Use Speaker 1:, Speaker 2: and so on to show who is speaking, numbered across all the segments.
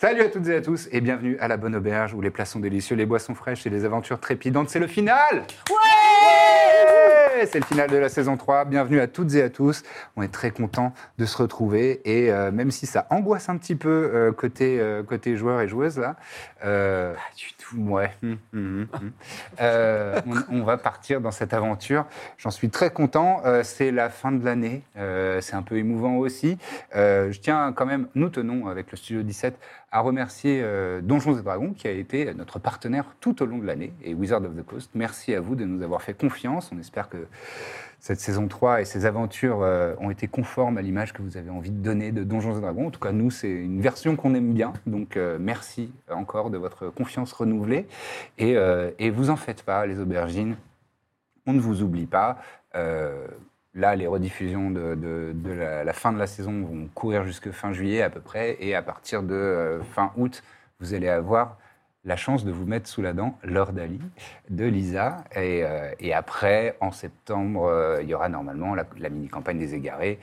Speaker 1: Salut à toutes et à tous et bienvenue à la Bonne Auberge où les plats sont délicieux, les boissons fraîches et les aventures trépidantes. C'est le final Ouais C'est le final de la saison 3. Bienvenue à toutes et à tous. On est très content de se retrouver et euh, même si ça angoisse un petit peu euh, côté, euh, côté joueurs et joueuses là, euh, Ouais. Hum, hum, hum. Euh, on, on va partir dans cette aventure. J'en suis très content. Euh, c'est la fin de l'année. Euh, c'est un peu émouvant aussi. Euh, je tiens quand même, nous tenons avec le Studio 17 à remercier euh, Donjons et Dragons qui a été euh, notre partenaire tout au long de l'année et Wizard of the Coast. Merci à vous de nous avoir fait confiance. On espère que cette saison 3 et ses aventures euh, ont été conformes à l'image que vous avez envie de donner de Donjons et Dragons. En tout cas, nous, c'est une version qu'on aime bien. Donc, euh, merci encore de votre confiance renouvelée. Et, euh, et vous en faites pas, les aubergines. On ne vous oublie pas. Euh, là, les rediffusions de, de- de la, la fin de la saison vont courir jusque fin juillet à peu près. Et à partir de euh, fin août, vous allez avoir la chance de vous mettre sous la dent Laure Dali de Lisa. Et, euh, et après, en septembre, euh, il y aura normalement la, la mini-campagne des égarés,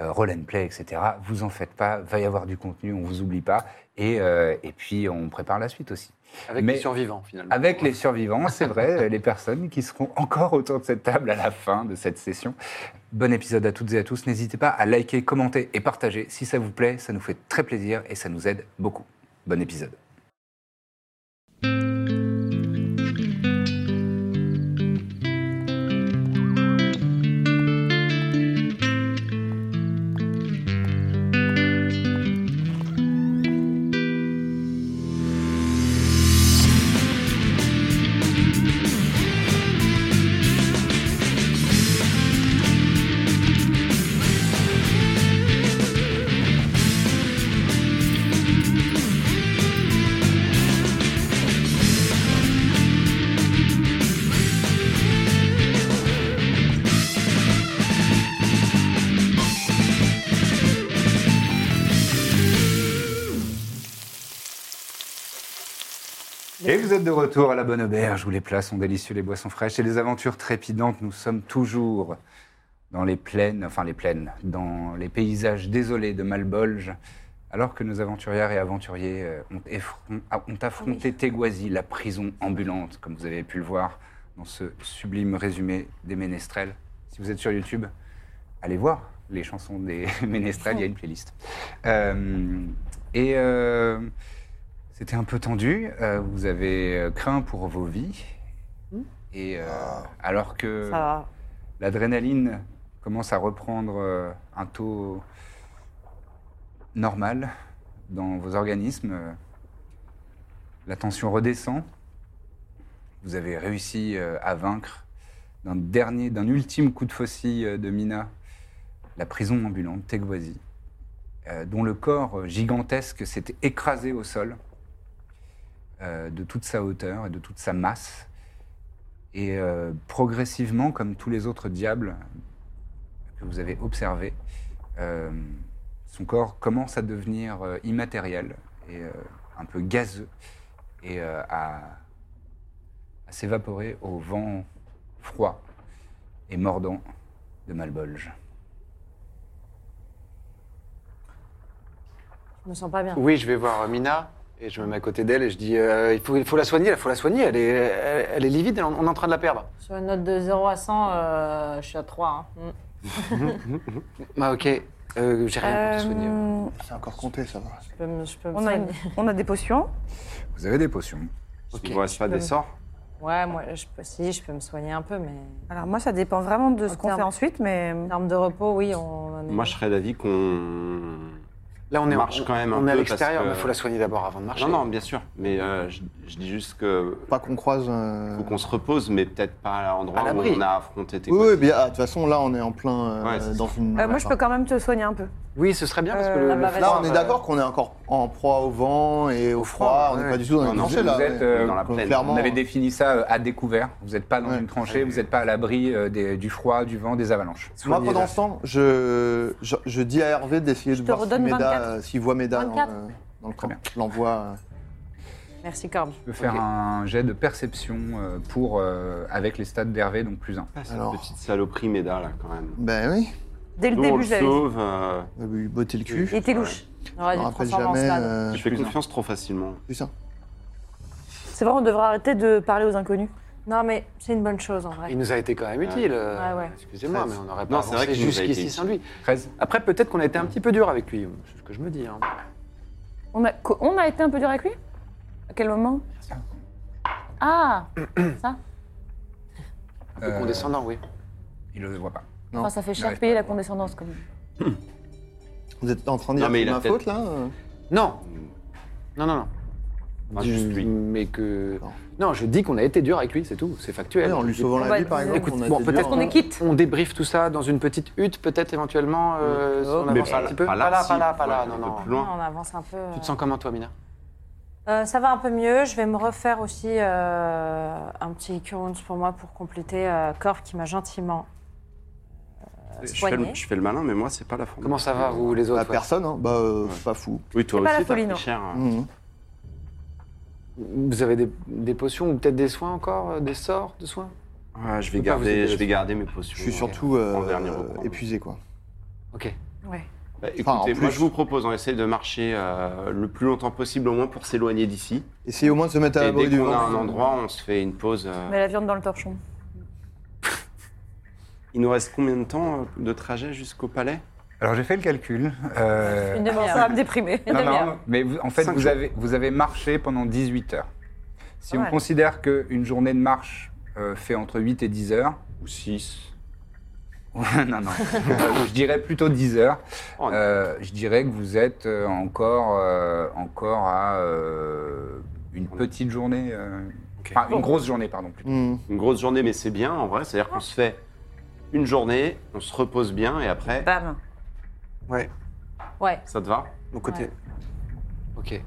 Speaker 1: euh, roll and play, etc. Vous en faites pas, va y avoir du contenu, on vous oublie pas. Et, euh, et puis, on prépare la suite aussi.
Speaker 2: Avec
Speaker 1: Mais-
Speaker 2: les survivants, finalement.
Speaker 1: Avec les survivants, c'est vrai, les personnes qui seront encore autour de cette table à la fin de cette session. Bon épisode à toutes et à tous. N'hésitez pas à liker, commenter et partager. Si ça vous plaît, ça nous fait très plaisir et ça nous aide beaucoup. Bon épisode. Et vous êtes de retour à la bonne auberge où les plats sont délicieux, les boissons fraîches et les aventures trépidantes. Nous sommes toujours dans les plaines, enfin les plaines, dans les paysages désolés de Malbolge, alors que nos aventurières et aventuriers euh, ont, effron- ah, ont affronté Tégoisi, la prison ambulante, comme vous avez pu le voir dans ce sublime résumé des Ménestrels. Si vous êtes sur YouTube, allez voir les chansons des Ménestrels, il y a une playlist. Euh, et euh, c'était un peu tendu, euh, vous avez euh, craint pour vos vies, et euh, alors que...
Speaker 3: Hmm. Ah. Ça va.
Speaker 1: L'adrénaline commence à reprendre euh, un taux normal dans vos organismes. euh, La tension redescend. Vous avez réussi euh, à vaincre d'un dernier, d'un ultime coup de faucille euh, de Mina, la prison ambulante Tegwazi, euh, dont le corps euh, gigantesque s'est écrasé au sol euh, de toute sa hauteur et de toute sa masse. Et euh, progressivement, comme tous les autres diables que vous avez observés, euh, son corps commence à devenir euh, immatériel et euh, un peu gazeux et euh, à, à s'évaporer au vent froid et mordant de Malbolge.
Speaker 3: Je me sens pas bien.
Speaker 2: Oui, je vais voir euh, Mina et je me mets à côté d'elle et je dis euh, il, faut, il faut la soigner, il faut la soigner, elle est, elle, elle est livide, elle- on est en train de la perdre.
Speaker 3: Sur une note de 0 à 100, euh, je suis à 3. hein. Mm.
Speaker 2: Bah, ok, euh, j'ai rien pour te soigner.
Speaker 4: Euh,
Speaker 5: C'est encore compté, ça va.
Speaker 3: Je peux me, je peux me
Speaker 4: on, a
Speaker 3: soigner.
Speaker 4: on a des potions.
Speaker 1: Vous avez des potions.
Speaker 2: Ok.
Speaker 6: Il vous reste pas des sorts
Speaker 3: Ouais, moi, je peux, si, je peux me soigner un peu, mais.
Speaker 4: Alors moi, ça dépend vraiment de ce
Speaker 3: En
Speaker 4: qu'on
Speaker 3: termes-
Speaker 4: fait ensuite, mais
Speaker 3: En termes de repos, oui, on en est.
Speaker 6: Moi, je serais d'avis qu'on
Speaker 2: Là, on est, en-
Speaker 5: marche quand même un
Speaker 2: on est à
Speaker 5: peu
Speaker 2: l'extérieur,
Speaker 5: parce
Speaker 2: mais
Speaker 5: que-
Speaker 2: il faut la soigner d'abord avant de marcher.
Speaker 5: Ah, Non, non, bien sûr. Mais euh, je, je dis juste que
Speaker 6: Pas qu'on croise. euh,
Speaker 5: faut qu'on se repose, mais peut-être pas à l'endroit
Speaker 2: À
Speaker 5: où
Speaker 2: l'abri.
Speaker 5: on a affronté tes
Speaker 6: Oui,
Speaker 5: potes.
Speaker 6: oui, bien, ah, de toute façon, là, on est en plein euh,
Speaker 5: Ouais, c'est
Speaker 6: dans une.
Speaker 4: Euh, moi, je peux quand même te soigner un peu.
Speaker 2: Oui, ce serait bien parce que
Speaker 4: Euh,
Speaker 2: le,
Speaker 4: ah
Speaker 2: le
Speaker 3: bah,
Speaker 2: froid,
Speaker 6: Là, on est
Speaker 2: euh,
Speaker 6: d'accord qu'on est encore en proie au vent et au froid.
Speaker 2: froid,
Speaker 6: on n'est
Speaker 2: ouais.
Speaker 6: pas du tout dans
Speaker 5: Non,
Speaker 6: une
Speaker 5: non,
Speaker 6: tranchée,
Speaker 5: vous
Speaker 6: là.
Speaker 1: êtes,
Speaker 6: mais-
Speaker 1: euh,
Speaker 5: dans la
Speaker 6: donc,
Speaker 5: plaine.
Speaker 6: clairement,
Speaker 1: On avait défini ça euh, à découvert. Vous n'êtes pas dans
Speaker 6: Ouais.
Speaker 1: une tranchée, vous n'êtes pas à l'abri euh, des- du froid, du vent, des avalanches.
Speaker 6: Moi, pendant ce temps, je, je, je dis à Hervé d'essayer de
Speaker 4: te
Speaker 6: voir si
Speaker 4: redonne
Speaker 6: Méda,
Speaker 4: 24.
Speaker 6: euh, s'il voit Méda dans,
Speaker 3: 24.
Speaker 6: euh, dans le camp. Je l'envoie. euh,
Speaker 3: Merci, Corbe.
Speaker 1: Tu peux faire
Speaker 2: Ok.
Speaker 1: un jet de perception euh, pour, euh, avec les stats d'Hervé, donc plus 1.
Speaker 5: Pas cette
Speaker 6: Alors.
Speaker 5: petite saloperie Méda, là, quand même.
Speaker 6: Ben oui,
Speaker 4: Dès le
Speaker 5: Nous, on
Speaker 4: début,
Speaker 5: le
Speaker 4: je l'avais.
Speaker 5: sauve. euh,
Speaker 6: euh, lui botter le cul.
Speaker 4: Il était louche.
Speaker 3: On aurait
Speaker 6: Je
Speaker 3: dû
Speaker 6: me
Speaker 3: te
Speaker 6: rappelle
Speaker 3: transformer en
Speaker 6: jamais.
Speaker 3: stade.
Speaker 6: euh,
Speaker 5: je fais
Speaker 1: plus un.
Speaker 5: confiance trop facilement.
Speaker 6: Putain.
Speaker 4: C'est vrai, on devrait arrêter de parler aux inconnus.
Speaker 3: Non, mais c'est une bonne chose en vrai.
Speaker 2: Il nous a été quand même
Speaker 5: Ouais.
Speaker 2: utile. euh,
Speaker 3: Ouais, ouais.
Speaker 2: Excusez-moi, mais on n'aurait pas
Speaker 5: Non, c'est vrai
Speaker 2: avancé
Speaker 5: qu'il nous a été
Speaker 2: jusqu'ici
Speaker 5: utile.
Speaker 2: sans lui.
Speaker 1: 13.
Speaker 2: Après, peut-être qu'on a été un petit peu dur avec lui. C'est ce que je me dis. hein.
Speaker 4: On a, qu- on a été un peu dur avec lui À quel moment Ah
Speaker 2: Un peu condescendant, oui.
Speaker 1: Euh, Il ne le voit pas.
Speaker 6: Non.
Speaker 4: Enfin, ça fait
Speaker 1: J'arrive
Speaker 4: cher
Speaker 1: pas
Speaker 4: payer
Speaker 1: à
Speaker 4: la
Speaker 1: voir.
Speaker 4: condescendance, quand même.
Speaker 6: Vous êtes en train de
Speaker 5: Non,
Speaker 6: dire que
Speaker 5: mais
Speaker 6: c'est
Speaker 5: il a
Speaker 6: ma
Speaker 5: peut-être-
Speaker 6: faute, là euh
Speaker 2: Non.
Speaker 5: Hmm.
Speaker 2: Non, non, non.
Speaker 5: Pas
Speaker 2: Du-
Speaker 5: juste lui.
Speaker 2: Mais que.
Speaker 6: Non.
Speaker 2: Non, je dis qu'on a été dur avec lui, c'est tout. C'est factuel.
Speaker 6: Ouais, En lui sauvant
Speaker 4: bah,
Speaker 6: la vie, par exemple.
Speaker 2: Écoute,
Speaker 6: on a
Speaker 2: bon,
Speaker 6: été
Speaker 2: peut-être
Speaker 6: dur,
Speaker 2: qu'on
Speaker 6: hein.
Speaker 2: est quitte. On débriefe tout ça dans une petite hutte, peut-être éventuellement. euh, si on
Speaker 5: Mais
Speaker 2: avance
Speaker 5: pas
Speaker 2: un
Speaker 5: là-
Speaker 2: petit peu.
Speaker 5: pas là,
Speaker 2: pas là,
Speaker 5: si.
Speaker 2: pas là, pas
Speaker 5: Ouais,
Speaker 2: là,
Speaker 5: un
Speaker 2: Non,
Speaker 5: peu
Speaker 2: non.
Speaker 5: plus loin.
Speaker 3: Ouais, on avance un peu.
Speaker 2: Tu
Speaker 3: euh.
Speaker 2: te sens comment, toi, Mina
Speaker 3: Euh, ça va un peu mieux. Je vais me refaire aussi euh, un petit Curons pour moi pour compléter euh, Corbe qui m'a gentiment.
Speaker 5: Je fais, le,
Speaker 3: soigner.
Speaker 5: je fais le malin, mais moi, c'est pas la forme.
Speaker 2: Comment ça va, vous, les
Speaker 6: Bah,
Speaker 2: autres ouais
Speaker 6: personne, hein. Bah, euh, pas fou.
Speaker 5: Oui, toi
Speaker 4: C'est pas la
Speaker 5: aussi, t'as
Speaker 4: folie,
Speaker 5: pris
Speaker 4: non.
Speaker 5: cher. hein.
Speaker 6: Mhm.
Speaker 2: Vous avez des, des potions ou peut-être des soins encore euh, Des sorts de soins
Speaker 5: Ouais, je, vais
Speaker 2: peux pas vous aider
Speaker 5: garder, je
Speaker 2: là-dessus.
Speaker 5: vais garder mes potions.
Speaker 6: Je suis
Speaker 5: hein.
Speaker 6: surtout euh,
Speaker 5: En dernier recours.
Speaker 6: épuisé, quoi.
Speaker 2: Ok.
Speaker 3: Ouais.
Speaker 5: Bah, écoutez,
Speaker 6: Enfin, en
Speaker 5: moi,
Speaker 6: plus-
Speaker 5: je vous propose, on essaye de marcher euh, le plus longtemps possible, au moins pour s'éloigner d'ici.
Speaker 6: Essayez au moins de se mettre à
Speaker 5: Et
Speaker 6: l'abri
Speaker 5: dès
Speaker 6: du
Speaker 5: qu'on a
Speaker 6: vent.
Speaker 5: un endroit, on se fait une pause. euh.
Speaker 4: Mais la viande dans le torchon.
Speaker 5: Il nous reste combien de temps euh, de trajet jusqu'au palais
Speaker 1: Alors j'ai fait le calcul. euh,
Speaker 3: Une
Speaker 4: Alors,
Speaker 3: demi-heure.
Speaker 4: ça va me déprimer.
Speaker 1: non, non,
Speaker 3: demi-heure.
Speaker 1: mais vous- en fait,
Speaker 5: Cinq
Speaker 1: vous
Speaker 5: jours.
Speaker 1: avez, vous avez marché pendant 18 heures. Si
Speaker 4: Pas
Speaker 1: on
Speaker 4: mal.
Speaker 1: considère qu'une journée de marche euh, fait entre 8 et 10 heures,
Speaker 5: Ou 6
Speaker 1: non, non, je dirais plutôt 10 heures,
Speaker 5: Oh, non.
Speaker 1: Euh, je dirais que vous êtes euh, encore, euh, encore à euh, une petite journée, euh, enfin, une grosse journée, pardon. plutôt.
Speaker 6: Hmm.
Speaker 5: Une grosse journée, mais c'est bien en vrai. C'est-à-dire qu'on se fait une journée, on se repose bien et après,
Speaker 7: Bah.
Speaker 4: Bam
Speaker 2: Ouais.
Speaker 3: Ouais.
Speaker 5: ça te va
Speaker 2: Mon côté.
Speaker 3: Ouais.
Speaker 2: Ok.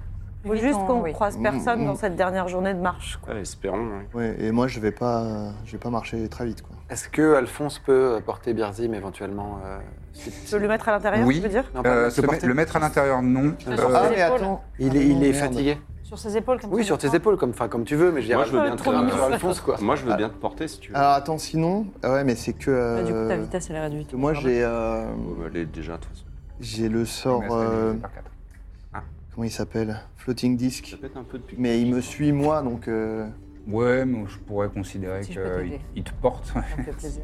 Speaker 4: Faut juste qu'on
Speaker 3: Oui.
Speaker 4: croise personne dans cette dernière journée de marche. quoi.
Speaker 5: Ouais, Espérons. ouais.
Speaker 6: Ouais, et moi, je vais pas, je vais pas marcher très vite, quoi.
Speaker 2: Est-ce que Alphonse peut euh, porter Birzim éventuellement euh, si-
Speaker 4: Tu veux le mettre à l'intérieur,
Speaker 1: Oui.
Speaker 4: tu veux dire
Speaker 2: Non,
Speaker 1: Euh,
Speaker 2: pas
Speaker 1: se met-
Speaker 2: porter.
Speaker 1: le mettre à l'intérieur, non.
Speaker 3: sur
Speaker 1: Euh,
Speaker 3: ses épaules.
Speaker 2: Il est, il est
Speaker 6: Merde.
Speaker 2: fatigué.
Speaker 3: Sur ses épaules comme
Speaker 2: Oui,
Speaker 3: ça,
Speaker 2: sur
Speaker 3: d'accord.
Speaker 2: tes épaules, comme, enfin, comme tu veux, mais je dirais
Speaker 5: Moi, je veux bien te
Speaker 2: comme
Speaker 5: euh,
Speaker 2: sur Alphonse, quoi.
Speaker 5: Moi, je veux bien te porter si tu veux.
Speaker 6: Alors attends, sinon, ah ouais, mais c'est que.
Speaker 3: Bah, Du coup, ta
Speaker 6: euh,
Speaker 3: vitesse, elle est réduite.
Speaker 6: que moi,
Speaker 2: Ah,
Speaker 6: j'ai, euh,
Speaker 5: Bon, bah, allez, déjà, de toute façon.
Speaker 6: j'ai le sort.
Speaker 1: mais ça,
Speaker 6: euh,
Speaker 1: c'est par quatre.
Speaker 6: comment il s'appelle Floating
Speaker 5: Ça
Speaker 6: Disc.
Speaker 5: pète un peu depuis.
Speaker 6: Mais il me suit moi, donc. euh,
Speaker 1: Ouais, mais je pourrais considérer
Speaker 3: Si je peux
Speaker 1: qu'il
Speaker 3: t'aider.
Speaker 1: il te porte.
Speaker 3: Ça me fait plaisir.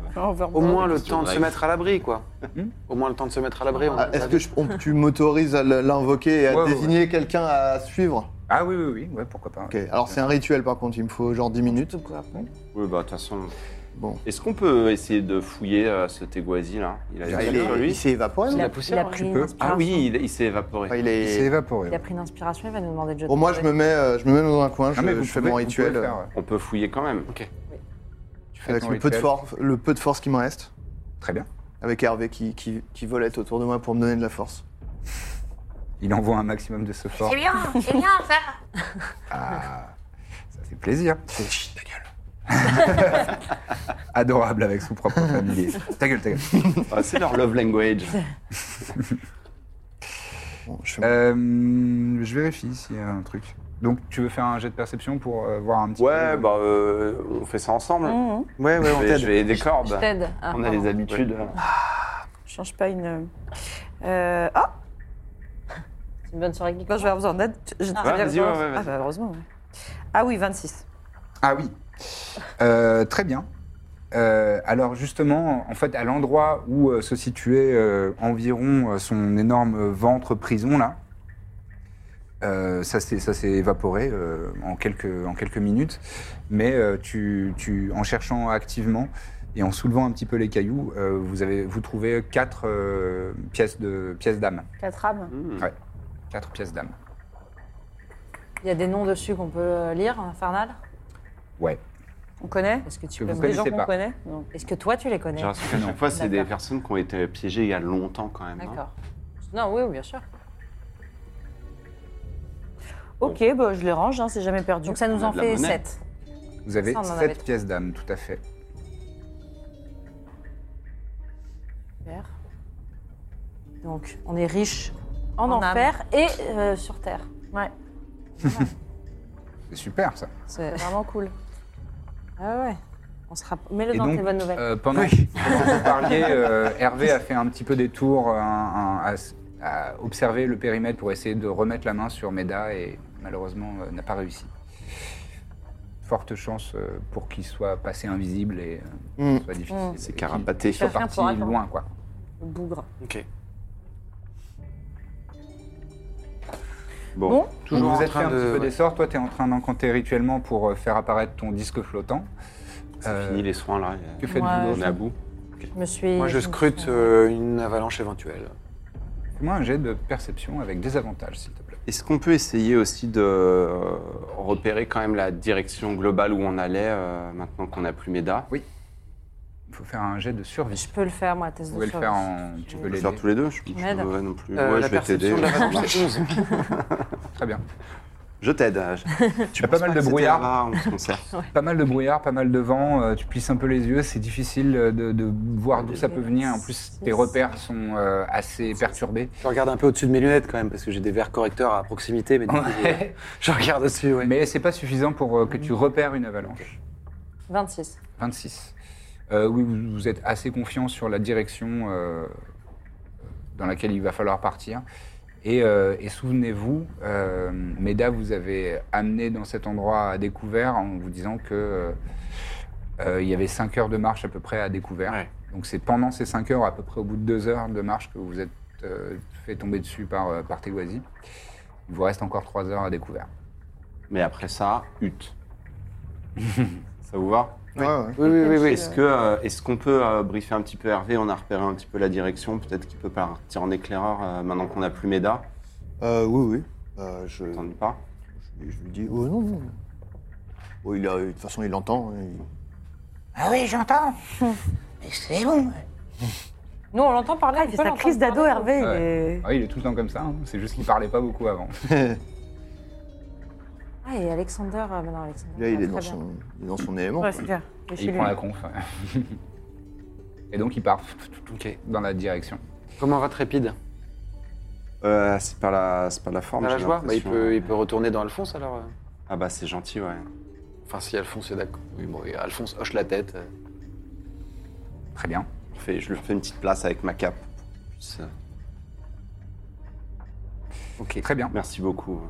Speaker 2: Au moins le
Speaker 5: question
Speaker 2: temps de se
Speaker 5: drive.
Speaker 2: mettre à l'abri, quoi.
Speaker 1: Hmm
Speaker 2: Au moins le temps de se mettre à l'abri. on-
Speaker 6: Ah, Est-ce que je- on- tu m'autorises à l- l'invoquer et à
Speaker 1: Ouais, ouais,
Speaker 6: désigner quelqu'un à suivre
Speaker 1: Ah oui, oui, oui, ouais, pourquoi pas.
Speaker 6: Ok. Alors c'est un rituel, par contre, il me faut genre 10 minutes.
Speaker 5: Oui, bah, de toute façon.
Speaker 6: Bon.
Speaker 5: Est-ce qu'on peut essayer de fouiller euh, ce Teguazi là Ah, Il
Speaker 6: Il
Speaker 5: a des
Speaker 6: est-
Speaker 5: trucs sur
Speaker 6: il
Speaker 5: lui
Speaker 6: s'est évaporé. non
Speaker 3: Il a,
Speaker 2: poussière,
Speaker 3: il a
Speaker 2: hein,
Speaker 3: pris
Speaker 1: tu
Speaker 3: une
Speaker 1: peux.
Speaker 3: inspiration.
Speaker 5: Ah oui, il, il s'est évaporé.
Speaker 6: Enfin,
Speaker 1: Il
Speaker 6: il est.
Speaker 1: s'est évaporé.
Speaker 3: Il a pris une inspiration, il va nous demander de jeter.
Speaker 6: Bon, moi, je me mets, euh, je me mets dans un coin.
Speaker 1: Ah,
Speaker 6: Je,
Speaker 1: mais vous
Speaker 6: je fais
Speaker 1: pouvez-
Speaker 6: mon
Speaker 1: vous
Speaker 6: rituel
Speaker 1: pouvez le
Speaker 6: euh,
Speaker 1: faire,
Speaker 5: On peut fouiller quand même.
Speaker 1: tu fais
Speaker 6: avec
Speaker 1: ton
Speaker 6: le peu, de
Speaker 1: rituel.
Speaker 6: force, le peu de force qui me reste,
Speaker 1: Très bien.
Speaker 6: avec Hervé qui, qui, qui volette autour de moi pour me donner de la force.
Speaker 1: Il envoie un maximum de ce fort.
Speaker 7: C'est bien, c'est bien ça.
Speaker 1: Ah, ça fait plaisir. Ta gueule. Adorable avec son propre familier. Ta gueule, ta gueule.
Speaker 5: Ah, c'est leur love language.
Speaker 6: Bon, je fais
Speaker 1: Euh, je vérifie s'il y a un truc. Donc, tu veux faire un jet de perception pour euh, voir un petit
Speaker 5: Ouais,
Speaker 1: peu
Speaker 5: bah, euh, on fait ça ensemble.
Speaker 4: Mmh, mmh.
Speaker 2: Ouais, ouais,
Speaker 5: Je
Speaker 2: on
Speaker 5: vais- Je
Speaker 2: t'aide.
Speaker 5: vais aider Corbe.
Speaker 3: Je t'aide. Ah,
Speaker 5: On a
Speaker 3: pardon.
Speaker 5: les habitudes.
Speaker 4: Je change pas une. Euh... Oh
Speaker 3: C'est une bonne soirée geek.
Speaker 4: Bon, je vais avoir besoin d'aide. Je
Speaker 3: Ah,
Speaker 4: très bien
Speaker 5: vas-y,
Speaker 4: besoin.
Speaker 5: ouais, ouais, vas-y.
Speaker 4: Ah, bah, heureusement. ouais. Ah oui, 26.
Speaker 1: Ah oui. Euh, très bien. Euh, alors justement, en fait, à l'endroit où euh, se situait euh, environ euh, son énorme ventre prison là, euh, ça s'est ça s'est évaporé euh, en quelques en quelques minutes. Mais euh, tu, tu en cherchant activement, Et en soulevant un petit peu les cailloux, euh, vous, avez, vous trouvez quatre euh, pièces de pièces d'âme.
Speaker 4: Quatre âmes.
Speaker 5: Hmm.
Speaker 1: Ouais. Quatre pièces d'âme.
Speaker 3: Il y a des noms dessus qu'on peut euh, lire, Infernal
Speaker 1: Ouais.
Speaker 4: On connaît
Speaker 3: Est-ce que tu
Speaker 1: Que
Speaker 3: peux
Speaker 1: vous
Speaker 3: me-
Speaker 4: Des gens
Speaker 1: connaissez
Speaker 4: qu'on
Speaker 1: pas.
Speaker 4: connaît Non.
Speaker 3: Est-ce que toi, tu les connais
Speaker 5: J'ai l'impression qu'à chaque fois, c'est des
Speaker 3: D'accord.
Speaker 5: personnes qui ont été piégées il y a longtemps quand même. hein. non
Speaker 3: D'accord. Non, oui, oui, bien sûr.
Speaker 4: Ok, bah, je les range, hein, c'est jamais perdu.
Speaker 3: Donc ça nous
Speaker 5: a
Speaker 3: en
Speaker 5: de la
Speaker 3: fait
Speaker 5: monnaie.
Speaker 3: 7.
Speaker 1: Vous avez
Speaker 3: Ça, on en avait
Speaker 1: sept
Speaker 3: trois.
Speaker 1: pièces d'âme, tout à fait.
Speaker 4: Super.
Speaker 3: Donc on est riche en,
Speaker 4: En
Speaker 3: enfer et euh, sur terre.
Speaker 4: Ouais,
Speaker 1: C'est super ça.
Speaker 3: C'est-
Speaker 4: c'est vraiment cool.
Speaker 3: Ah ouais. On sera... Mets-le
Speaker 1: Et
Speaker 3: dans
Speaker 1: donc,
Speaker 3: tes bonnes nouvelles.
Speaker 1: euh, pendant pendant que vous parliez, euh, Hervé a fait un petit peu des tours euh, un- un- à, s- à observer le périmètre pour essayer de remettre la main sur Meda et malheureusement euh, n'a pas réussi. Forte chance euh, pour qu'il soit passé invisible et euh,
Speaker 6: Mm.
Speaker 1: soit difficile.
Speaker 5: C'est
Speaker 1: qu'il
Speaker 5: carapaté.
Speaker 1: soit
Speaker 4: Faire rien
Speaker 1: parti
Speaker 4: pour attendre.
Speaker 1: loin quoi.
Speaker 4: Le Bougre.
Speaker 2: Ok.
Speaker 5: Bon.
Speaker 4: Bon.
Speaker 1: Vous
Speaker 2: Toujours
Speaker 1: vous
Speaker 2: en
Speaker 1: êtes fait
Speaker 2: train
Speaker 1: un
Speaker 2: de-
Speaker 1: petit peu
Speaker 2: ouais.
Speaker 1: des sorts. Toi, tu es en train d'encanter rituellement pour euh, faire apparaître ton disque flottant.
Speaker 5: C'est
Speaker 1: Euh,
Speaker 5: fini les soins là.
Speaker 1: Que faites-vous
Speaker 3: Ouais,
Speaker 1: d'autre
Speaker 5: On est à bout.
Speaker 3: Je me suis...
Speaker 2: Moi, je scrute euh, une avalanche éventuelle.
Speaker 1: Fais-moi un jet de perception avec des avantages, s'il te plaît.
Speaker 5: Est-ce qu'on peut essayer aussi de euh, repérer quand même la direction globale où on allait euh, maintenant qu'on n'a plus Méda
Speaker 1: Il faut faire un jet de survie.
Speaker 3: Je peux le faire, moi, test
Speaker 1: Vous
Speaker 3: de
Speaker 1: pouvez le faire en. Tu peux
Speaker 5: On peut
Speaker 1: l'aider.
Speaker 5: faire tous les deux Je suis
Speaker 3: M'aide.
Speaker 5: pas mauvais non plus.
Speaker 2: Euh,
Speaker 5: ouais,
Speaker 2: la
Speaker 5: je vais t'aider.
Speaker 2: perception de l'avalanche, c'est 11.
Speaker 1: Très bien.
Speaker 5: Je t'aide.
Speaker 1: Tu as pas mal de brouillard,
Speaker 5: Ah, on se conserve.
Speaker 1: pas mal de brouillard, pas mal de vent. euh, tu plisses un peu les yeux, c'est difficile euh, de, de voir d'où ça peut venir. En plus, tes repères sont euh, assez perturbés.
Speaker 2: Je regarde un peu au-dessus de mes lunettes quand même, parce que j'ai des verres correcteurs à proximité, mais du coup,
Speaker 1: Ouais.
Speaker 2: je, je regarde au-dessus, ouais.
Speaker 1: Mais c'est pas suffisant pour euh, que tu repères une avalanche.
Speaker 3: 26.
Speaker 1: 26. Euh, oui, vous, vous êtes assez confiant sur la direction euh, dans laquelle il va falloir partir. Et, euh, et souvenez-vous, euh, Meda vous avez amené dans cet endroit à découvert en vous disant que euh, euh, il y avait 5 heures de marche à peu près à découvert.
Speaker 2: Ouais.
Speaker 1: Donc c'est pendant ces 5 heures, à peu près au bout de 2 heures de marche, que vous vous êtes euh, fait tomber dessus par, euh, par Teguazi. Il vous reste encore 3 heures à découvert.
Speaker 5: Mais après ça, hutte. ça vous va
Speaker 6: Ouais, ouais.
Speaker 2: Oui, oui, oui, oui.
Speaker 5: Est-ce que euh, est-ce qu'on peut euh, briefer un petit peu Hervé On a repéré un petit peu la direction. Peut-être qu'il peut partir en éclaireur euh, maintenant qu'on n'a plus Méda.
Speaker 6: Euh, oui, oui. Euh, je,
Speaker 5: T'en dis pas
Speaker 6: je, je lui dis, oh non, non. non. Oh, il a, de toute façon, il l'entend. hein. il-
Speaker 1: Ah oui, j'entends C'est bon
Speaker 3: Nous, on l'entend parler. on
Speaker 4: Il fait
Speaker 3: peut
Speaker 4: sa
Speaker 3: l'entendre
Speaker 4: crise d'ado,
Speaker 3: parler.
Speaker 4: Hervé. il est-
Speaker 1: Ah oui, il est tout le temps comme ça, hein. c'est juste qu'il parlait pas beaucoup avant.
Speaker 3: Ah, et Alexander... euh, bah non, Alexander
Speaker 6: Là, il
Speaker 3: va très
Speaker 6: est dans
Speaker 3: bien.
Speaker 6: son, il est dans son élément.
Speaker 4: Ouais,
Speaker 6: quoi.
Speaker 4: c'est clair. Il est
Speaker 1: Et
Speaker 4: chez
Speaker 1: il
Speaker 4: lui.
Speaker 1: prend la conf. et donc il part
Speaker 2: Ok.
Speaker 1: dans la direction.
Speaker 2: Comment va Trépide
Speaker 5: euh, C'est pas la c'est pas la forme.
Speaker 2: Dans la
Speaker 5: j'ai
Speaker 2: joie bah, il,
Speaker 5: l'impression.
Speaker 2: peut, il peut retourner dans Alphonse alors euh.
Speaker 5: Ah bah c'est gentil ouais.
Speaker 2: Enfin, si Alphonse est d'accord. Oui, bon, et Alphonse hoche la tête. euh.
Speaker 1: Très bien.
Speaker 5: Je, fais- je lui fais une petite place avec ma cape. pour qu'il puisse, euh,
Speaker 1: Ok. Très bien.
Speaker 5: Merci beaucoup. hein.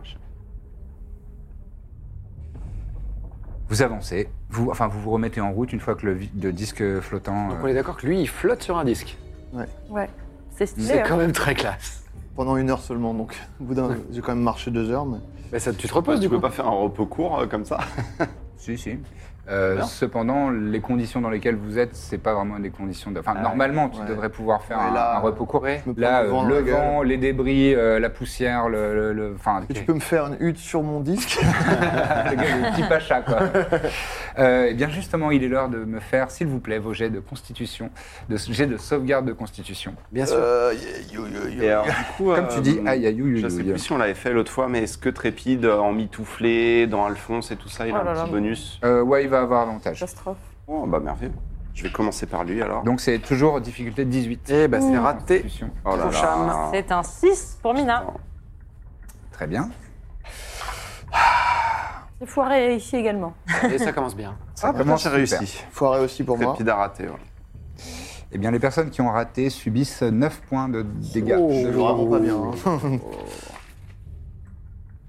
Speaker 1: Vous avancez, vous, enfin, vous vous remettez en route une fois que le, vi- le disque flottant.
Speaker 2: Donc,
Speaker 1: euh,
Speaker 2: on est d'accord que lui, il flotte sur un disque.
Speaker 4: Ouais. C'est stylé.
Speaker 2: C'est
Speaker 4: hein.
Speaker 2: quand même très classe.
Speaker 6: Pendant une heure seulement, donc. Au bout d'un, j'ai quand même marché deux heures, mais.
Speaker 2: Bah, ça, tu te reposes
Speaker 5: tu
Speaker 2: du coup.
Speaker 5: peux pas faire un repos court euh, comme ça
Speaker 1: Si, si. Euh,
Speaker 5: Non.
Speaker 1: cependant, les conditions dans lesquelles vous êtes, c'est pas vraiment des conditions. De... Enfin,
Speaker 5: Ah,
Speaker 1: normalement, tu
Speaker 6: ouais.
Speaker 1: devrais pouvoir faire
Speaker 6: Ouais,
Speaker 1: un,
Speaker 6: là,
Speaker 1: un repos court.
Speaker 2: ouais.
Speaker 6: Je me prends
Speaker 1: Là,
Speaker 6: du
Speaker 1: euh,
Speaker 6: vent dans
Speaker 1: le
Speaker 6: la gueule.
Speaker 1: vent, les débris, euh, la poussière, le, le- le- enfin,
Speaker 6: Et Tu peux me faire une hutte sur mon disque
Speaker 1: le gars, le petit pacha, quoi. Euh, eh bien, justement, il est l'heure de me faire, s'il vous plaît, vos jets de constitution, de jets de sauvegarde de constitution.
Speaker 2: Bien sûr.
Speaker 6: Euh, yo, yo, yo, yo.
Speaker 5: Et alors, du coup,
Speaker 1: Comme tu dis, aïe, aïe, aïe,
Speaker 5: euh, Je
Speaker 1: aïe,
Speaker 5: sais
Speaker 1: aïe.
Speaker 5: plus si on l'avait fait l'autre fois, mais est-ce que Trépide, euh, en mitouflé, dans Alphonse et tout ça, il a
Speaker 4: Oh là
Speaker 5: un
Speaker 4: là.
Speaker 5: petit bonus
Speaker 1: Euh, ouais, il va avoir avantage.
Speaker 4: Catastrophe.
Speaker 5: Oh, bah merveilleux. Je vais commencer par lui alors.
Speaker 1: Donc, c'est toujours difficulté 18.
Speaker 2: Eh
Speaker 5: ben,
Speaker 2: bah, c'est raté.
Speaker 1: Constitution.
Speaker 5: oh là
Speaker 2: pour Cham.
Speaker 5: là.
Speaker 3: C'est un 6 pour Mina.
Speaker 1: Très bien.
Speaker 4: C'est foiré ici également.
Speaker 2: Et ça commence bien.
Speaker 1: Ça
Speaker 5: Ah, bah
Speaker 1: commence
Speaker 5: j'ai
Speaker 1: super.
Speaker 5: réussi.
Speaker 6: Foiré aussi pour moi.
Speaker 5: Trépide a raté. ouais.
Speaker 1: Eh bien, les personnes qui ont raté subissent 9 points de dégâts.
Speaker 2: Oh.
Speaker 5: Oh.
Speaker 6: C'est vraiment pas bien. hein.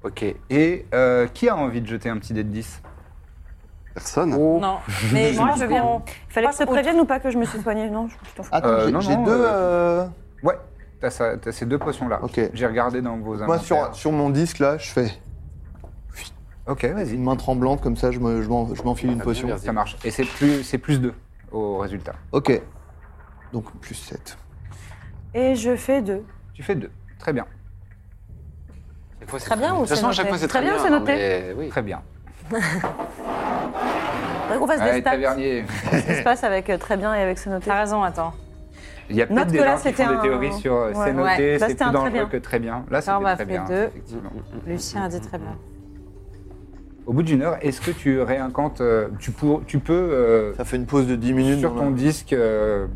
Speaker 2: Ok.
Speaker 1: Et euh, qui a envie de jeter un petit dé de 10
Speaker 5: Personne
Speaker 2: Oh.
Speaker 3: Non, mais moi, je viens...
Speaker 4: Il fallait que je te
Speaker 3: Passe
Speaker 4: prévienne ou pas que je me suis soignée Non, je je t'en fous.
Speaker 6: Attends,
Speaker 1: Euh,
Speaker 6: j'ai-
Speaker 1: non,
Speaker 6: j'ai
Speaker 1: non,
Speaker 6: deux. euh,
Speaker 1: Ouais, t'as ça- t'as ces deux potions-là.
Speaker 6: Ok.
Speaker 1: J'ai regardé dans vos
Speaker 6: Moi,
Speaker 1: inventaires.
Speaker 6: sur, sur mon disque, là, je fais
Speaker 1: Ok, vas-y.
Speaker 6: une main tremblante, comme ça, je me- je m'en- je m'enfile une
Speaker 2: Ah, bien,
Speaker 6: potion.
Speaker 2: bien.
Speaker 1: Ça marche. Et c'est plus, c'est plus 2. au résultat.
Speaker 6: Ok. Donc plus 7.
Speaker 7: Et je fais deux.
Speaker 1: Tu fais deux. Très bien.
Speaker 7: Très bien ou
Speaker 2: De toute façon, à
Speaker 7: c'est
Speaker 2: chaque fois,
Speaker 7: noté
Speaker 2: c'est très,
Speaker 4: bien, c'est
Speaker 2: non,
Speaker 4: noté.
Speaker 2: mais oui.
Speaker 1: Très bien.
Speaker 7: Faudrait qu'on fasse
Speaker 1: Allez,
Speaker 7: des stats.
Speaker 1: tavernier.
Speaker 7: Qu'est-ce qui se passe avec euh, très bien et avec c'est noté
Speaker 4: Ah,
Speaker 3: T'as raison, attends.
Speaker 1: Il y a peut-être
Speaker 7: Note
Speaker 1: des
Speaker 7: que là,
Speaker 1: gens qui
Speaker 7: c'était
Speaker 1: font des
Speaker 7: un-
Speaker 1: théories sur euh,
Speaker 7: Ouais,
Speaker 1: c'est noté,
Speaker 7: ouais. Là,
Speaker 1: c'est
Speaker 7: c'était
Speaker 1: plus
Speaker 7: un très
Speaker 1: dangereux
Speaker 7: bien.
Speaker 1: que très bien. Là,
Speaker 3: on
Speaker 1: c'était
Speaker 3: m'a
Speaker 1: très
Speaker 3: fait
Speaker 1: bien.
Speaker 3: deux.
Speaker 1: effectivement.
Speaker 3: Lucien a dit très bien.
Speaker 1: Au bout d'une heure, est-ce que tu réincantes, euh, tu, pour- tu peux, euh,
Speaker 6: Ça fait une pause de 10 minutes.
Speaker 1: sur
Speaker 6: dans
Speaker 1: ton
Speaker 6: la-
Speaker 1: disque, euh,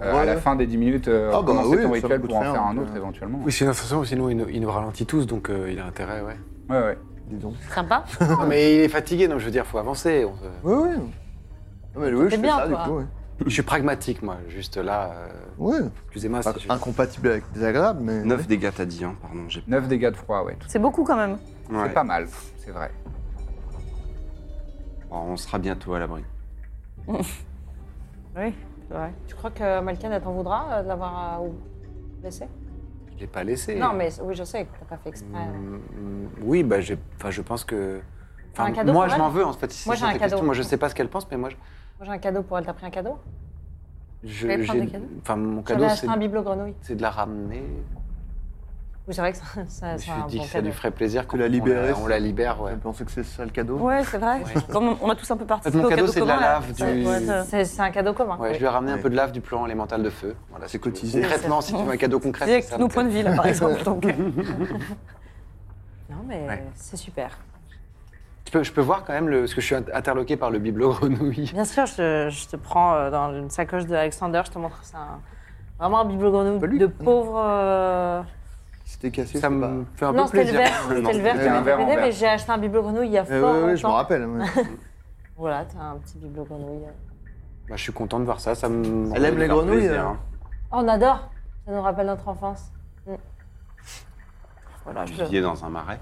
Speaker 1: euh, à
Speaker 6: Ouais.
Speaker 1: la fin des 10 minutes, euh,
Speaker 6: Ah bah
Speaker 1: recommencer
Speaker 6: oui, ça
Speaker 1: ton
Speaker 6: me
Speaker 1: rituel
Speaker 6: coûte
Speaker 1: pour en
Speaker 6: rien,
Speaker 1: faire un
Speaker 6: donc,
Speaker 1: autre
Speaker 6: euh,
Speaker 1: éventuellement
Speaker 2: Oui, sinon, de toute façon, sinon, il nous, il nous ralentit tous, donc euh, il a intérêt, ouais.
Speaker 1: Ouais, ouais.
Speaker 6: Dis donc.
Speaker 7: Sympa.
Speaker 2: non, mais il est fatigué, donc je veux dire, faut avancer. on se-
Speaker 6: Ouais, ouais. Non, mais oui, je fais
Speaker 7: bien,
Speaker 6: ça,
Speaker 7: quoi.
Speaker 6: du coup, ouais.
Speaker 2: Je suis pragmatique, moi, juste là. euh,
Speaker 6: Ouais.
Speaker 2: Excusez-moi
Speaker 6: Pas
Speaker 2: si je...
Speaker 6: incompatible avec désagréable, mais.
Speaker 5: 9 dégâts, t'as dit, hein, pardon. j'ai-
Speaker 1: 9 dégâts de froid, ouais.
Speaker 4: C'est beaucoup quand même.
Speaker 5: Ouais.
Speaker 1: C'est pas mal, c'est vrai.
Speaker 5: Bon, on sera bientôt à l'abri.
Speaker 4: Oui.
Speaker 3: Tu crois que Malkian, elle t'en voudra euh, de l'avoir euh, ou- laissé
Speaker 2: je l'ai pas laissé.
Speaker 3: Non, mais oui, je sais que t'as pas fait exprès.
Speaker 2: Mm, mm, oui, bah, j'ai- enfin, je pense que.
Speaker 3: T'as
Speaker 2: Enfin,
Speaker 3: un cadeau
Speaker 2: moi,
Speaker 3: pour
Speaker 2: je
Speaker 3: elle
Speaker 2: m'en veux, en fait. si
Speaker 3: Moi,
Speaker 2: c'est
Speaker 3: j'ai
Speaker 2: ça
Speaker 3: un
Speaker 2: ta
Speaker 3: cadeau.
Speaker 2: question. Moi, je sais pas ce qu'elle pense, mais moi, je-
Speaker 3: Moi, j'ai un cadeau pour elle. T'as pris un cadeau
Speaker 2: je.
Speaker 3: voulais prendre
Speaker 2: j'ai-
Speaker 3: des cadeaux
Speaker 2: Enfin, mon
Speaker 3: J'avais
Speaker 2: cadeau, c'est-
Speaker 3: acheté un bibelot grenouille.
Speaker 2: c'est de la ramener.
Speaker 3: Oui, c'est vrai que ça, ça,
Speaker 2: je lui
Speaker 3: c'est un
Speaker 2: dis
Speaker 3: bon
Speaker 2: que ça
Speaker 3: cadeau.
Speaker 2: lui ferait plaisir qu'on
Speaker 6: la
Speaker 2: on
Speaker 6: libérer,
Speaker 2: On la libère, ouais.
Speaker 6: Je pensais que c'est ça le cadeau.
Speaker 4: Ouais, c'est vrai. Comme on, on a tous un peu
Speaker 2: En fait,
Speaker 4: participé
Speaker 2: mon
Speaker 4: au
Speaker 2: cadeau,
Speaker 4: cadeau
Speaker 2: c'est de la
Speaker 4: commun, là.
Speaker 2: lave, du.
Speaker 4: Ouais, ça-
Speaker 3: C'est c'est un cadeau commun.
Speaker 2: Ouais,
Speaker 3: oui.
Speaker 2: je lui ai ramené un
Speaker 6: Ouais.
Speaker 2: peu de lave du plan élémental de feu. Voilà,
Speaker 6: C'est
Speaker 2: si tu veux.
Speaker 6: cotisé.
Speaker 2: Concrètement, si tu veux un cadeau concret.
Speaker 4: C'est
Speaker 2: c'est
Speaker 4: avec
Speaker 2: ça,
Speaker 4: nos
Speaker 2: le
Speaker 4: points de vie, là, par exemple. Donc,
Speaker 3: Non, mais
Speaker 2: Ouais.
Speaker 3: c'est super.
Speaker 2: Je peux, je peux voir quand même, le, parce que je suis inter- interloqué par le bibelot grenouille.
Speaker 3: Bien sûr, je te, je te prends euh, dans une sacoche de Alexander. Je te montre. C'est un- vraiment un bibelot
Speaker 6: Pas
Speaker 3: grenouille
Speaker 6: lui.
Speaker 3: de pauvre. euh,
Speaker 6: C'était cassé.
Speaker 2: Ça
Speaker 6: c'est pas-
Speaker 2: me fait un
Speaker 3: Non,
Speaker 2: peu
Speaker 3: c'était le
Speaker 2: plaisir.
Speaker 3: vert.
Speaker 2: Non,
Speaker 3: C'était le vert
Speaker 1: c'était
Speaker 3: qui
Speaker 1: un
Speaker 3: m'a
Speaker 1: verre en
Speaker 3: précédé,
Speaker 1: verre.
Speaker 3: mais j'ai acheté un bibelot grenouille il y a
Speaker 2: Euh,
Speaker 6: Eh ouais,
Speaker 3: fort
Speaker 6: ouais, ouais, je me
Speaker 3: longtemps.
Speaker 6: rappelle. ouais.
Speaker 3: Voilà, t'as un petit bibelot grenouille.
Speaker 2: Bah, je suis content de voir ça. ça me...
Speaker 6: Elle aime les grenouilles,
Speaker 5: Plaisir,
Speaker 6: euh.
Speaker 5: hein.
Speaker 3: Oh, on adore. Ça nous rappelle notre enfance.
Speaker 5: Voilà, je vis dans un marais.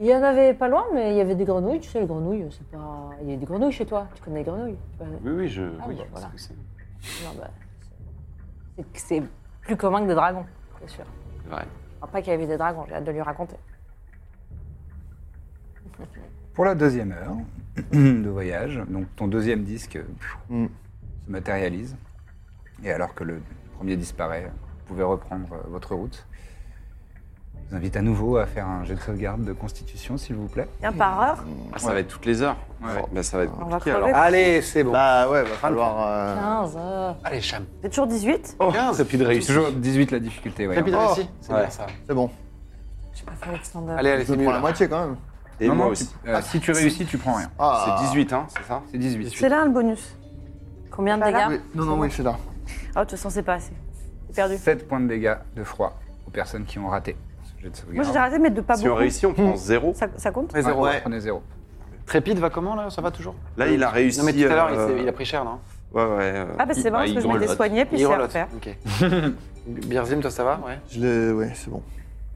Speaker 3: Il y en avait pas loin, mais il y avait des grenouilles. Tu sais, les grenouilles, euh, c'est pas. Il y a des grenouilles chez toi. Tu connais les grenouilles. Tu vois,
Speaker 5: Oui, oui, je.
Speaker 3: Ah,
Speaker 5: oui,
Speaker 3: bah,
Speaker 5: je
Speaker 3: voilà.
Speaker 5: sais que
Speaker 3: non, bah, c'est- c'est- c'est plus commun que des dragons, c'est sûr.
Speaker 5: c'est vrai.
Speaker 3: Après qu'il y avait des dragons, j'ai hâte de lui raconter.
Speaker 1: Pour la deuxième heure de voyage, donc ton deuxième disque pfiou,
Speaker 6: Mm.
Speaker 1: se matérialise. Et alors que le premier disparaît, vous pouvez reprendre euh, votre route. Je vous invite à nouveau à faire un jet de sauvegarde de constitution, s'il vous plaît.
Speaker 7: Un par heure.
Speaker 5: Ah, ça va être toutes les heures.
Speaker 1: Ouais.
Speaker 5: Bon, bah, ça va être
Speaker 7: On va
Speaker 5: compliqué
Speaker 7: crever.
Speaker 5: alors.
Speaker 2: Allez, c'est bon.
Speaker 6: Bah ouais, va falloir. euh,
Speaker 3: 15 heures.
Speaker 2: Allez, Cham.
Speaker 7: C'est toujours 18.
Speaker 2: 15 et puis de réussite.
Speaker 1: Toujours 18 la difficulté, ouais.
Speaker 2: Rapide
Speaker 6: Oh.
Speaker 2: réussi. C'est
Speaker 5: Ouais.
Speaker 2: bien ça.
Speaker 6: C'est bon.
Speaker 3: J'ai pas fait Alexander.
Speaker 2: Allez, allez,
Speaker 6: Je
Speaker 2: c'est
Speaker 6: prends
Speaker 2: mieux.
Speaker 6: la
Speaker 2: là.
Speaker 6: moitié quand même.
Speaker 5: Et
Speaker 1: Non,
Speaker 5: moi
Speaker 1: non, tu-
Speaker 5: aussi.
Speaker 1: euh, si tu réussis, tu prends rien.
Speaker 6: Ah.
Speaker 5: C'est 18, hein, c'est ça
Speaker 1: C'est 18.
Speaker 7: C'est là le bonus.
Speaker 3: Combien de
Speaker 7: Pas là.
Speaker 3: dégâts
Speaker 6: Oui, Non, non, oui, c'est là.
Speaker 7: Ah, de toute façon, c'est pas assez. C'est perdu.
Speaker 1: 7 points de dégâts de froid aux personnes qui ont raté ce jet de
Speaker 7: Moi,
Speaker 1: sauvegarde.
Speaker 7: j'ai raté, mais de pas
Speaker 5: Si on
Speaker 7: beaucoup.
Speaker 5: réussit, on prend 0.
Speaker 7: Ça, ça compte
Speaker 2: Ouais, zéro.
Speaker 1: Ouais,
Speaker 2: ouais.
Speaker 1: Prenez 0.
Speaker 2: Trépide va comment là Ça va toujours
Speaker 5: Là, il a réussi.
Speaker 2: Non, mais tout à l'heure, il
Speaker 5: euh,
Speaker 2: s'est- il a pris cher, non
Speaker 5: Ouais, ouais. euh,
Speaker 7: Ah, bah c'est
Speaker 5: il-
Speaker 7: bon, parce
Speaker 5: il
Speaker 7: que je m'étais
Speaker 5: grelotte.
Speaker 7: soignée, puis
Speaker 2: Il
Speaker 7: c'est à
Speaker 2: relote.
Speaker 7: refaire.
Speaker 2: Ok. Birzim, toi, ça va Ouais.
Speaker 6: Je l'ai. Ouais, c'est bon.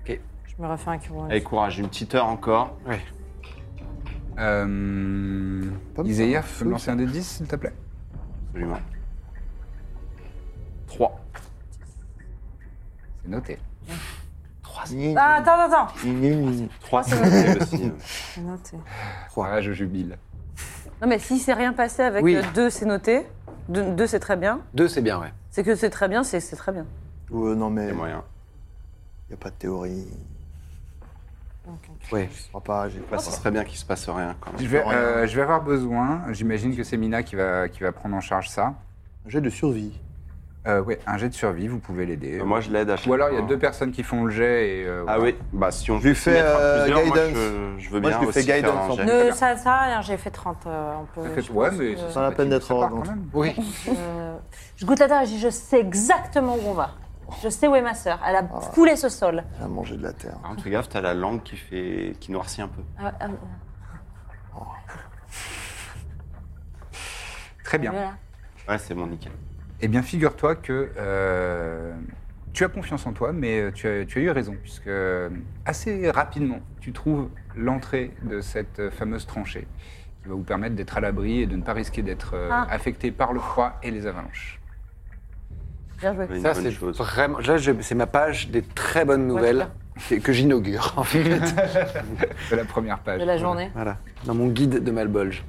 Speaker 3: Je me refais un cure.
Speaker 5: Allez, courage, une petite heure encore.
Speaker 1: Euh...
Speaker 6: Pas mal.
Speaker 1: Iséir, tu peux me lancer un dé de 10, s'il te plaît
Speaker 5: Absolument. 3.
Speaker 1: C'est noté.
Speaker 3: Ah, attends, attends, attends.
Speaker 6: Gni, gni, gni.
Speaker 5: 3, c'est noté aussi.
Speaker 3: C'est noté.
Speaker 1: Ah, je jubile.
Speaker 4: Non, mais s'il s'est rien passé avec
Speaker 2: Oui.
Speaker 4: euh, deux, c'est noté. Deux, deux, c'est très bien.
Speaker 2: Deux, c'est bien, ouais.
Speaker 4: C'est que c'est très bien, c'est c'est très bien.
Speaker 6: Ouais, non, mais
Speaker 5: C'est
Speaker 6: il
Speaker 5: moyen.
Speaker 6: n'y a pas de théorie.
Speaker 2: Ouais.
Speaker 6: Je crois pas, j'ai
Speaker 3: Oh,
Speaker 5: Bah, ça serait bien qu'il se passe rien quand même.
Speaker 1: Je vais, euh, je vais avoir besoin, j'imagine que c'est Mina qui va, qui va prendre en charge ça.
Speaker 6: Un jet de survie.
Speaker 1: Euh, ouais, un jet de survie, vous pouvez l'aider.
Speaker 5: Et Euh, moi, je l'aide à chaque
Speaker 1: Ou alors il y a
Speaker 5: fois.
Speaker 1: deux personnes qui font le jet et. euh,
Speaker 5: Ah
Speaker 1: voilà.
Speaker 5: oui, bah si on
Speaker 6: Je lui
Speaker 5: peut
Speaker 6: fais,
Speaker 5: mettre à
Speaker 6: euh,
Speaker 5: plusieurs, moi,
Speaker 6: guidance.
Speaker 5: je, je veux
Speaker 6: Moi,
Speaker 5: bien
Speaker 6: je lui fais
Speaker 5: aussi faire
Speaker 6: guidance
Speaker 5: un
Speaker 6: en
Speaker 5: jet.
Speaker 6: plus.
Speaker 3: Ne, ça, ça sert à rien, j'ai fait 30. euh, on peut,
Speaker 1: Ça fait-
Speaker 3: je
Speaker 1: ouais,
Speaker 3: pense
Speaker 1: mais
Speaker 3: que-
Speaker 1: ça
Speaker 6: Pas la peine d'être
Speaker 1: Ça part
Speaker 6: arrogante.
Speaker 1: quand même.
Speaker 2: Oui.
Speaker 3: Euh, je goûte la terre et je dis je sais exactement où on va. Je sais où est ma sœur. Elle a foulé ce sol.
Speaker 6: Elle a mangé de la terre.
Speaker 5: Par contre, fais gaffe, t'as la langue qui, fait... qui noircit un peu.
Speaker 3: Ah, ah,
Speaker 1: Très bien.
Speaker 3: voilà.
Speaker 5: Ouais, c'est bon, nickel.
Speaker 1: Eh bien, figure-toi que euh, tu as confiance en toi, mais euh, tu as, tu as eu raison, puisque euh, assez rapidement, tu trouves l'entrée de cette euh, fameuse tranchée qui va vous permettre d'être à l'abri et de ne pas risquer d'être euh,
Speaker 3: Ah.
Speaker 1: affecté par le froid et les avalanches.
Speaker 4: Bien joué.
Speaker 5: Ouais, Une
Speaker 2: Ça,
Speaker 5: bonne
Speaker 2: c'est
Speaker 5: chose.
Speaker 2: vraiment. Là, je- c'est ma page des très bonnes nouvelles que- que j'inaugure, en fait.
Speaker 1: C'est la première page.
Speaker 3: De la journée.
Speaker 2: Voilà. Dans mon guide de Malbolge.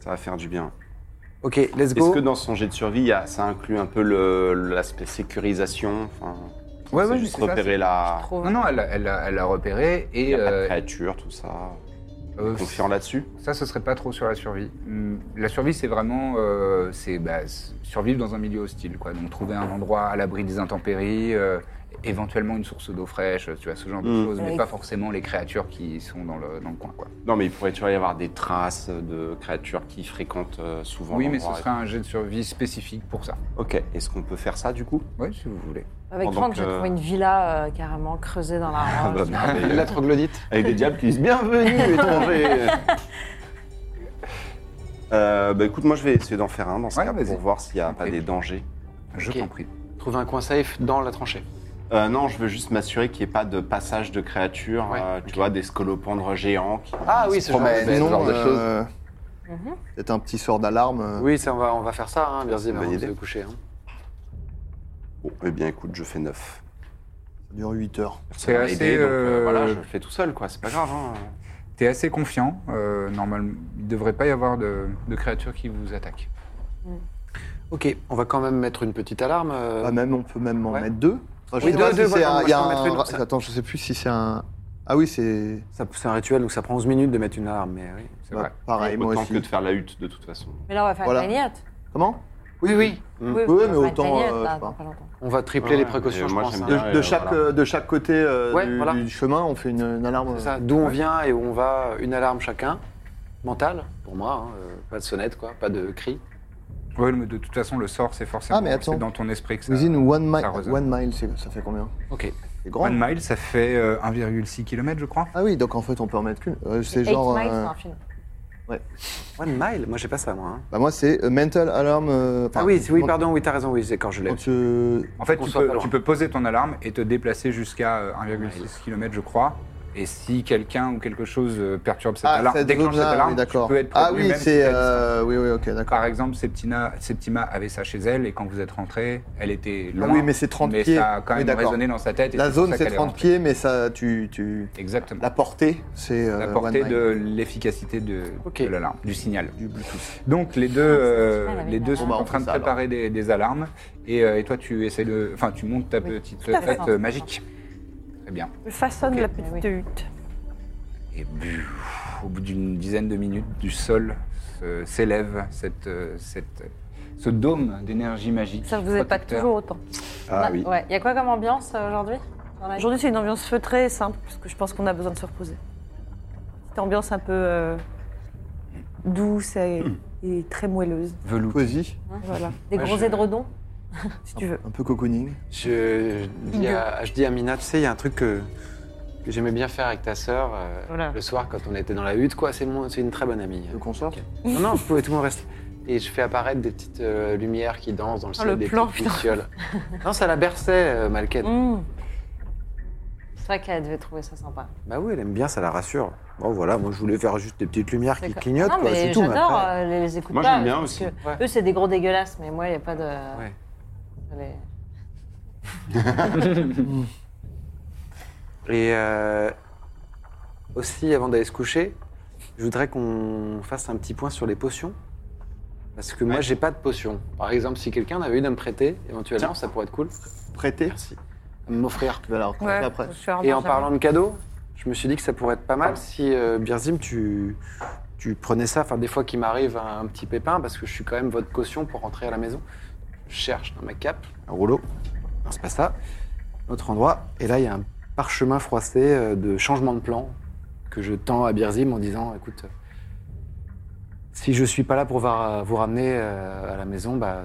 Speaker 5: Ça va faire du bien.
Speaker 2: Ok, let's
Speaker 5: Est-ce
Speaker 2: go.
Speaker 5: que dans son jet de survie, il y a- ça inclut un peu le- l'aspect sécurisation enfin,
Speaker 1: Ouais,
Speaker 5: c'est
Speaker 1: ouais,
Speaker 5: juste
Speaker 1: c'est ça,
Speaker 5: repérer la,
Speaker 1: Non, non, elle l'a elle l'a- elle l'a repéré
Speaker 5: il y
Speaker 1: et
Speaker 5: a pas de
Speaker 1: euh,
Speaker 5: créature, tout ça.
Speaker 1: euh,
Speaker 5: Confiant là-dessus
Speaker 1: ça, ce serait pas trop sur la survie. Hum, La survie, c'est vraiment euh, c'est bah, s- survivre dans un milieu hostile, quoi. Donc trouver un endroit à l'abri des intempéries, euh, éventuellement une source d'eau fraîche, tu vois, ce genre de
Speaker 5: Mm.
Speaker 1: choses, mais
Speaker 3: Ouais.
Speaker 1: pas forcément les créatures qui sont dans le, dans le coin, quoi.
Speaker 5: Non, mais il pourrait toujours y avoir des traces de créatures qui fréquentent euh, souvent
Speaker 1: Oui, mais ce
Speaker 5: l'endroit.
Speaker 1: serait un jet de survie spécifique pour ça.
Speaker 5: Ok, est-ce qu'on peut faire ça du coup
Speaker 1: Oui, si vous voulez.
Speaker 3: Avec
Speaker 5: Bon,
Speaker 3: 30,
Speaker 5: donc,
Speaker 3: j'ai
Speaker 5: euh,
Speaker 3: trouvé une villa euh, carrément creusée dans la
Speaker 5: Ah bah,
Speaker 3: roche.
Speaker 5: merveilleux.
Speaker 2: La troglodyte.
Speaker 5: Avec des diables qui disent Bienvenue, étranger Euh, bah écoute, moi je vais essayer d'en faire un dans ce
Speaker 1: Ouais,
Speaker 5: cas
Speaker 1: vas-y.
Speaker 5: pour voir s'il n'y a pas
Speaker 1: Ok.
Speaker 5: des dangers.
Speaker 1: Je
Speaker 2: Ok.
Speaker 1: t'en prie.
Speaker 2: Trouver un coin safe dans la tranchée.
Speaker 5: Euh, non, je veux juste m'assurer qu'il n'y ait pas de passage de créatures,
Speaker 2: Ouais,
Speaker 5: euh, tu vois, des scolopendres géants. qui-
Speaker 2: Ah oui, ce genre de
Speaker 5: promènent.
Speaker 2: bête.
Speaker 5: genre de
Speaker 6: euh,
Speaker 3: Mhm.
Speaker 6: peut-être un petit sort d'alarme. euh,
Speaker 2: Oui, ça, on, va, on va faire ça, hein, Birzim,
Speaker 5: Bonne
Speaker 2: avant de
Speaker 5: idée.
Speaker 2: se coucher. hein.
Speaker 5: Bon, eh bien écoute, je fais 9.
Speaker 6: Ça dure 8 heures.
Speaker 1: C'est assez, euh,
Speaker 5: voilà, je le fais tout seul, quoi, c'est pas grave. hein.
Speaker 1: T'es assez confiant. euh, normalement, il ne devrait pas y avoir de, de créatures qui vous attaquent.
Speaker 2: Ok, on va quand même mettre une petite alarme. euh,
Speaker 6: Ah, même, on peut même en
Speaker 2: ouais.
Speaker 6: mettre deux. Enfin, je
Speaker 2: Oui,
Speaker 6: sais
Speaker 2: deux,
Speaker 6: pas si
Speaker 2: deux,
Speaker 6: c'est
Speaker 2: voilà,
Speaker 6: un-
Speaker 2: moi,
Speaker 6: il y a
Speaker 2: je peux en
Speaker 6: un-
Speaker 2: mettre une, ça.
Speaker 6: Attends, je sais plus si c'est un. Ah oui, c'est
Speaker 2: ça- C'est un rituel, donc ça prend 11 minutes de mettre une alarme, mais oui.
Speaker 1: C'est
Speaker 6: bah,
Speaker 1: vrai.
Speaker 6: pareil, moi
Speaker 5: Autant
Speaker 6: aussi.
Speaker 5: que de faire la hutte de toute façon.
Speaker 3: Mais là, on va faire
Speaker 6: Voilà.
Speaker 3: une cagnotte.
Speaker 6: Comment
Speaker 2: Oui, oui.
Speaker 6: Oui,
Speaker 3: on va
Speaker 6: mais
Speaker 3: faire une
Speaker 6: autant,
Speaker 3: cagnotte,
Speaker 6: euh,
Speaker 3: là,
Speaker 6: je sais
Speaker 3: dans
Speaker 6: pas.
Speaker 3: pas longtemps.
Speaker 2: On va tripler
Speaker 5: Ouais,
Speaker 2: les
Speaker 5: mais
Speaker 2: précautions, je
Speaker 5: moi,
Speaker 2: pense.
Speaker 5: j'aime
Speaker 2: hein.
Speaker 5: bien.
Speaker 6: de,
Speaker 5: Ouais,
Speaker 6: de
Speaker 5: euh,
Speaker 6: chaque,
Speaker 5: voilà.
Speaker 6: euh, de chaque côté euh,
Speaker 2: Ouais,
Speaker 6: du,
Speaker 2: voilà.
Speaker 6: du chemin, on fait une, une alarme.
Speaker 2: C'est ça, d'où on vient et où on va, une alarme chacun, mentale, pour moi, hein, euh, pas de sonnette, quoi, pas de cri.
Speaker 1: Oui, mais de toute façon, le sort, c'est forcément
Speaker 6: Ah, mais attends.
Speaker 1: c'est dans ton esprit que ça.
Speaker 6: Within one, mi-
Speaker 1: ça résonne.
Speaker 6: one mile, c'est- ça fait combien
Speaker 2: Ok.
Speaker 6: C'est grand.
Speaker 1: One mile, ça fait euh, 1,6 km, je crois.
Speaker 6: Ah oui, donc en fait, on peut en mettre qu'une. Euh, c'est
Speaker 3: Eight
Speaker 6: genre.
Speaker 3: Miles,
Speaker 6: euh,
Speaker 3: c'est un film.
Speaker 2: One mile Moi, j'ai pas ça, moi. hein.
Speaker 6: bah, moi, c'est euh, mental alarm. euh, enfin,
Speaker 2: Ah oui, oui,
Speaker 6: quand-
Speaker 2: pardon, oui, t'as raison, oui, c'est quand je l'ai.
Speaker 6: quand, euh,
Speaker 1: En fait,
Speaker 2: Qu'on
Speaker 1: tu
Speaker 2: soit
Speaker 1: peux,
Speaker 2: pas loin.
Speaker 1: tu peux poser ton alarme et te déplacer jusqu'à euh, 1,6 km, je crois. Et si quelqu'un ou quelque chose euh, perturbe cette
Speaker 6: Ah,
Speaker 1: alarme,
Speaker 6: cette
Speaker 1: déclenche cette
Speaker 6: zone-là, oui,
Speaker 1: alarme, tu
Speaker 6: d'accord.
Speaker 1: peux être
Speaker 6: Ah
Speaker 1: prévenu
Speaker 6: oui,
Speaker 1: même si
Speaker 6: c'est.
Speaker 1: t'es à distance.
Speaker 6: euh, oui, oui, ok, d'accord.
Speaker 1: Par exemple, Septina, Septima avait ça chez elle et quand vous êtes rentré, elle était loin.
Speaker 6: Ah oui, mais c'est 30
Speaker 1: mais
Speaker 6: pieds.
Speaker 1: ça a quand
Speaker 6: Oui,
Speaker 1: même
Speaker 6: d'accord.
Speaker 1: résonné dans sa tête. et
Speaker 6: La
Speaker 1: pour
Speaker 6: zone,
Speaker 1: ça
Speaker 6: c'est
Speaker 1: qu'elle est
Speaker 6: 30
Speaker 1: rentrée.
Speaker 6: pieds, mais ça, tu, tu...
Speaker 1: Exactement.
Speaker 6: la portée, c'est. euh,
Speaker 1: la portée
Speaker 6: one mile.
Speaker 1: de l'efficacité de,
Speaker 2: Ok.
Speaker 1: de l'alarme, du signal.
Speaker 6: Du Bluetooth.
Speaker 1: Donc les deux,
Speaker 3: Ah, c'est pas la
Speaker 1: euh,
Speaker 3: même
Speaker 1: les deux sont
Speaker 6: alarme.
Speaker 1: en train de
Speaker 6: Bah, on fait ça,
Speaker 1: préparer des, des alarmes et, euh, et toi tu essaies de, enfin tu montes ta petite
Speaker 3: tout à fait.
Speaker 1: tête euh, magique. Très bien.
Speaker 7: Je façonne
Speaker 1: Ok.
Speaker 7: la petite
Speaker 3: Mais
Speaker 7: hutte.
Speaker 1: Et bu- au bout d'une dizaine de minutes du sol se- s'élève cette, euh, cette, ce dôme d'énergie magique.
Speaker 7: Ça vous épate
Speaker 1: protecteur.
Speaker 7: toujours autant.
Speaker 5: Ah
Speaker 3: Ouais,
Speaker 5: oui.
Speaker 3: Ouais. Il y a quoi comme ambiance euh, aujourd'hui dans la ville
Speaker 7: Aujourd'hui, c'est une ambiance feutrée et simple, parce que je pense qu'on a besoin de se reposer. Cette ambiance un peu euh, douce et, et très moelleuse.
Speaker 1: Velours.
Speaker 6: Cosy,
Speaker 7: Voilà,
Speaker 3: Des
Speaker 2: Ouais,
Speaker 3: gros
Speaker 2: je-
Speaker 3: édredons
Speaker 7: si tu veux.
Speaker 6: un peu cocooning.
Speaker 2: Je, je dis à, je dis à Mina, tu sais, il y a un truc que, que j'aimais bien faire avec ta sœur euh,
Speaker 7: Voilà.
Speaker 2: le soir quand on était dans la hutte, quoi. C'est mon- c'est une très bonne amie.
Speaker 6: Le consort
Speaker 2: Non, non, vous pouvez tout le monde rester. Et je fais apparaître des petites euh, lumières qui dansent dans le ciel,
Speaker 7: le
Speaker 2: des
Speaker 7: plan,
Speaker 2: petites
Speaker 7: putain.
Speaker 2: lucioles. Non, ça la berçait, euh, Malken.
Speaker 7: Mmh.
Speaker 3: C'est vrai qu'elle devait trouver ça sympa.
Speaker 2: Bah oui, elle aime bien, ça la rassure. Bon, voilà, moi je voulais faire juste des petites lumières
Speaker 3: C'est
Speaker 2: qui
Speaker 3: quoi-
Speaker 2: clignotent,
Speaker 3: non,
Speaker 2: quoi,
Speaker 3: mais
Speaker 2: c'est tout. mais
Speaker 3: J'adore
Speaker 2: après-
Speaker 3: euh, les, les écouter.
Speaker 5: Moi, j'aime bien
Speaker 3: parce
Speaker 5: aussi.
Speaker 3: que
Speaker 2: Ouais.
Speaker 3: Eux, c'est des gros dégueulasses, mais moi, il n'y a pas de.
Speaker 2: Ouais.
Speaker 3: les-
Speaker 2: Et euh, aussi, avant d'aller se coucher, je voudrais qu'on fasse un petit point sur les potions. Parce que moi, j'ai pas de potion. Par exemple, si quelqu'un en avait une à me prêter, éventuellement, ça pourrait être cool.
Speaker 6: Prêté.
Speaker 2: Merci. À M'offrir.
Speaker 6: Tu vas la retrouver
Speaker 7: Ouais,
Speaker 6: après.
Speaker 7: je suis
Speaker 2: Et en parlant de cadeaux, je me suis dit que ça pourrait être pas mal si, euh, Birzim, tu, tu prenais ça. Enfin, des fois qu'il m'arrive un, un petit pépin, parce que je suis quand même votre caution pour rentrer à la maison. Je cherche dans ma cape un rouleau. Non, c'est pas ça. Autre endroit. Et là, il y a un parchemin froissé euh, de changement de plan que je tends à Birzim en disant écoute, euh, si je suis pas là pour va- vous ramener euh, à la maison, bah,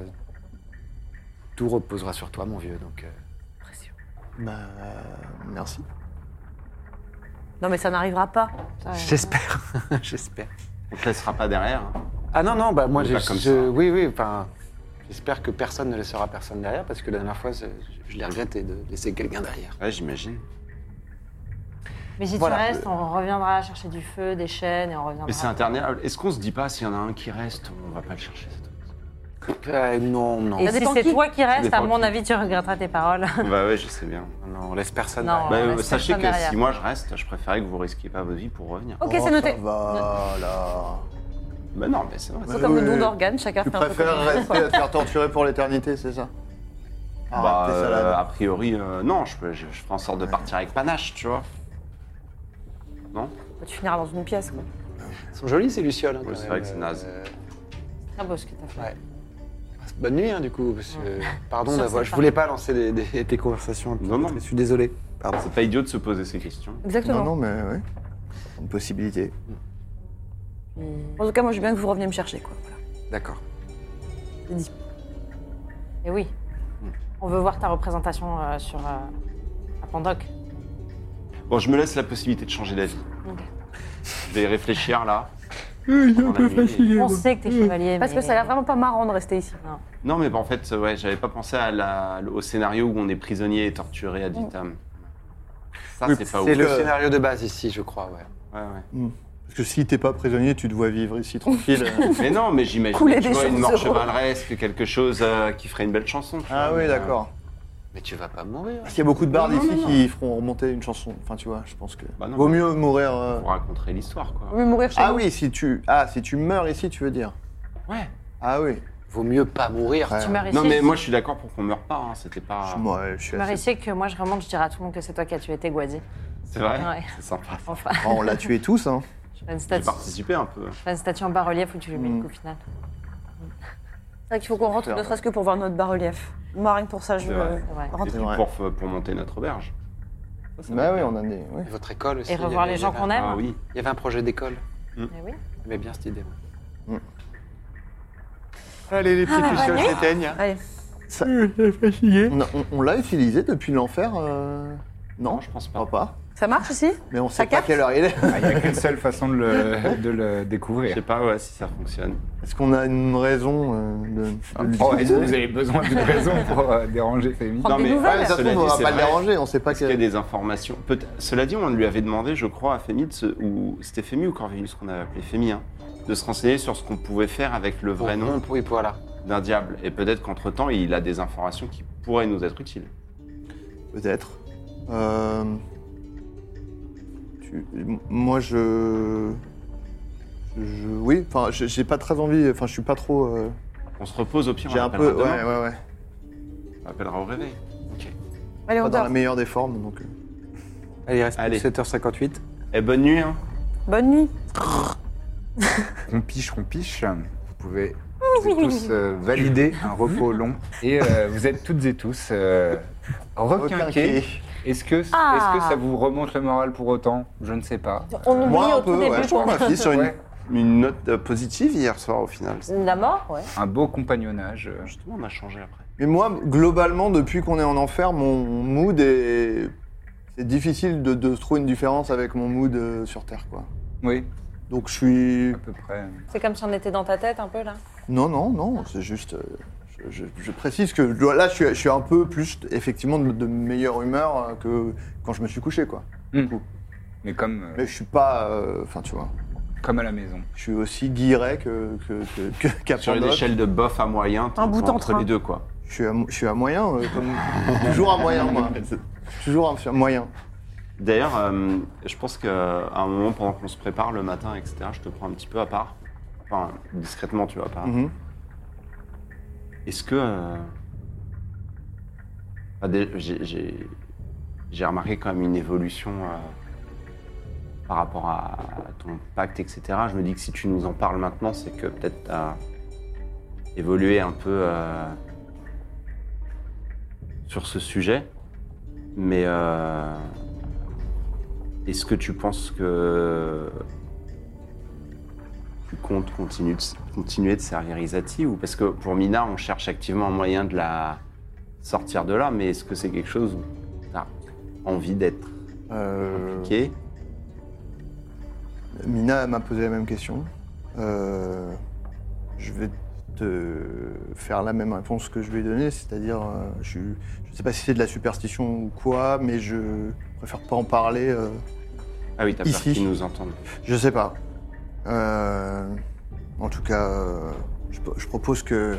Speaker 2: tout reposera sur toi, mon vieux. Donc, euh,
Speaker 6: Bah, euh, merci.
Speaker 7: Non, mais ça n'arrivera pas.
Speaker 3: Ça, ouais.
Speaker 2: j'espère. euh, j'espère.
Speaker 5: On te laissera pas derrière. hein.
Speaker 2: Ah non, non, bah moi,
Speaker 5: Ou
Speaker 2: j'ai-
Speaker 5: pas comme
Speaker 2: je-
Speaker 5: ça.
Speaker 2: oui, oui, enfin, j'espère que personne ne laissera personne derrière, parce que la dernière fois, je, je l'ai regretté de laisser quelqu'un derrière.
Speaker 5: Ouais, j'imagine.
Speaker 3: Mais si
Speaker 2: Voilà.
Speaker 3: tu restes, on reviendra chercher du feu, des chaînes et on reviendra.
Speaker 5: Mais c'est interminable. Est-ce qu'on se dit pas s'il y en a un qui reste, on va pas le chercher cette
Speaker 2: Euh, non, non,
Speaker 3: Et
Speaker 7: Ça
Speaker 3: si
Speaker 7: dépend
Speaker 3: c'est
Speaker 7: qui.
Speaker 3: toi qui restes,
Speaker 5: dépend
Speaker 3: à mon
Speaker 5: qui.
Speaker 3: avis, tu regretteras tes paroles.
Speaker 5: Bah ouais, je sais bien.
Speaker 2: non, on laisse personne
Speaker 3: Non.
Speaker 2: derrière.
Speaker 5: Bah,
Speaker 3: laisse
Speaker 5: euh, sachez que
Speaker 3: personne derrière.
Speaker 5: si moi je reste, je préférais que vous risquiez pas votre vie pour revenir.
Speaker 3: Ok,
Speaker 6: Oh,
Speaker 3: c'est noté.
Speaker 6: Ça va, Oh, là.
Speaker 5: Bah non, mais c'est vrai.
Speaker 7: C'est comme le don
Speaker 6: Ouais.
Speaker 7: d'organes, chacun
Speaker 6: Tu
Speaker 7: fait un peu
Speaker 6: préfères
Speaker 7: comme il veut,
Speaker 6: rester
Speaker 7: quoi.
Speaker 6: à te faire torturer pour l'éternité, c'est ça
Speaker 5: Bah,
Speaker 6: Arrête tes
Speaker 5: euh,
Speaker 6: salades.
Speaker 5: a priori, euh, non, je, peux- je, je ferai en sorte de partir avec panache, tu vois. Non
Speaker 7: Tu finiras dans une pièce, quoi.
Speaker 2: Elles sont jolies ces lucioles. hein,
Speaker 5: Bah, Oui,
Speaker 2: quand
Speaker 5: c'est
Speaker 2: même.
Speaker 5: vrai que c'est naze.
Speaker 2: Euh,
Speaker 3: Ah,
Speaker 7: Très beau ce que t'as fait.
Speaker 2: ouais. Bonne nuit, hein, du coup. parce que- Pardon
Speaker 7: Sur
Speaker 2: d'avoir.
Speaker 7: cette
Speaker 2: Je voulais pas lancer des, des- des conversations.
Speaker 5: Non, non.
Speaker 2: Je suis désolé. Pardon.
Speaker 5: C'est pas idiot de se poser ces questions.
Speaker 7: Exactement.
Speaker 6: Non, non, mais oui. Une possibilité.
Speaker 7: En tout cas, moi, je veux bien que vous reveniez me chercher, quoi. Voilà.
Speaker 2: D'accord.
Speaker 7: C'est dit.
Speaker 3: Et oui. On veut voir ta représentation euh, sur euh, la Pandoc.
Speaker 5: Bon, je me laisse la possibilité de changer d'avis.
Speaker 3: Ok.
Speaker 5: Je vais y réfléchir là. pendant la nuit, et-
Speaker 3: On sait que t'es chevalier.
Speaker 7: Parce que
Speaker 3: mais-
Speaker 7: ça a l'air vraiment pas marrant de rester ici.
Speaker 5: Non, mais bah, en fait, ouais, j'avais pas pensé à la- au scénario où on est prisonnier et torturé à
Speaker 7: Mm.
Speaker 5: vitam. Ça, c'est pas ouf.
Speaker 2: C'est le
Speaker 6: que-
Speaker 2: scénario de base ici, je crois. Ouais.
Speaker 5: Ouais, ouais.
Speaker 6: Parce que si t'es pas prisonnier, tu te vois vivre ici tranquille.
Speaker 5: Mais non, mais j'imagine
Speaker 7: Couler
Speaker 5: tu
Speaker 7: des
Speaker 5: vois, une
Speaker 7: choses
Speaker 5: mort
Speaker 7: heureuses.
Speaker 5: chevaleresque, quelque chose euh, qui ferait une belle chanson. tu
Speaker 6: ah
Speaker 5: vois,
Speaker 6: oui,
Speaker 5: mais,
Speaker 6: d'accord.
Speaker 2: Mais tu vas pas mourir.
Speaker 6: Parce qu'il y a beaucoup de bardes
Speaker 5: Non, non,
Speaker 6: ici
Speaker 5: non.
Speaker 6: qui feront remonter une chanson. Enfin, tu vois, je pense que.
Speaker 5: Bah non.
Speaker 6: Vaut mieux mourir. euh,
Speaker 5: euh, Pour raconter l'histoire, quoi.
Speaker 7: Vaut mieux mourir chez
Speaker 6: Ah
Speaker 7: nous.
Speaker 6: oui, si tu. Ah, si tu meurs ici, tu veux dire.
Speaker 5: Ouais.
Speaker 6: Ah oui.
Speaker 2: Vaut mieux pas mourir.
Speaker 6: Ouais.
Speaker 3: Tu meurs ici.
Speaker 5: Non, mais moi, je suis d'accord pour qu'on meure pas. hein, C'était pas.
Speaker 6: Je, moi, je suis
Speaker 3: Tu meurs
Speaker 6: assez...
Speaker 3: ici que moi je remonte, je dirai à tout le monde que c'est toi qui as tué Teguadi.
Speaker 5: C'est vrai.
Speaker 3: Ouais.
Speaker 5: C'est sympa. ça.
Speaker 3: Enfin,
Speaker 6: Oh, on l'a tué tous, hein.
Speaker 3: je fais une
Speaker 5: J'ai
Speaker 3: statue,
Speaker 5: participé un peu.
Speaker 3: je fais une statue en bas-relief où tu lui mets
Speaker 6: Mm.
Speaker 3: le coup final.
Speaker 7: C'est vrai qu'il faut qu'on rentre,
Speaker 6: Super.
Speaker 7: ne serait-ce que pour voir notre bas-relief. Moi, rien que pour ça, je
Speaker 5: C'est
Speaker 7: veux euh,
Speaker 5: vrai.
Speaker 3: C'est vrai.
Speaker 5: Et
Speaker 7: rentrer.
Speaker 6: C'est
Speaker 5: puis
Speaker 6: vrai.
Speaker 5: pour, euh, pour monter notre auberge. Ça, ça
Speaker 6: Bah
Speaker 5: va
Speaker 6: oui,
Speaker 5: bien.
Speaker 6: on a des. Oui.
Speaker 2: Et Votre école aussi.
Speaker 3: Et
Speaker 2: il y
Speaker 3: revoir
Speaker 2: avait-
Speaker 3: les
Speaker 2: il y
Speaker 3: gens
Speaker 2: avait un-
Speaker 3: qu'on aime.
Speaker 5: Ah oui.
Speaker 2: Il y avait un projet d'école.
Speaker 3: Mais oui.
Speaker 2: J'aimais bien cette idée. moi. Mm.
Speaker 6: Allez, les petites
Speaker 7: lucioles allez.
Speaker 6: s'éteignent.
Speaker 7: Allez,
Speaker 6: On, a- on- on l'a utilisé depuis l'enfer euh, Non,
Speaker 5: Non, je pense
Speaker 6: je crois
Speaker 5: pas.
Speaker 6: pas.
Speaker 7: ça marche ici
Speaker 6: Mais on
Speaker 7: Ça
Speaker 6: sait pas
Speaker 7: capte
Speaker 6: quelle heure il est.
Speaker 1: Ah, Il n'y a qu'une seule façon de le, de le
Speaker 5: Je
Speaker 1: découvrir.
Speaker 5: sais pas ouais, si ça fonctionne.
Speaker 6: Est-ce qu'on a une raison euh, de. de
Speaker 5: Ah,
Speaker 1: Oh, est-ce que
Speaker 6: l'utiliser
Speaker 1: vous avez besoin d'une raison pour euh, déranger Fémi
Speaker 3: Oh,
Speaker 7: Prendre des
Speaker 5: mais-
Speaker 7: nouvelles.
Speaker 6: Ouais, ça se
Speaker 5: Cela
Speaker 6: trouve, on
Speaker 5: dit,
Speaker 6: va
Speaker 5: c'est
Speaker 6: pas le
Speaker 5: vrai.
Speaker 6: déranger, on sait pas
Speaker 5: Est-ce qu'il y a
Speaker 6: quelle.
Speaker 5: des informations Peut- Cela dit, on lui avait demandé, je crois, à Fémi, de se- ou c'était Fémi ou Corvinus qu'on avait appelé Fémi, hein, de se renseigner sur ce qu'on pouvait faire avec le vrai nom
Speaker 2: Oui, voilà.
Speaker 5: d'un diable. Et peut-être qu'entre-temps, il a des informations qui pourraient nous être utiles.
Speaker 6: Peut-être. Euh, tu- m- Moi, je. je- Oui, enfin, je- j'ai pas très envie. Enfin, je suis pas trop. euh,
Speaker 5: On se repose au pire, on
Speaker 6: J'ai un peu.
Speaker 5: appellera
Speaker 6: Ouais,
Speaker 5: demain.
Speaker 6: ouais, ouais.
Speaker 5: On appellera au réveil. Ok.
Speaker 7: Allez,
Speaker 6: Pas
Speaker 7: on
Speaker 6: dans
Speaker 7: dort.
Speaker 6: la meilleure des formes, donc. euh,
Speaker 2: Allez, il reste
Speaker 5: Allez.
Speaker 2: 7h58.
Speaker 5: Et bonne nuit. Hein.
Speaker 7: Bonne nuit.
Speaker 1: On piche, on piche. Vous pouvez vous êtes tous euh, valider un repos long. Et euh, vous êtes toutes et tous euh, requinqués.
Speaker 6: requinqués.
Speaker 1: Est-ce que, est-ce
Speaker 3: Ah.
Speaker 1: que ça vous remonte le moral pour autant Je ne sais pas.
Speaker 3: On oublie
Speaker 6: Moi, un
Speaker 3: au tout
Speaker 6: peu,
Speaker 3: début
Speaker 6: ouais. Je crois que ma fille, sur une.
Speaker 1: Ouais.
Speaker 5: Une note euh, positive hier soir, au final.
Speaker 3: la mort, ouais.
Speaker 1: Un beau compagnonnage. euh.
Speaker 5: Justement, on a changé après.
Speaker 6: Mais moi, globalement, depuis qu'on est en enfer, mon mood est. C'est difficile de, de trouver une différence avec mon mood euh, sur Terre, quoi.
Speaker 1: Oui,
Speaker 6: Donc, je suis.
Speaker 1: à peu près.
Speaker 3: C'est comme si on était dans ta tête un peu là.
Speaker 6: Non, non, non, c'est juste. euh, je, je- je précise que je dois- là, je suis, je suis un peu plus, effectivement, de, de meilleure humeur euh, que quand je me suis couché, quoi.
Speaker 1: Mais comme, euh,
Speaker 6: Mais je suis pas. euh, Enfin, tu vois.
Speaker 1: comme à la maison.
Speaker 6: Je suis aussi guilleret que. que, que, que- qu'à
Speaker 5: Sur une
Speaker 6: Pandoc.
Speaker 5: échelle de bof à moyen, t'es
Speaker 7: bout
Speaker 5: entre
Speaker 7: entre un.
Speaker 5: les deux, quoi.
Speaker 6: Je suis à, mo- je suis à moyen, euh, comme. toujours à moyen, moi. Toujours à- à moyen.
Speaker 5: D'ailleurs, euh, je pense qu'à un moment, pendant qu'on se prépare le matin, etc., je te prends un petit peu à part. Enfin, discrètement, tu vois, à part.
Speaker 6: Mhm.
Speaker 5: Est-ce que. euh, ah, dé- j'ai- J'ai j'ai remarqué quand même une évolution euh, par rapport à ton pacte, etc. Je me dis que si tu nous en parles maintenant, c'est que peut-être t'as évolué un peu euh, sur ce sujet. Mais euh, est-ce que tu penses que tu comptes continuer de, continuer de servir Isati ou parce que pour Mina on cherche activement un moyen de la sortir de là mais est-ce que c'est quelque chose où tu as envie d'être
Speaker 6: Euh,
Speaker 5: impliqué
Speaker 6: Mina m'a posé la même question. Euh, je vais te faire la même réponse que je lui ai donnée, c'est-à-dire, euh, je ne sais pas si c'est de la superstition ou quoi, mais je préfère pas en parler. euh,
Speaker 5: Ah oui, t'as peur
Speaker 6: Ici.
Speaker 5: qu'ils nous entendent.
Speaker 6: je sais pas. Euh, en tout cas, euh, je, je propose que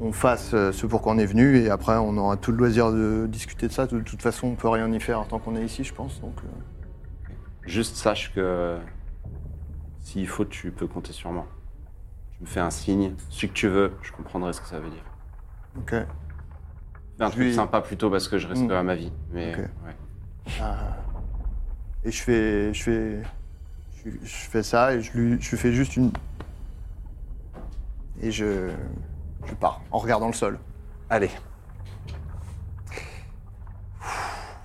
Speaker 6: on fasse euh, ce pour quoi on est venu et après on aura tout le loisir de discuter de ça. De toute façon, on peut rien y faire tant qu'on est ici, je pense. Donc, euh,
Speaker 5: Juste sache que s'il faut, tu peux compter sur moi. me fais un signe, si que tu veux, je comprendrai ce que ça veut dire.
Speaker 6: Ok.
Speaker 5: Fais Un
Speaker 6: Je
Speaker 5: truc
Speaker 6: lui-
Speaker 5: sympa plutôt parce que je reste
Speaker 6: Mm.
Speaker 5: à ma vie. Mais
Speaker 6: Ok.
Speaker 5: ouais.
Speaker 6: Et je fais, je fais, je, je fais ça et je lui, je lui fais juste une. Et je, je pars en regardant le sol.
Speaker 1: Allez.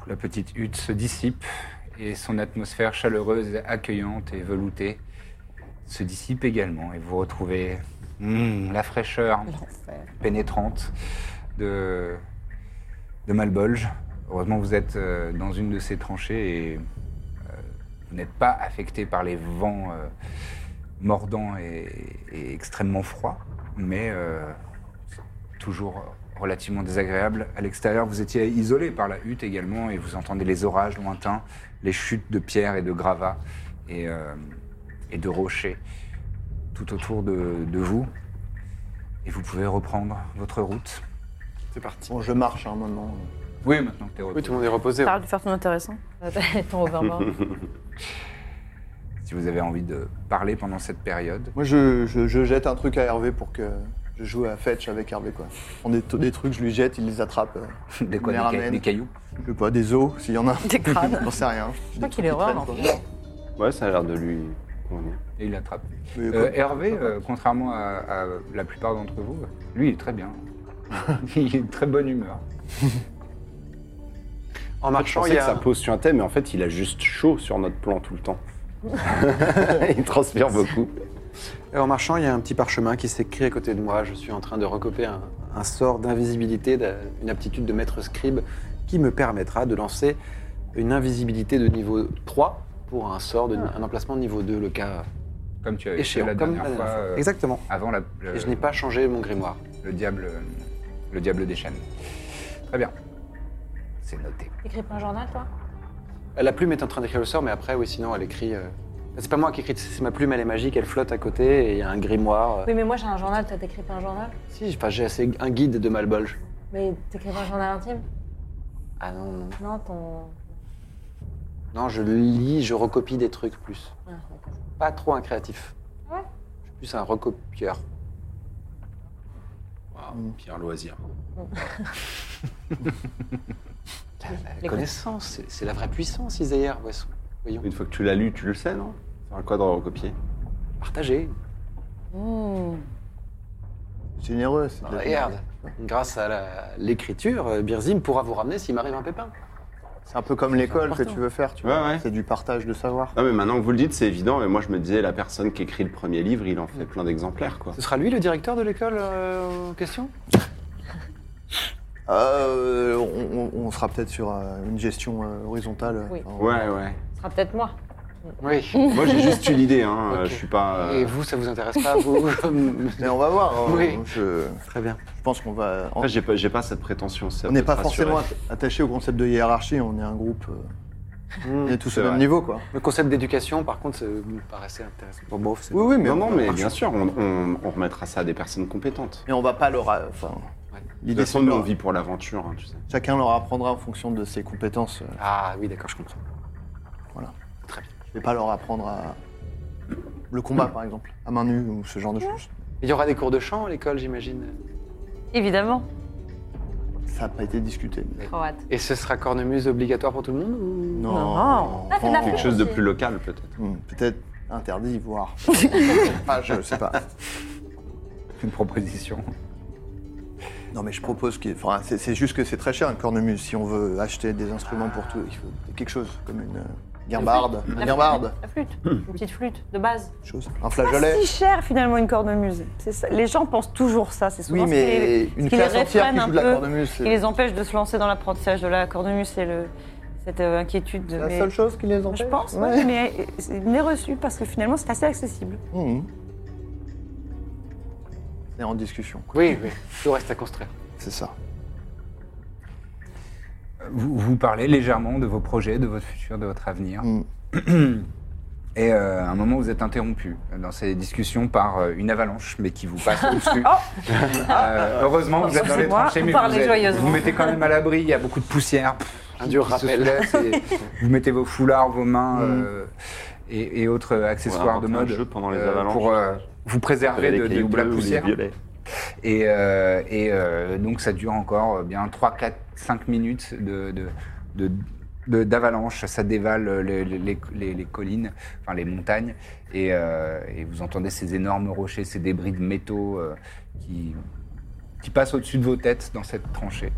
Speaker 1: La petite hutte se dissipe et son atmosphère chaleureuse, accueillante et veloutée se dissipe également et vous retrouvez hmm, la fraîcheur pénétrante de, de Malbolge. Heureusement, vous êtes euh, dans une de ces tranchées et euh, vous n'êtes pas affecté par les vents euh, mordants et, et extrêmement froids, mais euh, toujours relativement désagréable. À l'extérieur, vous étiez isolé par la hutte également et vous entendez les orages lointains, les chutes de pierres et de gravats et, euh, et de rochers tout autour de, de vous. Et vous pouvez reprendre votre route.
Speaker 2: C'est parti.
Speaker 6: Bon, je marche hein, maintenant.
Speaker 1: Oui, maintenant que t'es
Speaker 2: Oui, tout
Speaker 1: retour.
Speaker 2: le monde est reposé.
Speaker 7: Parle du faire ton intéressant. ton overboard.
Speaker 1: Si vous avez envie de parler pendant cette période.
Speaker 6: Moi, je, je- je jette un truc à Hervé pour que je joue à fetch avec Hervé quoi. On des, des trucs, je lui jette, il les attrape. euh,
Speaker 1: Des, quoi,
Speaker 6: Les
Speaker 1: des ca-
Speaker 6: ramènes.
Speaker 1: des cailloux
Speaker 6: je sais pas, des os s'il y en a.
Speaker 7: Des crânes.
Speaker 6: J'en sais rien. Je
Speaker 7: crois qu'il est rare, en
Speaker 5: Ouais, ça a l'air de lui convenir.
Speaker 1: et il attrape. Hervé, euh, contrairement à, à la plupart d'entre vous, lui, il est très bien. il est de très bonne humeur.
Speaker 2: En
Speaker 5: Je
Speaker 2: marchant,
Speaker 5: pensais
Speaker 2: il y
Speaker 5: que ça
Speaker 2: a.
Speaker 5: pose sur un thème, mais en fait, il a juste chaud sur notre plan tout le temps. il transpire beaucoup.
Speaker 2: Et en marchant, il y a un petit parchemin qui s'écrit à côté de moi. Je suis en train de recopier un, un sort d'invisibilité, d'un- une aptitude de maître scribe qui me permettra de lancer une invisibilité de niveau 3 pour un sort, de, un emplacement de niveau 2, le cas
Speaker 1: Comme tu avais fait
Speaker 2: échéant.
Speaker 1: la
Speaker 2: comme
Speaker 1: dernière
Speaker 2: la
Speaker 1: fois.
Speaker 2: dernière fois.
Speaker 1: euh,
Speaker 2: Exactement.
Speaker 1: avant la- le,
Speaker 2: Et je n'ai pas changé mon grimoire.
Speaker 1: le diable le diable des chaînes. Très bien. C'est noté.
Speaker 3: T'écris pas un journal, toi
Speaker 2: La plume est en train d'écrire le sort, mais après, oui, sinon, elle écrit. euh, C'est pas moi qui écris, c'est ma plume, elle est magique, elle flotte à côté et il y a un grimoire. euh,
Speaker 3: Oui, mais moi j'ai un journal, toi t'écris pas un journal
Speaker 2: Si, enfin, j'ai assez un guide de Malbolge.
Speaker 3: Mais t'écris pas un journal intime
Speaker 2: Ah non, non.
Speaker 3: Non, ton.
Speaker 2: Non, je lis, je recopie des trucs plus.
Speaker 3: Ah, d'accord.
Speaker 2: Pas trop un créatif.
Speaker 3: Ah Ouais.
Speaker 2: Je suis plus un recopieur.
Speaker 5: Wow, Pierre Loisir.
Speaker 2: La Euh, connaissance, c'est- c'est la vraie puissance, Isaïr, Boisson. Voyons,
Speaker 5: Une fois que tu l'as lu, tu le sais, non C'est un cadre recopié.
Speaker 2: partagez.
Speaker 6: Généreux, c'est de la-
Speaker 2: Ah, Regarde, grâce à la- l'écriture, euh, Birzim pourra vous ramener s'il m'arrive un pépin.
Speaker 6: C'est un peu comme l'école que tu veux faire, tu vois.
Speaker 5: Ouais, ouais.
Speaker 6: C'est du partage de savoir.
Speaker 5: Non, mais maintenant que vous le dites, c'est évident. Mais moi, je me disais, la personne qui écrit le premier livre, il en fait plein d'exemplaires, quoi.
Speaker 2: Ce sera lui le directeur de l'école euh, en question
Speaker 6: Euh, on, on- on sera peut-être sur euh, une gestion euh, horizontale.
Speaker 3: Oui.
Speaker 6: Enfin,
Speaker 5: Ouais, ouais.
Speaker 3: Ce sera peut-être moi.
Speaker 2: Oui.
Speaker 5: moi, j'ai juste eu l'idée, hein. euh,
Speaker 2: Ok.
Speaker 5: Je suis pas. euh,
Speaker 2: Et vous, ça vous intéresse pas, vous
Speaker 6: Mais on va voir. euh,
Speaker 2: Oui.
Speaker 6: Je,
Speaker 2: Très bien.
Speaker 6: je pense qu'on va.
Speaker 5: Après, j'ai pas, j'ai pas cette prétention. ça
Speaker 6: on
Speaker 5: peut
Speaker 6: n'est
Speaker 5: te
Speaker 6: pas
Speaker 5: rassurer.
Speaker 6: forcément atta- attaché au concept de hiérarchie. On est un groupe. euh,
Speaker 2: Mm.
Speaker 6: on est tous
Speaker 5: c'est
Speaker 6: au même
Speaker 5: vrai.
Speaker 6: niveau, quoi.
Speaker 2: Le concept d'éducation, par contre, ça me paraissait intéressant. Bon, bof, c'est-
Speaker 6: Oui, oui, mais
Speaker 5: Non, non,
Speaker 6: on,
Speaker 5: mais bien sûr, on, on- on remettra ça à des personnes compétentes.
Speaker 6: mais on va pas leur. a- Enfin,
Speaker 2: Ouais.
Speaker 5: De
Speaker 6: l'idée
Speaker 5: toute façon,
Speaker 6: c'est
Speaker 5: nous,
Speaker 6: que
Speaker 5: on vit pour l'aventure, hein, tu sais.
Speaker 6: Chacun leur apprendra en fonction de ses compétences. euh,
Speaker 2: Ah oui, d'accord, je comprends.
Speaker 6: Je vais pas leur apprendre à le combat, par exemple, à main nue ou ce genre de choses.
Speaker 2: Il y aura des cours de chant à l'école, j'imagine.
Speaker 7: Évidemment.
Speaker 6: Ça n'a pas été discuté.
Speaker 7: Trop hâte.
Speaker 2: Et ce sera cornemuse obligatoire pour tout le monde ou...
Speaker 6: Non.
Speaker 7: Non.
Speaker 3: Ah, c'est de la
Speaker 6: non.
Speaker 5: Quelque chose de plus local, peut-être.
Speaker 6: Hmm, Peut-être interdit, voire. ah, je sais pas.
Speaker 1: Une proposition.
Speaker 6: Non, mais je propose qu'il. Enfin, c'est c'est juste que c'est très cher une cornemuse. Si on veut acheter des instruments pour tout, il faut quelque chose comme une euh, guimbarde, une guimbarde,
Speaker 7: La flûte. Une petite flûte de base.
Speaker 6: quelque chose, un
Speaker 7: Pas
Speaker 6: flageolet.
Speaker 7: si cher finalement une cornemuse. C'est ça. Les gens pensent toujours ça. C'est souvent
Speaker 6: Oui,
Speaker 7: ce qui
Speaker 6: mais
Speaker 7: les-
Speaker 6: une
Speaker 7: ce qui les
Speaker 6: classe entière
Speaker 7: réfrène
Speaker 6: qui
Speaker 7: un
Speaker 6: joue de la
Speaker 7: peu,
Speaker 6: cornemuse,
Speaker 7: qui
Speaker 6: c'est
Speaker 7: les empêche de se lancer dans l'apprentissage de la cornemuse. C'est le cette euh, inquiétude. de-
Speaker 6: la
Speaker 7: mais-
Speaker 6: seule chose qui les empêche.
Speaker 7: Je pense, ouais,
Speaker 6: Ouais.
Speaker 7: mais euh, c'est n'est reçu parce que finalement c'est assez accessible.
Speaker 6: Hmm. C'est en discussion, quoi.
Speaker 2: Oui, oui, tout reste à construire.
Speaker 6: C'est ça.
Speaker 1: Vous, vous parlez légèrement de vos projets, de votre futur, de votre avenir.
Speaker 6: Mm.
Speaker 1: Et euh, à un moment, vous êtes interrompu dans ces discussions par euh, une avalanche, mais qui vous passe au-dessus. Euh, heureusement, vous êtes dans les
Speaker 7: Oh. Excusez-moi,
Speaker 1: tranchées,
Speaker 7: vous
Speaker 1: mais
Speaker 7: parlez
Speaker 1: vous, êtes-
Speaker 7: joyeusement.
Speaker 1: vous vous mettez quand même à l'abri. Il y a beaucoup de poussière. pff,
Speaker 2: Un dur
Speaker 1: qui se
Speaker 2: rappel. Mm.
Speaker 1: soulève, et vous mettez vos foulards, vos mains euh, et, et autres accessoires de
Speaker 5: inventé un
Speaker 1: mode
Speaker 5: jeu pendant les avalanches.
Speaker 1: pour euh, vous préserver de, de- de la poussière.
Speaker 5: violet.
Speaker 1: Et, euh, et, euh, donc ça dure encore euh, bien 3, 4, 5 minutes de, de- de- de- d'avalanche. Ça dévale euh, les, les- les- les collines, enfin les montagnes. Et, euh, et vous entendez ces énormes rochers, ces débris de métaux euh, qui, qui passent au-dessus de vos têtes dans cette tranchée.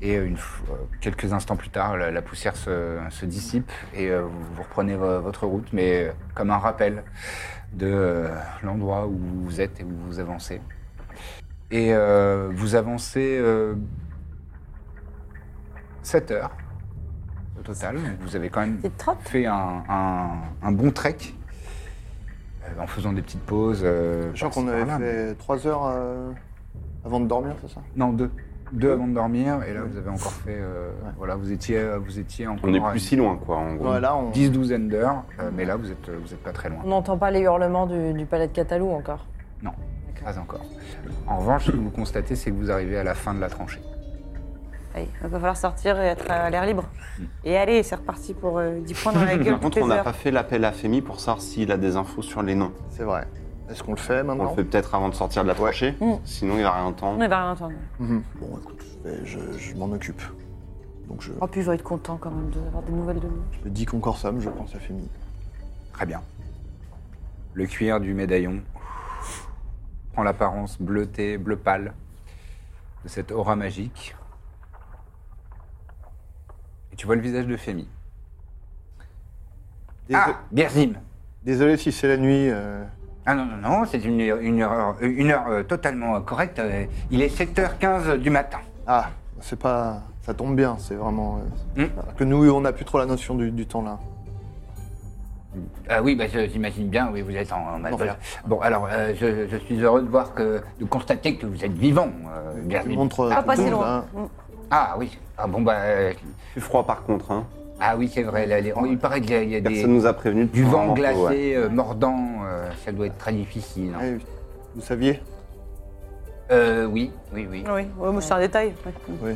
Speaker 1: Et une f- euh, quelques instants plus tard, la, la poussière se, se dissipe et euh, vous, vous reprenez vo- votre route, mais euh, comme un rappel de euh, l'endroit où vous êtes et où vous avancez. Et euh, vous avancez 7 heures au total. Donc vous avez quand même
Speaker 7: C'est trop.
Speaker 1: fait un, un- un bon trek euh, en faisant des petites pauses. euh,
Speaker 6: Sachant
Speaker 1: par-ci,
Speaker 6: qu'on avait
Speaker 1: par-là,
Speaker 6: fait 3 heures euh, avant de dormir, c'est ça
Speaker 1: Non, deux. Deux avant de dormir, et là vous avez encore fait. euh,
Speaker 6: Ouais.
Speaker 1: Voilà, vous étiez, euh, vous étiez encore.
Speaker 5: On est
Speaker 1: à
Speaker 5: plus si loin, quoi, en gros.
Speaker 6: Ouais, là, on...
Speaker 1: 10 douzaine d'heures, euh, mais là vous êtes, vous êtes pas très loin.
Speaker 7: On n'entend pas les hurlements du, du palais de Catalou encore.
Speaker 1: Pas encore. En revanche, ce que vous constatez, c'est que vous arrivez à la fin de la tranchée.
Speaker 7: Aïe, il va falloir sortir et être à l'air libre. Et allez, c'est reparti pour euh, 10 points dans la gueule
Speaker 5: Par
Speaker 7: toutes
Speaker 5: contre,
Speaker 7: les
Speaker 5: on n'a
Speaker 7: heures.
Speaker 5: pas fait l'appel à Femi pour savoir s'il a des infos sur les noms.
Speaker 6: c'est vrai. Est-ce qu'on le fait
Speaker 5: On
Speaker 6: maintenant
Speaker 5: le fait peut-être avant de sortir de la tranchée,
Speaker 7: Mm.
Speaker 5: sinon il va rien
Speaker 7: On
Speaker 5: entendre.
Speaker 7: ne va rien entendre.
Speaker 6: Mhm. Bon, écoute, je, vais- je- je m'en occupe. Donc je,
Speaker 7: Oh, puis il va être content quand même d'avoir des nouvelles de nous.
Speaker 6: je dis qu'on consomme, je pense à Femi.
Speaker 1: Très bien. Le cuir du médaillon prend l'apparence bleutée, bleu pâle de cette aura magique. Et tu vois le visage de Fémi.
Speaker 6: Désol-
Speaker 1: Ah, Birzim
Speaker 6: Désolé si c'est la nuit. euh,
Speaker 1: Ah non, non, non, c'est une, une heure, une heure euh, totalement euh, correcte. euh, Il est 7h15 du matin.
Speaker 6: Ah, c'est pas. Ça tombe bien, c'est vraiment. euh,
Speaker 1: Mm.
Speaker 6: alors Que nous, on n'a plus trop la notion du, du temps là.
Speaker 1: Ah oui, bah, je- j'imagine bien, oui, vous êtes en, en
Speaker 6: Enfer.
Speaker 1: Bon, alors, euh, je, je suis heureux de voir que, de constater que vous êtes vivant, euh,
Speaker 6: Tu
Speaker 1: Birzim.
Speaker 6: montres. euh,
Speaker 7: Ah,
Speaker 6: tout
Speaker 7: pas
Speaker 6: le
Speaker 7: si
Speaker 6: monde,
Speaker 7: loin.
Speaker 6: là.
Speaker 1: Ah oui, ah bon, bah, euh,
Speaker 5: Il fait froid par contre, hein.
Speaker 1: ah oui, c'est vrai, là, les- il paraît qu'il y a, il y a des,
Speaker 5: Personne nous a prévenu. de
Speaker 1: du
Speaker 5: prendre un
Speaker 1: vent
Speaker 5: manteau,
Speaker 1: glacé,
Speaker 5: ouais.
Speaker 1: euh, mordant, euh, ça doit être très difficile. hein.
Speaker 6: Eh oui. Vous saviez
Speaker 1: Euh, oui, oui, oui.
Speaker 7: Oui, ouais, moi, c'est un détail. ouais.
Speaker 6: Oui.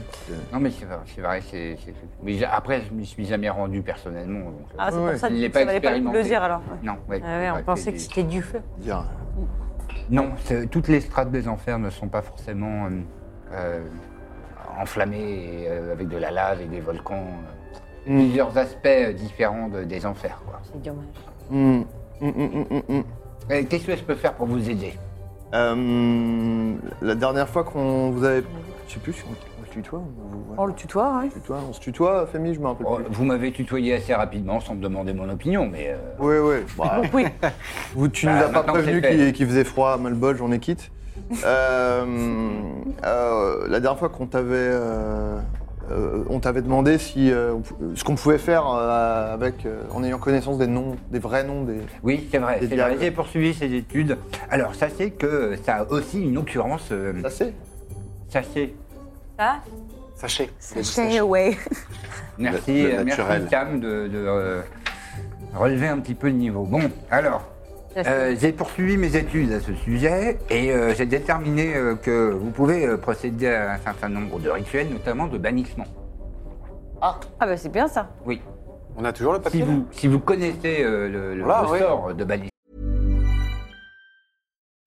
Speaker 7: Ah,
Speaker 1: Non, mais c'est vrai, c'est vrai, c'est... c'est- mais j'ai- après, je m'y suis jamais rendu personnellement, donc... euh,
Speaker 7: Ah, c'est
Speaker 6: Ouais, ouais.
Speaker 7: pour ça
Speaker 1: Il
Speaker 7: que
Speaker 1: est
Speaker 7: ça
Speaker 1: pas
Speaker 7: valait pas
Speaker 1: expérimenté.
Speaker 7: le dire alors. ouais.
Speaker 1: Non, ouais,
Speaker 3: Ah ouais,
Speaker 1: ouais,
Speaker 3: on pensait
Speaker 1: c'est-
Speaker 3: que c'était du feu.
Speaker 6: Dire.
Speaker 1: Non, c'est- toutes les strates des enfers ne sont pas forcément euh, euh, enflammées et, euh, avec de la lave et des volcans. euh, Plusieurs aspects euh, différents de- des enfers. quoi.
Speaker 3: C'est dommage.
Speaker 6: Mm, mm, mm, mm, mm.
Speaker 1: Euh, Qu'est-ce que je peux faire pour vous aider
Speaker 6: Euh, la dernière fois qu'on vous avait. Je sais plus si on, on se tutoie. On, vous- ouais,
Speaker 7: Oh, le tutoir, oui.
Speaker 6: on se tutoie, on se tutoie, Femi, je me rappelle
Speaker 1: Oh,
Speaker 6: plus.
Speaker 1: Vous m'avez tutoyé assez rapidement sans me demander mon opinion, mais euh,
Speaker 6: Oui, oui. Bah,
Speaker 7: Oui.
Speaker 6: vous, tu
Speaker 1: Bah,
Speaker 6: nous as pas
Speaker 1: maintenant que
Speaker 6: prévenu
Speaker 1: c'est fait.
Speaker 6: qu'il qu'il faisait froid, Malbol, j'en ai quitte. Euh, euh, la dernière fois qu'on t'avait. euh, euh, on t'avait demandé si, euh, on pou- ce qu'on pouvait faire euh, avec, euh, en ayant connaissance des noms, des vrais noms des.
Speaker 1: oui, c'est vrai.
Speaker 6: Des
Speaker 1: c'est vrai,
Speaker 6: diables.
Speaker 1: J'ai poursuivi ces études. Alors, sachez que ça a aussi une occurrence. euh,
Speaker 6: Ça c'est
Speaker 1: sachez.
Speaker 3: Ça
Speaker 2: Sachez.
Speaker 7: Stay away.
Speaker 1: Merci,
Speaker 5: Le- le
Speaker 1: euh, merci
Speaker 5: naturel.
Speaker 1: Cam de, de, euh, relever un petit peu le niveau. Bon, alors, Euh, j'ai poursuivi mes études à ce sujet et euh, j'ai déterminé euh, que vous pouvez euh, procéder à un certain nombre de rituels, notamment de bannissement.
Speaker 7: Ah, bah c'est bien ça.
Speaker 1: Oui.
Speaker 2: On a toujours le
Speaker 1: Si
Speaker 2: papier.
Speaker 1: vous, si vous connaissez euh, le, le-
Speaker 2: Voilà,
Speaker 1: le
Speaker 2: oui.
Speaker 1: sort de bannissement,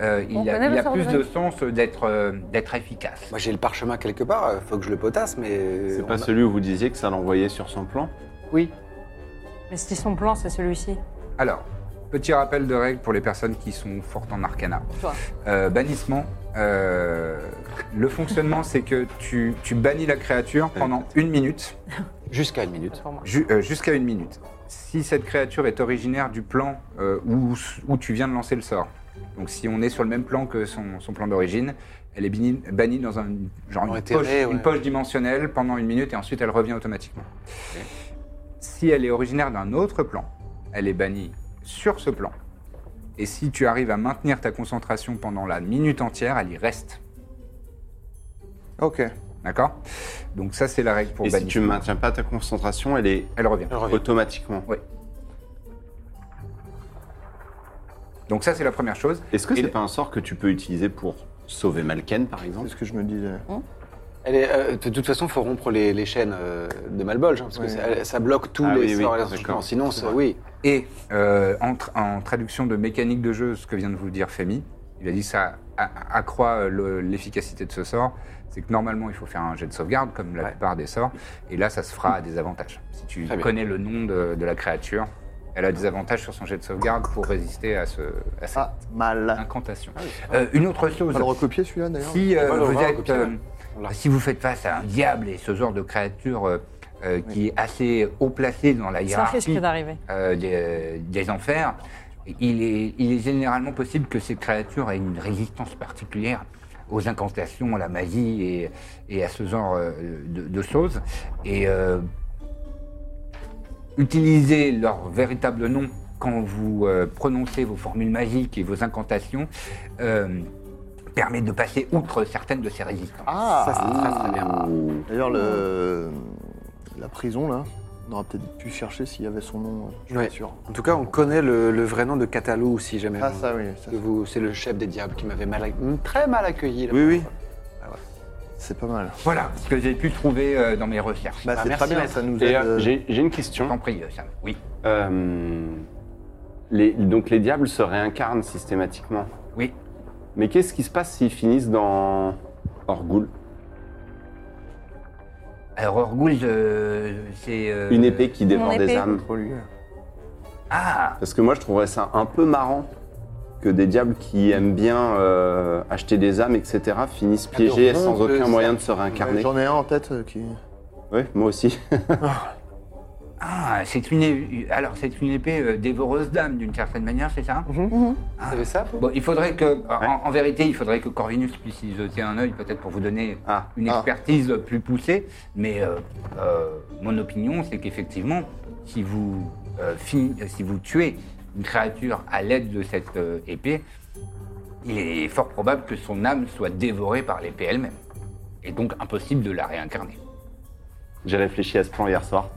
Speaker 1: euh, il
Speaker 4: On
Speaker 1: a,
Speaker 4: connaît
Speaker 1: il
Speaker 4: le
Speaker 1: a
Speaker 4: sort
Speaker 1: plus
Speaker 4: de
Speaker 1: de sens d'être euh, d'être efficace.
Speaker 2: Moi j'ai le parchemin quelque part, euh, faut que je le potasse, mais. euh,
Speaker 5: C'est
Speaker 2: on
Speaker 5: pas
Speaker 2: a-
Speaker 5: celui où vous disiez que ça l'envoyait sur son plan
Speaker 1: Oui.
Speaker 3: Mais si son plan, c'est celui-ci.
Speaker 1: Alors, petit rappel de règles pour les personnes qui sont fortes en arcana. Euh, bannissement. euh, le fonctionnement, c'est que tu, tu bannis la créature pendant une minute.
Speaker 2: Jusqu'à une minute.
Speaker 1: Ju- euh, Jusqu'à une minute. Si cette créature est originaire du plan euh, où, où tu viens de lancer le sort, donc si on est sur le même plan que son, son plan d'origine, elle est bannie, bannie dans un, genre une,
Speaker 2: Enterrée,
Speaker 1: poche, une
Speaker 2: ouais.
Speaker 1: poche dimensionnelle pendant une minute et ensuite elle revient automatiquement. Si elle est originaire d'un autre plan, elle est bannie sur ce plan. Et si tu arrives à maintenir ta concentration pendant la minute entière, elle y reste.
Speaker 6: Ok.
Speaker 1: D'accord Donc ça, c'est la règle pour
Speaker 5: Et si
Speaker 1: bannir.
Speaker 5: tu ne maintiens pas ta concentration, elle est
Speaker 1: Elle revient.
Speaker 5: automatiquement.
Speaker 1: Oui. Donc ça, c'est la première chose.
Speaker 5: Est-ce que
Speaker 1: Et-
Speaker 5: c'est pas un sort que tu peux utiliser pour sauver Malken, par exemple
Speaker 6: C'est ce que je me disais.
Speaker 2: Elle est, euh, de toute façon, faut rompre les, les chaînes euh, de Malbolge, hein, parce
Speaker 6: Ouais.
Speaker 2: que ça, ça bloque tous
Speaker 5: Ah
Speaker 2: les
Speaker 5: oui, oui,
Speaker 2: sorts et les
Speaker 5: d'accord.
Speaker 2: instruments. Sinon, ça- oui.
Speaker 1: Et euh, en, tra- en traduction de mécanique de jeu, ce que vient de vous dire Femi, il a dit ça a- accroît euh, le- l'efficacité de ce sort. C'est que normalement, il faut faire un jet de sauvegarde, comme la
Speaker 2: Ouais.
Speaker 1: plupart des sorts. Et là, ça se fera à des avantages. Si tu
Speaker 2: Très bien.
Speaker 1: connais le nom de, de la créature, elle a des avantages sur son jet de sauvegarde pour résister à, ce, à cette
Speaker 6: Ah, mal.
Speaker 1: incantation.
Speaker 2: Ah
Speaker 1: Euh, une autre chose.
Speaker 6: On va le recopier celui-là d'ailleurs
Speaker 1: Si euh,
Speaker 2: On va le
Speaker 1: vous
Speaker 2: voir,
Speaker 1: êtes,
Speaker 2: copier,
Speaker 1: euh,
Speaker 2: ouais. On l'a.
Speaker 1: si vous faites face à un diable et ce genre de créature euh, euh, qui est assez haut placée dans la
Speaker 3: C'est un risque
Speaker 1: hiérarchie
Speaker 3: d'arriver.
Speaker 1: euh, des, des enfers, il est, il est généralement possible que ces créatures aient une résistance particulière aux incantations, à la magie et, et à ce genre euh, de, de choses. Et euh, utilisez leur véritable nom quand vous euh, prononcez vos formules magiques et vos incantations euh, permet de passer outre certaines de ces résistances.
Speaker 6: Ah
Speaker 2: Ça, c'est très, très bien.
Speaker 6: D'ailleurs, le... la prison là, on aurait peut-être pu chercher s'il y avait son nom. euh, Je suis
Speaker 2: Ouais.
Speaker 6: pas sûr.
Speaker 2: En tout cas, on connaît le, le vrai nom de Catalou, si jamais.
Speaker 6: Ah,
Speaker 2: vous-
Speaker 6: ça oui, ça,
Speaker 2: que vous- C'est le chef des diables qui m'avait mal, ac- très mal accueilli. là.
Speaker 5: Oui, oui.
Speaker 6: c'est pas mal.
Speaker 1: Voilà ce que j'ai pu trouver euh, dans mes recherches.
Speaker 6: Bah,
Speaker 2: Ah,
Speaker 6: c'est
Speaker 2: merci,
Speaker 6: très bien,
Speaker 2: maître.
Speaker 6: ça nous
Speaker 5: Et,
Speaker 6: aide.
Speaker 5: euh,
Speaker 6: euh,
Speaker 5: J'ai j'ai une
Speaker 1: Je t'en
Speaker 5: question.
Speaker 1: prie, Sam. Oui,
Speaker 5: Euh, les- donc les diables se réincarnent systématiquement.
Speaker 1: oui.
Speaker 5: Mais qu'est-ce qui se passe s'ils finissent dans Orgul
Speaker 1: Alors, Orgul, euh, c'est... euh,
Speaker 5: Une épée qui dévore
Speaker 7: épée.
Speaker 5: des âmes.
Speaker 6: pour lui, euh.
Speaker 1: Ah
Speaker 5: Parce que moi, je trouverais ça un peu marrant que des diables qui aiment bien euh, acheter des âmes, etc., finissent piégés
Speaker 2: Adorons
Speaker 5: sans
Speaker 2: que
Speaker 5: aucun
Speaker 2: ça-
Speaker 5: moyen de se
Speaker 6: Ouais,
Speaker 5: réincarner.
Speaker 6: J'en ai un en tête euh, qui.
Speaker 5: Oui, moi aussi.
Speaker 1: Ah, c'est une, é- alors, c'est une épée euh, dévoreuse d'âme, d'une certaine manière, c'est ça
Speaker 5: Mhm.
Speaker 2: Vous savez ça vous
Speaker 1: Bon, il faudrait que... En, en vérité, il faudrait que Corvinus puisse y jeter un œil, peut-être pour vous donner
Speaker 5: Ah,
Speaker 1: une
Speaker 6: Ah.
Speaker 1: expertise plus poussée, mais euh, euh, mon opinion, c'est qu'effectivement, si vous euh, fin- si vous tuez une créature à l'aide de cette euh, épée, il est fort probable que son âme soit dévorée par l'épée elle-même, et donc impossible de la réincarner.
Speaker 5: j'ai réfléchi à ce plan hier soir.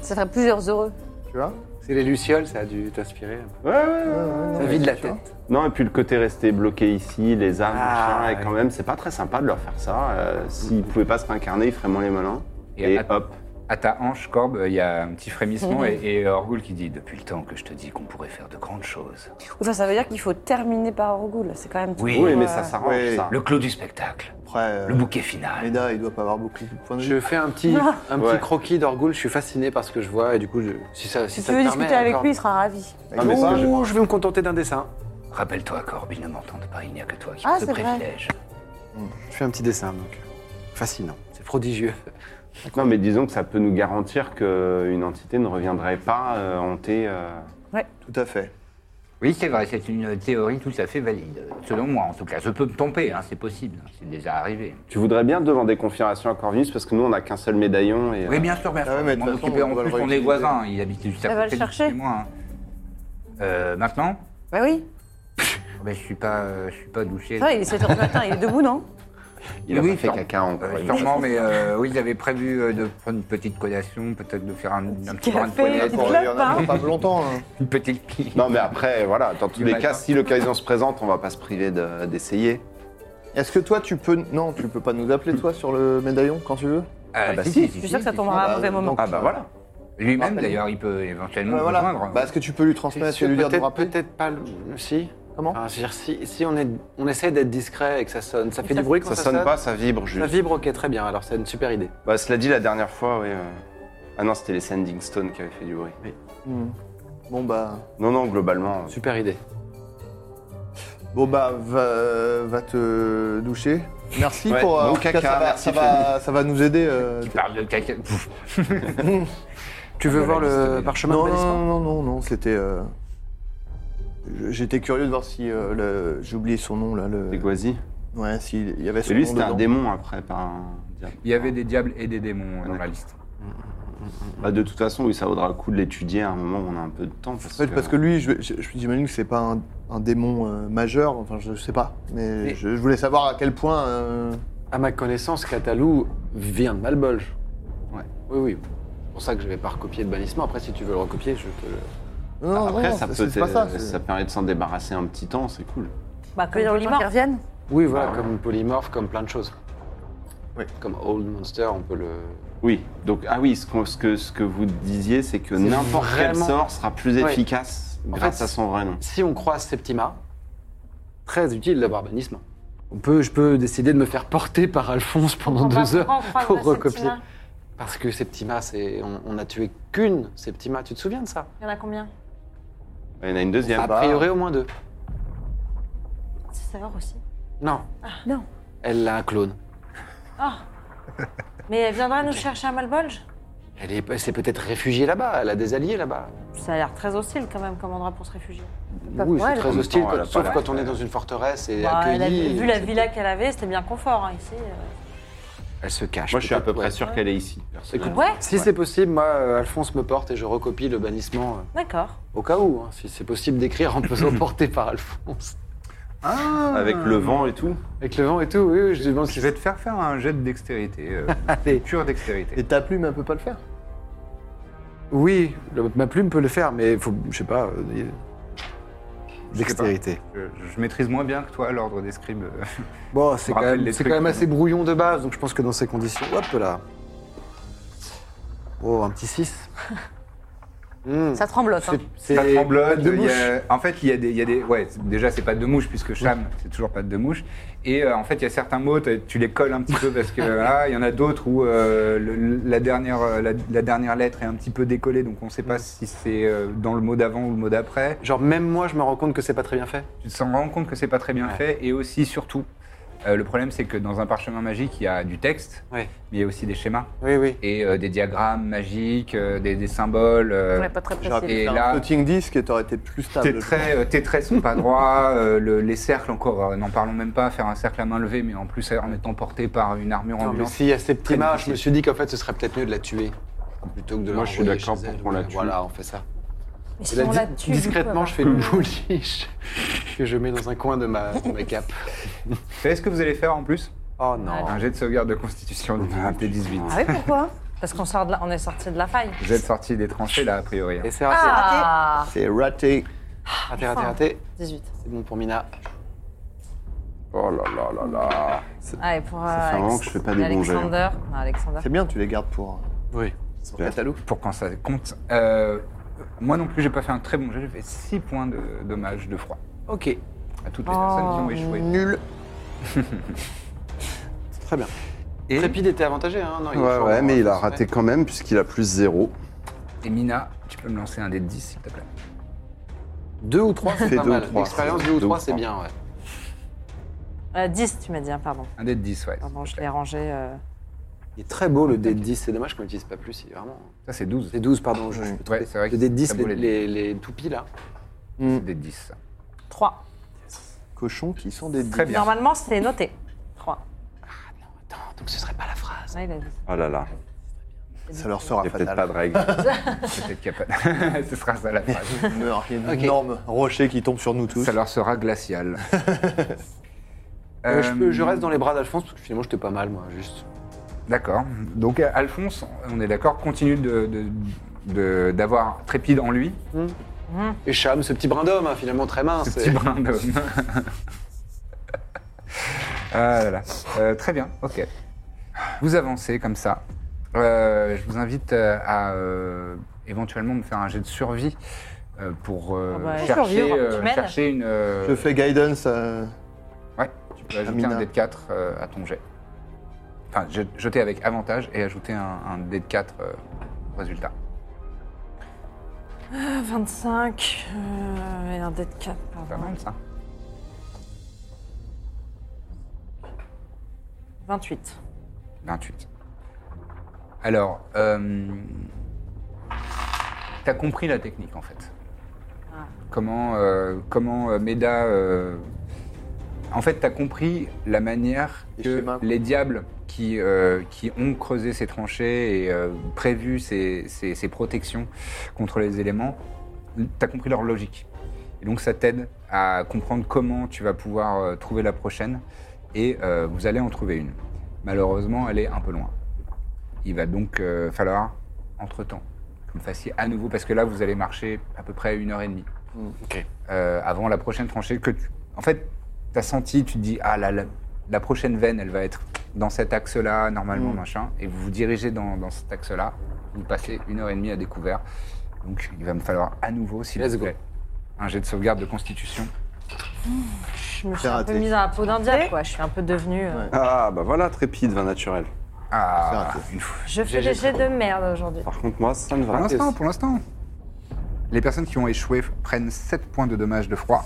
Speaker 7: Ça ferait plusieurs heureux.
Speaker 6: Tu vois
Speaker 2: C'est les lucioles, ça a dû t'inspirer. un peu.
Speaker 5: Ouais, ouais, ouais.
Speaker 2: Ça vide la tête.
Speaker 5: Non, et puis le côté rester bloqué ici, les âmes,
Speaker 2: Ah,
Speaker 5: machin, et quand même, c'est pas très sympa de leur faire ça. Euh, S'ils pouvaient pas se réincarner, ils feraient moins les malins.
Speaker 1: Et
Speaker 5: Et,
Speaker 1: att-
Speaker 5: hop.
Speaker 1: À ta hanche, Corbe, il y a un petit
Speaker 7: Mhm.
Speaker 1: frémissement et, et euh, Orgul qui dit Depuis le temps que je te dis qu'on pourrait faire de grandes choses.
Speaker 7: Enfin, ça veut dire qu'il faut terminer par Orgul. C'est quand même.
Speaker 1: Oui,
Speaker 5: Oui, mais ça s'arrange,
Speaker 6: Ouais.
Speaker 5: ça.
Speaker 1: le clou du spectacle,
Speaker 6: Après, euh,
Speaker 1: le bouquet final.
Speaker 6: Meda, il doit pas avoir beaucoup de points de
Speaker 2: Je
Speaker 6: vue.
Speaker 2: fais un petit,
Speaker 7: Ah.
Speaker 2: un petit
Speaker 5: Ouais.
Speaker 2: croquis d'Orgul, je suis fasciné par ce que je vois et du coup, je- si ça, si
Speaker 7: Si
Speaker 2: ça
Speaker 7: tu veux
Speaker 2: te
Speaker 7: discuter
Speaker 2: permet,
Speaker 7: avec
Speaker 2: encore-
Speaker 7: lui, il sera ravi.
Speaker 5: Ah, mais ce que j'ai-
Speaker 2: Oh, je vais me contenter d'un dessin.
Speaker 1: Rappelle-toi, Corbe, ils ne m'entendent pas, il n'y a que toi qui
Speaker 7: Ah,
Speaker 1: as ce
Speaker 7: c'est vrai.
Speaker 1: privilège.
Speaker 2: Je fais un petit dessin, donc. Fascinant. C'est prodigieux.
Speaker 5: Non, mais disons que ça peut nous garantir qu'une entité ne reviendrait pas euh, hanter. euh,
Speaker 6: Tout à fait.
Speaker 1: Oui, c'est vrai, c'est une théorie tout à fait valide, selon moi en tout cas. Je peux me tromper, hein, c'est possible, c'est déjà arrivé.
Speaker 5: Tu voudrais bien demander confirmation à Corvinus parce que nous, on n'a qu'un seul médaillon. Et,
Speaker 1: Oui, bien sûr, bien sûr.
Speaker 6: Ah ouais, mais de
Speaker 1: M'en
Speaker 6: toute façon,
Speaker 1: occuper.
Speaker 6: on
Speaker 1: en
Speaker 6: va le
Speaker 1: plus, on est
Speaker 6: réutiliser.
Speaker 1: voisins, il habite juste à
Speaker 7: Elle va le
Speaker 1: côté de
Speaker 7: chercher.
Speaker 1: chez moi. hein. Euh, maintenant
Speaker 7: Bah oui.
Speaker 1: Mais je suis pas, euh, je suis pas douché.
Speaker 7: Ça, il est 7h du matin, il est debout, non
Speaker 5: euh, Il a
Speaker 1: Oui,
Speaker 5: pas fait
Speaker 1: sûrement.
Speaker 5: caca encore.
Speaker 1: Euh, sûrement, mais euh, oui, ils avaient prévu euh, de prendre une petite collation, peut-être de faire un, un petit brin de
Speaker 7: café.
Speaker 1: poignée,
Speaker 7: Il
Speaker 6: Bon,
Speaker 7: clope,
Speaker 6: il y en a
Speaker 7: hein.
Speaker 6: pas longtemps. hein.
Speaker 1: une petite pile.
Speaker 5: Non, mais après, voilà, dans tous
Speaker 1: Du
Speaker 5: les
Speaker 1: matin.
Speaker 5: cas, si l'occasion se présente, on va pas se priver de- d'essayer.
Speaker 6: Est-ce que toi, tu peux. Non, tu peux pas nous appeler, toi, sur le médaillon quand tu veux
Speaker 1: Ah,
Speaker 5: bah si, bah
Speaker 7: Je suis sûre que ça tombera à un mauvais moment.
Speaker 5: Ah, bah voilà.
Speaker 1: Lui-même, d'ailleurs, il peut éventuellement
Speaker 6: Ouais,
Speaker 1: vous
Speaker 6: voilà.
Speaker 1: rejoindre.
Speaker 6: Bah, est-ce que tu peux lui transmettre et lui dire de
Speaker 2: peut-être,
Speaker 6: rappeler
Speaker 2: peut-être pas le. Si.
Speaker 6: Comment
Speaker 2: Enfin, je veux dire, si, si on, est, on essaie d'être discret et que ça sonne, ça fait du bruit quand
Speaker 5: Ça,
Speaker 2: ça,
Speaker 5: sonne pas, ça vibre
Speaker 2: Ça
Speaker 5: juste.
Speaker 2: vibre, ok, très bien. Alors, c'est une super idée.
Speaker 5: Bah, cela dit, la dernière fois, oui. euh, Ah non, c'était les Sending Stones qui avaient fait du bruit.
Speaker 6: Hmm. Bon, bah.
Speaker 5: Non, non, globalement. euh,
Speaker 2: Super idée.
Speaker 6: Bon bah va, va te doucher. Merci
Speaker 5: Ouais,
Speaker 6: pour euh,
Speaker 5: bon
Speaker 6: en tout cas,
Speaker 5: caca,
Speaker 6: ça, va,
Speaker 5: merci,
Speaker 6: ça, va, ça va nous aider. euh,
Speaker 1: Tu parles de caca. Pouf.
Speaker 2: Tu veux
Speaker 1: Ah,
Speaker 2: voir
Speaker 1: la liste
Speaker 2: le
Speaker 1: des-
Speaker 2: parchemin
Speaker 6: non,
Speaker 2: de
Speaker 6: non,
Speaker 2: Balisman
Speaker 6: non, non, non, c'était. euh, je- J'étais curieux de voir si euh, le- j'ai oublié son nom là. Le...
Speaker 5: Les Guazi.
Speaker 6: Ouais, s'il y avait son
Speaker 5: Et lui,
Speaker 6: nom
Speaker 5: c'était un
Speaker 6: dedans.
Speaker 5: démon après, par un diable.
Speaker 1: Il y avait des diables et des démons euh, dans la hein, liste.
Speaker 5: Bah, de toute façon, oui, ça vaudra le coup de l'étudier à un moment où on a un peu de temps. Parce
Speaker 6: En fait, parce que lui, je, je, je- j'imagine que c'est pas un, un démon euh, majeur, enfin je sais pas, mais
Speaker 2: Mais-
Speaker 6: je, je voulais savoir à quel point. euh,
Speaker 2: À ma connaissance, Catalou vient de Malbolge.
Speaker 5: Ouais.
Speaker 2: Oui, oui. C'est pour ça que je vais pas recopier de bannissement. Après, si tu veux le recopier, je te le.
Speaker 6: Non, non,
Speaker 5: Après,
Speaker 6: non,
Speaker 5: ça,
Speaker 6: Ah, c'est
Speaker 5: peut
Speaker 6: c'est pas ça. c'est-
Speaker 5: ça permet de s'en débarrasser un petit temps, c'est cool.
Speaker 6: Ah,
Speaker 3: Bah, comme
Speaker 7: Oui, dans les
Speaker 3: polymorphe.
Speaker 7: qui reviennent
Speaker 2: Oui, voilà, comme polymorphe, comme plein de choses.
Speaker 6: Oui.
Speaker 2: Comme Old Monster, on peut le.
Speaker 5: Oui, donc, ah oui, ce, qu'on- ce que, ce que vous disiez, c'est que
Speaker 2: C'est
Speaker 5: n'importe quel
Speaker 2: vraiment-
Speaker 5: sort sera plus
Speaker 2: Ouais.
Speaker 5: efficace
Speaker 2: En
Speaker 5: grâce
Speaker 2: fait,
Speaker 5: à son vrai nom.
Speaker 2: Si on croise Septima, très utile d'avoir bannissement. On peut, je peux décider de me faire porter par Alphonse pendant
Speaker 3: On va
Speaker 2: deux heures
Speaker 3: prendre- prendre
Speaker 2: pour
Speaker 3: la septima.
Speaker 2: recopier. Parce que Septima, c'est, on, on a tué qu'une Septima. Tu te souviens de ça
Speaker 3: Il y en a combien
Speaker 5: Il y en a une deuxième.
Speaker 2: A priori, au moins deux.
Speaker 3: C'est savoir aussi.
Speaker 2: Non.
Speaker 3: Ah,
Speaker 7: non.
Speaker 2: Elle a un clone.
Speaker 3: Mais elle viendra nous chercher à Malbolge
Speaker 2: Elle, est, elle s'est peut-être réfugiée là-bas. Elle a des alliés là-bas.
Speaker 3: Ça a l'air très hostile quand même comme endroit pour se réfugier.
Speaker 7: Pas
Speaker 2: oui,
Speaker 7: pour
Speaker 2: c'est
Speaker 7: elle.
Speaker 2: très
Speaker 5: En
Speaker 2: hostile,
Speaker 5: même temps, elle a
Speaker 2: quand-
Speaker 5: pas
Speaker 2: sauf
Speaker 5: l'air
Speaker 2: quand on est
Speaker 5: très-
Speaker 2: dans une forteresse et
Speaker 3: Bah, elle a-
Speaker 2: accueillie.
Speaker 3: vu
Speaker 2: et
Speaker 3: la
Speaker 2: etc.
Speaker 3: villa qu'elle avait, c'était bien confort hein, ici. euh.
Speaker 2: Elle se cache.
Speaker 5: Moi, je suis à peu
Speaker 2: peut-être,
Speaker 5: près
Speaker 2: ouais.
Speaker 5: sûr qu'elle est ici. personnellement.
Speaker 2: Écoute,
Speaker 3: Ouais.
Speaker 2: Si c'est possible, moi, euh, Alphonse me porte et je recopie le bannissement euh,
Speaker 3: D'accord.
Speaker 2: au cas où. hein, si c'est possible d'écrire en me faisant porter par Alphonse.
Speaker 1: Ah
Speaker 5: Avec le vent et tout.
Speaker 2: Avec le vent et tout, oui, oui, je demande si
Speaker 1: Je vais te faire faire un jet de dextérité. euh,
Speaker 2: Allez.
Speaker 1: pure dextérité.
Speaker 6: Et ta plume, elle peut pas le faire.
Speaker 2: Oui, le- ma plume peut le faire, mais faut, je sais pas. euh, y- Dextérité.
Speaker 1: Je, je maîtrise moins bien que toi l'ordre des scribes. euh,
Speaker 2: Bon, c'est
Speaker 1: Je me
Speaker 2: quand,
Speaker 1: rappelle
Speaker 2: même,
Speaker 1: les
Speaker 2: c'est
Speaker 1: trucs.
Speaker 2: quand même assez brouillon de base, donc je pense que dans ces conditions. Hop là. Oh, un petit 6.
Speaker 7: Ça tremblote. hein.
Speaker 2: C'est
Speaker 1: ça tremblote.
Speaker 2: de
Speaker 1: il y
Speaker 2: mouche.
Speaker 1: a- en fait, il y a des, il y a des, ouais, c'est- déjà c'est pas de mouche puisque cham, c'est toujours pas de mouche. Et euh, en fait, il y a certains mots, t'as- tu les colles un petit peu parce que voilà, il y en a d'autres où euh, le- la dernière, euh, la, la dernière lettre est un petit peu décollée, donc on sait
Speaker 2: Mm.
Speaker 1: pas si c'est euh, dans le mot d'avant ou le mot d'après.
Speaker 2: Genre, même moi, je me rends compte que c'est pas très bien fait.
Speaker 1: Tu te rends compte que c'est pas très bien fait, et aussi surtout, euh, le problème c'est que dans un parchemin magique, il y a du texte,
Speaker 2: Oui.
Speaker 1: mais il y a aussi des schémas
Speaker 2: Oui, oui.
Speaker 1: et euh, des diagrammes magiques, euh, des, des symboles. euh,
Speaker 7: Ouais, pas très
Speaker 6: J'aurais pu
Speaker 7: précis.
Speaker 1: Et
Speaker 6: faire
Speaker 1: là-
Speaker 6: un floating disc et t'aurais été plus stable.
Speaker 1: Tes traits, euh, tes traits sont pas droits, euh, le- les cercles encore, euh, n'en parlons même pas, faire un cercle à main levée, mais en plus euh, en étant porté par une armure
Speaker 2: Non, mais
Speaker 1: ambulante.
Speaker 2: s'il y a Septima, je
Speaker 1: difficile.
Speaker 2: me suis dit qu'en fait, ce serait peut-être mieux de la tuer plutôt que de
Speaker 5: Moi,
Speaker 2: la
Speaker 5: je suis
Speaker 2: renvoyer
Speaker 5: d'accord
Speaker 2: chez
Speaker 5: pour
Speaker 2: elle.
Speaker 5: qu'on la
Speaker 2: Ouais,
Speaker 5: tue.
Speaker 2: Voilà, on fait ça.
Speaker 3: Mais
Speaker 2: Et
Speaker 3: si
Speaker 2: là,
Speaker 3: on
Speaker 2: di-
Speaker 3: la tue, du coup, elle
Speaker 2: discrètement,
Speaker 3: va-
Speaker 2: je fais une bouliche que je mets dans un coin de ma, de ma cape.
Speaker 1: Vous savez ce que vous allez faire en plus
Speaker 2: Oh non.
Speaker 1: Un jet de sauvegarde de constitution de 18.
Speaker 3: Ah oui, pourquoi Parce qu'on sort de la- on est sorti de la faille.
Speaker 1: Vous êtes sorti des tranchées là, a priori. hein.
Speaker 2: Et c'est raté,
Speaker 7: Ah,
Speaker 6: C'est raté.
Speaker 2: raté, raté, raté.
Speaker 3: 18.
Speaker 2: C'est bon pour Mina.
Speaker 5: Oh là là là là.
Speaker 3: Ah, et pour euh,
Speaker 5: Ça fait un moment que je fais pas des bons jeux. hein.
Speaker 3: Alexander. Non, Alexander.
Speaker 6: C'est bien, tu les gardes pour. euh,
Speaker 2: Oui.
Speaker 6: pour Catalou.
Speaker 1: Pour quand ça compte. Euh, moi non plus, j'ai pas fait un très bon jet, j'ai fait 6 points de dommage de froid
Speaker 2: Ok.
Speaker 1: à toutes les personnes qui ont échoué.
Speaker 6: Nul.
Speaker 2: Très bien.
Speaker 1: Et,
Speaker 2: Trépide était avantagé, hein non, il est
Speaker 5: Ouais,
Speaker 2: fort,
Speaker 5: ouais,
Speaker 2: hein,
Speaker 5: mais il a
Speaker 2: ouais.
Speaker 5: raté quand même, puisqu'il a plus zéro.
Speaker 1: et Mina, tu peux me lancer un dé de 10 s'il te plaît.
Speaker 2: Deux ou trois, c'est
Speaker 5: Fais
Speaker 2: pas
Speaker 5: deux
Speaker 2: mal.
Speaker 5: ou trois.
Speaker 2: L'expérience deux ou
Speaker 5: Deux ou
Speaker 2: trois, c'est
Speaker 5: trois.
Speaker 2: bien, ouais.
Speaker 3: Euh, 10, tu m'as dit, hein, pardon.
Speaker 1: Un dé de 10, ouais.
Speaker 3: Pardon, je l'ai rangé. euh.
Speaker 2: Il est très beau le dé de 10, c'est dommage qu'on n'utilise pas plus, il est vraiment.
Speaker 1: Ça c'est 12.
Speaker 2: C'est 12, pardon, je, je me trompais.
Speaker 1: Ouais, c'est vrai
Speaker 2: Le
Speaker 1: que
Speaker 2: dé de
Speaker 1: c'est
Speaker 2: 10,
Speaker 1: très beau,
Speaker 2: les,
Speaker 1: les
Speaker 2: les, les toupies là.
Speaker 1: C'est des 10. ça.
Speaker 3: Trois.
Speaker 6: Cochons qui sont des.
Speaker 1: Très bien.
Speaker 3: Normalement, c'est noté. 3.
Speaker 2: Attends, donc ce serait pas la phrase.
Speaker 3: il a dit.
Speaker 5: Oh là là.
Speaker 6: Ça leur sera
Speaker 5: Il n'y a peut-être
Speaker 6: fatal.
Speaker 5: pas de règle.
Speaker 1: Peut-être qu'il n'y a pas. Ce sera ça la phrase.
Speaker 6: On meurt. Il y a un
Speaker 2: Ok.
Speaker 6: énorme rocher qui tombe sur nous tous.
Speaker 1: Ça leur sera glacial.
Speaker 2: Euh, je, peux- je
Speaker 1: Euh,
Speaker 2: reste dans les bras d'Alphonse parce que finalement j'étais pas mal, moi, juste.
Speaker 1: D'accord. Donc euh, Alphonse, on est d'accord, continue de- de- de- d'avoir trépide en lui,
Speaker 2: Et Cham, ce petit brin d'homme, hein, finalement très mince.
Speaker 1: ce
Speaker 2: et-
Speaker 1: petit brin d'homme. ah là là. Euh, très bien, ok. Vous avancez comme ça. Euh, je vous invite euh, à euh, éventuellement me faire un jet de survie euh, pour euh,
Speaker 3: Ah bah,
Speaker 1: chercher,
Speaker 3: survivre,
Speaker 1: euh,
Speaker 3: tu m'aides
Speaker 1: chercher une... euh,
Speaker 6: Je fais guidance. euh,
Speaker 1: Ouais, tu peux ajouter
Speaker 6: Amina.
Speaker 1: un dé de 4 euh, à ton jet. Enfin, je- jeter avec avantage et ajouter un, un dé de 4 euh, au résultat.
Speaker 3: 25 euh, et un dé de 4,
Speaker 1: Pas
Speaker 3: pardon.
Speaker 1: mal ça.
Speaker 3: 28.
Speaker 1: 28. Alors, euh, t'as compris la technique en fait. Comment, euh, comment euh, Meda euh, En fait, tu as compris la manière
Speaker 6: Les
Speaker 1: que
Speaker 6: schémas, quoi.
Speaker 1: les diables qui, euh, qui ont creusé ces tranchées et euh, prévu ces, ces- ces protections contre les éléments, tu as compris leur logique. Et donc, ça t'aide à comprendre comment tu vas pouvoir euh, trouver la prochaine. Et euh, vous allez en trouver une. Malheureusement, elle est un peu loin. Il va donc euh, falloir, entre-temps, que vous fassiez à nouveau, parce que là, vous allez marcher à peu près une heure et demie
Speaker 2: Hmm,
Speaker 5: Ok.
Speaker 1: euh, avant la prochaine tranchée que tu... En fait, tu as senti, tu te dis, ah là, la, la prochaine veine, elle va être dans cet axe-là,
Speaker 2: Hmm.
Speaker 1: normalement, machin, et vous vous dirigez dans, dans cet axe-là, vous passez une heure et demie à découvert. Donc, il va me falloir à nouveau, s'il
Speaker 2: Let's
Speaker 1: vous
Speaker 2: go.
Speaker 1: plaît, un jet de sauvegarde de constitution.
Speaker 3: Je me suis un peu
Speaker 6: raté.
Speaker 3: mise dans la peau d'un diable, quoi. Je suis un peu devenue. euh,
Speaker 5: Ah, bah voilà, trépide, vin naturel.
Speaker 6: C'est
Speaker 1: Ah,
Speaker 6: raté.
Speaker 1: une fois.
Speaker 3: Je fais des jets de merde aujourd'hui.
Speaker 5: Par contre, moi, ça ne
Speaker 1: Pour
Speaker 5: va pas.
Speaker 1: l'instant, pour l'instant. Les personnes qui ont échoué f- prennent 7 points de dommages de froid.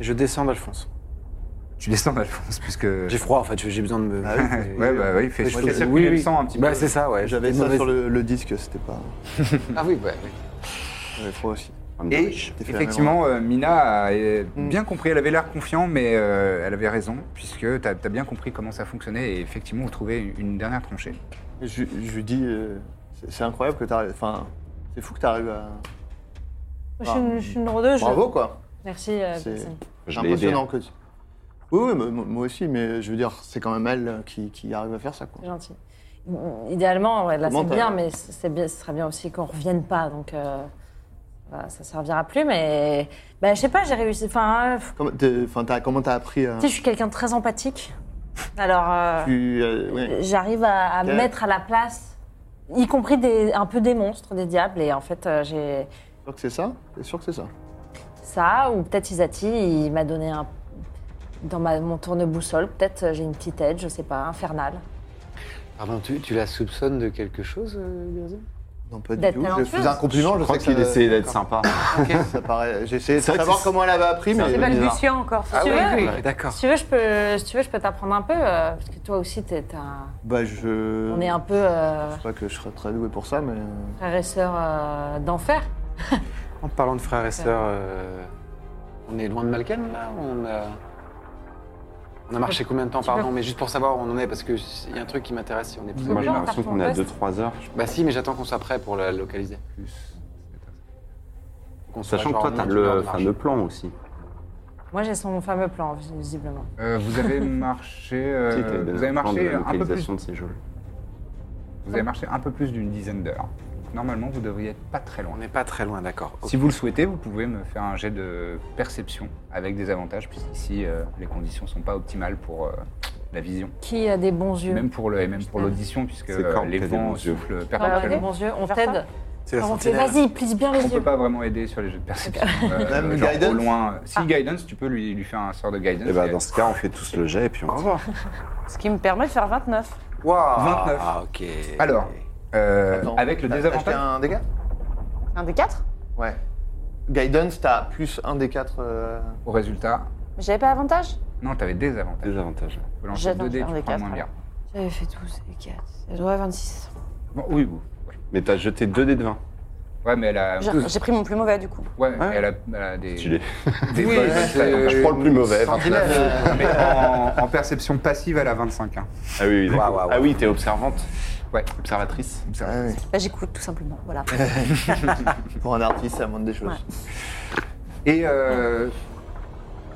Speaker 2: Je descends d'Alphonse.
Speaker 1: Tu descends, Alphonse, puisque...
Speaker 2: J'ai froid en fait, j'ai besoin de me.
Speaker 6: Ah
Speaker 1: oui. Ouais, bah oui, fais-
Speaker 2: Ouais, je
Speaker 1: fais
Speaker 2: fais-
Speaker 1: circuler le sang un petit
Speaker 2: Bah,
Speaker 1: peu.
Speaker 2: c'est ça, ouais.
Speaker 6: J'avais
Speaker 2: Des
Speaker 6: ça
Speaker 2: mauvaises-
Speaker 6: sur le, le disque, c'était pas.
Speaker 2: Ah oui, bah, oui.
Speaker 6: J'avais froid aussi.
Speaker 1: Et
Speaker 6: T'es fait la
Speaker 1: effectivement, euh, Mina a euh, bien compris, elle avait l'air confiant, mais euh, elle avait raison, puisque tu as, bien compris comment ça fonctionnait, et effectivement, vous trouvez une- une dernière tranchée.
Speaker 6: Et Je, je lui dis, euh, c'est- c'est incroyable que t'arrives. Enfin, c'est fou que t'arrives à.
Speaker 3: Je suis une, je suis une rôdeuse.
Speaker 6: Bravo quoi.
Speaker 3: Merci, euh,
Speaker 6: C'est-
Speaker 3: personne.
Speaker 5: Je
Speaker 6: C'est
Speaker 5: l'ai aidé.
Speaker 6: impressionnant que. Oui, oui, mais moi- moi aussi, mais je veux dire, c'est quand même elle euh, qui, qui arrive à faire ça quoi.
Speaker 3: C'est gentil. Mm, Idéalement, ouais, là,
Speaker 6: Comment
Speaker 3: c'est
Speaker 6: t'as-
Speaker 3: bien, mais c'est c'est bien, ce serait bien aussi qu'on revienne pas. Donc, euh, voilà, ça servira plus. Mais bah, je sais pas, j'ai réussi. Enfin, euh, pff,
Speaker 6: Comment t'es- enfin, t'as comment t'as appris euh, à.
Speaker 3: tu sais, je suis quelqu'un de très empathique. Alors, euh,
Speaker 6: Tu, euh, ouais.
Speaker 3: j'arrive à, à
Speaker 6: Ok.
Speaker 3: mettre à la place, y compris des, un peu des monstres, des diables. Et en fait, euh, j'ai
Speaker 6: T'es sûr que c'est ça T'es sûr que c'est ça
Speaker 3: ça, ou peut-être Isati, il m'a donné un. Dans ma, mon tourne-boussole, peut-être euh, j'ai une petite aide, je sais pas, infernale.
Speaker 2: Pardon, tu, tu la soupçonnes de quelque chose, euh, Birzim
Speaker 6: Non, pas du
Speaker 3: D'être
Speaker 6: tout. Je
Speaker 3: talentueuse.
Speaker 6: fais un compliment, je,
Speaker 5: Je crois
Speaker 6: sais que
Speaker 5: qu'il
Speaker 6: ça-
Speaker 5: essayait d'être sympa.
Speaker 6: ça paraît. J'ai essayé de
Speaker 5: C'est vrai que
Speaker 6: savoir
Speaker 5: c'est-
Speaker 6: comment elle avait appris, mais.
Speaker 5: un
Speaker 4: C'est
Speaker 5: peu bizarre.
Speaker 4: balbutiant encore.
Speaker 3: Si tu veux,
Speaker 2: Ouais, D'accord.
Speaker 3: Si tu veux, je peux, si tu veux, je peux t'apprendre un peu, euh, parce que toi aussi, t'es un-
Speaker 6: Bah, je.
Speaker 3: on est un peu euh,
Speaker 6: Je sais pas que je serais très doué pour ça, mais. euh,
Speaker 3: frères et sœurs euh, d'enfer.
Speaker 2: En parlant de frères et sœurs, euh, on est loin de Malken là on a... on a marché combien de temps,
Speaker 3: Tu peux-
Speaker 2: pardon Mais juste pour savoir où on en est, parce qu'il y a un truc qui m'intéresse si on est plus.
Speaker 5: Moi, j'ai
Speaker 3: Non,
Speaker 5: l'impression
Speaker 3: t'as
Speaker 5: qu'on est à
Speaker 3: ton
Speaker 5: 2-3 heures. je
Speaker 2: Bah si, mais j'attends qu'on soit prêt pour la localiser. Qu'on soit
Speaker 5: Sachant que
Speaker 2: genre
Speaker 5: toi, t'as
Speaker 2: une heure
Speaker 5: le
Speaker 2: de marche.
Speaker 5: fameux plan aussi.
Speaker 3: Moi, j'ai son fameux plan, visiblement.
Speaker 1: Euh, vous avez marché, euh,
Speaker 5: Tu sais, t'avais donné
Speaker 1: vous avez
Speaker 5: un plan de
Speaker 1: marché
Speaker 5: la
Speaker 1: un peu plus,
Speaker 5: localisation de ces jeux.
Speaker 1: vous avez marché un peu plus d'une dizaine d'heures. Normalement, vous devriez être pas très
Speaker 2: On
Speaker 1: loin.
Speaker 2: n'est pas très loin, d'accord. Ok.
Speaker 1: Si vous le souhaitez, vous pouvez me faire un jet de perception avec des avantages, puisqu'ici euh, les conditions sont pas optimales pour euh, la vision,
Speaker 3: Qui a des bons yeux
Speaker 1: même pour le et même pour l'audition, puisque
Speaker 5: C'est quand
Speaker 1: euh, les
Speaker 5: t'as des
Speaker 1: vents
Speaker 5: bons yeux.
Speaker 1: soufflent
Speaker 3: Quand on a des
Speaker 1: perpétuellement.
Speaker 3: bons yeux, on
Speaker 7: Faire
Speaker 3: t'aide.
Speaker 2: C'est la
Speaker 3: On fait,
Speaker 2: sentinelle.
Speaker 3: vas-y, plisse bien les
Speaker 1: On peut
Speaker 3: yeux.
Speaker 1: pas vraiment aider sur les jeux de perception. Euh,
Speaker 6: Même
Speaker 1: genre
Speaker 6: guidance
Speaker 1: au loin. euh, Si guidance, tu peux lui, lui faire un sort de guidance.
Speaker 5: Et bah,
Speaker 1: et-
Speaker 5: dans ce cas, on fait tous le jet et puis on va voir.
Speaker 7: Ce qui me permet de faire 29.
Speaker 2: Waouh
Speaker 1: 29.
Speaker 2: Ah, ok.
Speaker 1: Alors, euh,
Speaker 6: attends.
Speaker 1: avec le
Speaker 6: T'as- t'as acheté
Speaker 1: désavantage,
Speaker 6: un dégât
Speaker 7: Un des quatre
Speaker 6: Ouais. Guidance, t'as plus un des quatre. euh,
Speaker 1: au résultat,
Speaker 7: Mais J'avais pas avantage
Speaker 1: non, t'avais des avantages.
Speaker 5: Des avantages.
Speaker 1: Faut lancer
Speaker 7: J'attends
Speaker 1: 2 dés,
Speaker 7: de faire
Speaker 1: tu
Speaker 7: les
Speaker 1: prends
Speaker 7: quatre,
Speaker 1: moins bien.
Speaker 7: J'avais fait 12 et 4. Elle doit 26.
Speaker 1: Bon, oui, oui.
Speaker 5: Mais t'as jeté 2 dés de 20.
Speaker 1: Ouais, mais elle a,
Speaker 7: J'ai j'ai pris mon plus mauvais du coup.
Speaker 1: ouais, mais
Speaker 5: Ouais.
Speaker 1: elle a, elle a des,
Speaker 5: Stylé.
Speaker 1: des
Speaker 2: Oui,
Speaker 1: bonnes
Speaker 2: bah,
Speaker 1: stats.
Speaker 2: c'est-
Speaker 5: Je prends le plus mauvais. enfin.
Speaker 6: Sentinelle.
Speaker 1: Mais en, en perception passive, elle a 25. hein.
Speaker 5: Ah oui, oui, d'accord.
Speaker 2: Waouh, waouh,
Speaker 5: Ah oui, t'es observante.
Speaker 1: Ouais.
Speaker 5: Observatrice.
Speaker 6: Ah oui,
Speaker 7: Bah, j'écoute tout simplement, voilà.
Speaker 6: Pour un artiste, ça montre des choses.
Speaker 1: Et euh,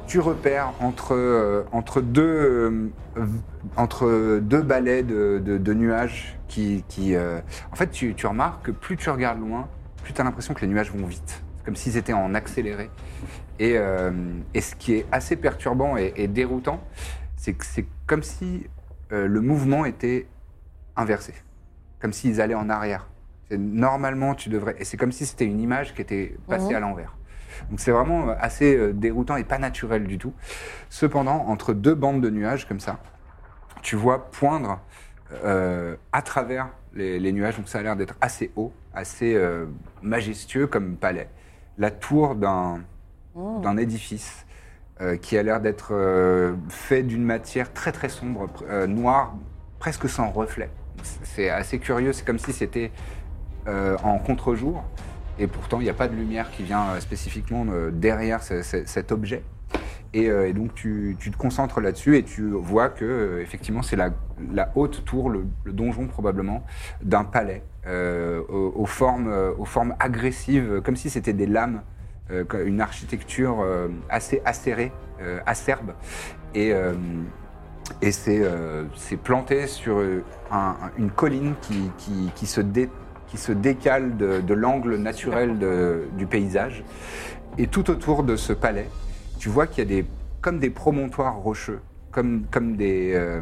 Speaker 1: tu repères entre, euh, entre, deux, euh, v- entre deux balais de, de- de nuages qui... qui, euh, en fait, tu, tu remarques que plus tu regardes loin, plus tu as l'impression que les nuages vont vite. C'est comme s'ils étaient en accéléré. Et, euh, et ce qui est assez perturbant et, et déroutant, c'est que c'est comme si euh, le mouvement était inversé. Comme s'ils allaient en arrière. C'est- Normalement, tu devrais... Et c'est comme si c'était une image qui était passée à l'envers. Donc c'est vraiment euh, assez euh, déroutant et pas naturel du tout. Cependant, entre deux bandes de nuages comme ça, tu vois poindre euh, à travers les, les nuages, donc ça a l'air d'être assez haut, assez euh, majestueux comme palais, la tour d'un d'un édifice euh, qui a l'air d'être euh, fait d'une matière très très sombre, pr- euh, noire, presque sans reflet. Donc, c- C'est assez curieux, c'est comme si c'était euh, en contre-jour, et pourtant il n'y a pas de lumière qui vient euh, spécifiquement euh, derrière ce- ce- cet objet. Et, euh, et donc tu, tu te concentres là-dessus et tu vois que euh, effectivement c'est la, la haute tour, le, le donjon probablement, d'un palais euh, aux, aux formes, euh, aux formes agressives, comme si c'était des lames, euh, que- une architecture euh, assez acérée, euh, acerbe. Et, euh, et c'est euh, c'est planté sur euh, un- un- une colline qui, qui- qui se, dé- qui se décale de, de l'angle naturel de- du paysage. Et tout autour de ce palais, tu vois qu'il y a des, comme des promontoires rocheux, comme, comme des, euh,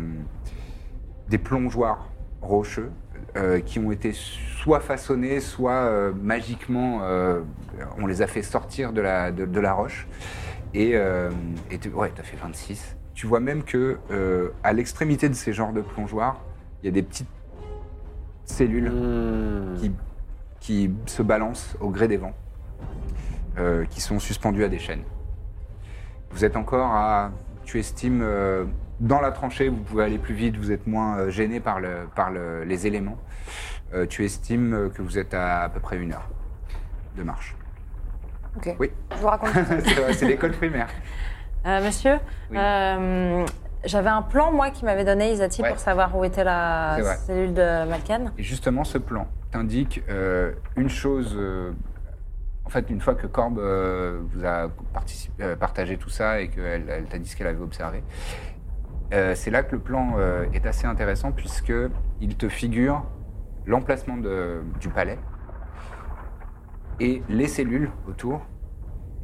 Speaker 1: des plongeoirs rocheux euh, qui ont été soit façonnés, soit euh, magiquement, euh, on les a fait sortir de la, de, de la roche. Et, euh, et tu, ouais, t'as fait 26. Tu vois même que euh, à l'extrémité de ces genres de plongeoirs, il y a des petites cellules qui, qui se balancent au gré des vents, euh, qui sont suspendues à des chaînes. Vous êtes encore à, tu estimes, euh, dans la tranchée, vous pouvez aller plus vite, vous êtes moins euh, gêné par, le, par le- les éléments. Euh, tu estimes euh, que vous êtes à à peu près une heure de marche.
Speaker 4: Ok.
Speaker 1: Oui,
Speaker 4: Je vous raconte.
Speaker 1: c'est vrai, c'est l'école primaire.
Speaker 3: Euh, monsieur,
Speaker 1: Oui.
Speaker 3: euh, j'avais un plan, moi, qui m'avait donné Isati
Speaker 1: Ouais.
Speaker 3: pour savoir où était
Speaker 1: C'est
Speaker 3: la
Speaker 1: vrai.
Speaker 3: cellule de Malkan.
Speaker 1: Et justement, ce plan t'indique euh, une chose. euh, en fait, une fois que Corbe euh, vous a participé- euh, partagé tout ça et qu'elle elle t'a dit ce qu'elle avait observé, euh, c'est là que le plan euh, est assez intéressant puisque il te figure l'emplacement de- du palais et les cellules autour.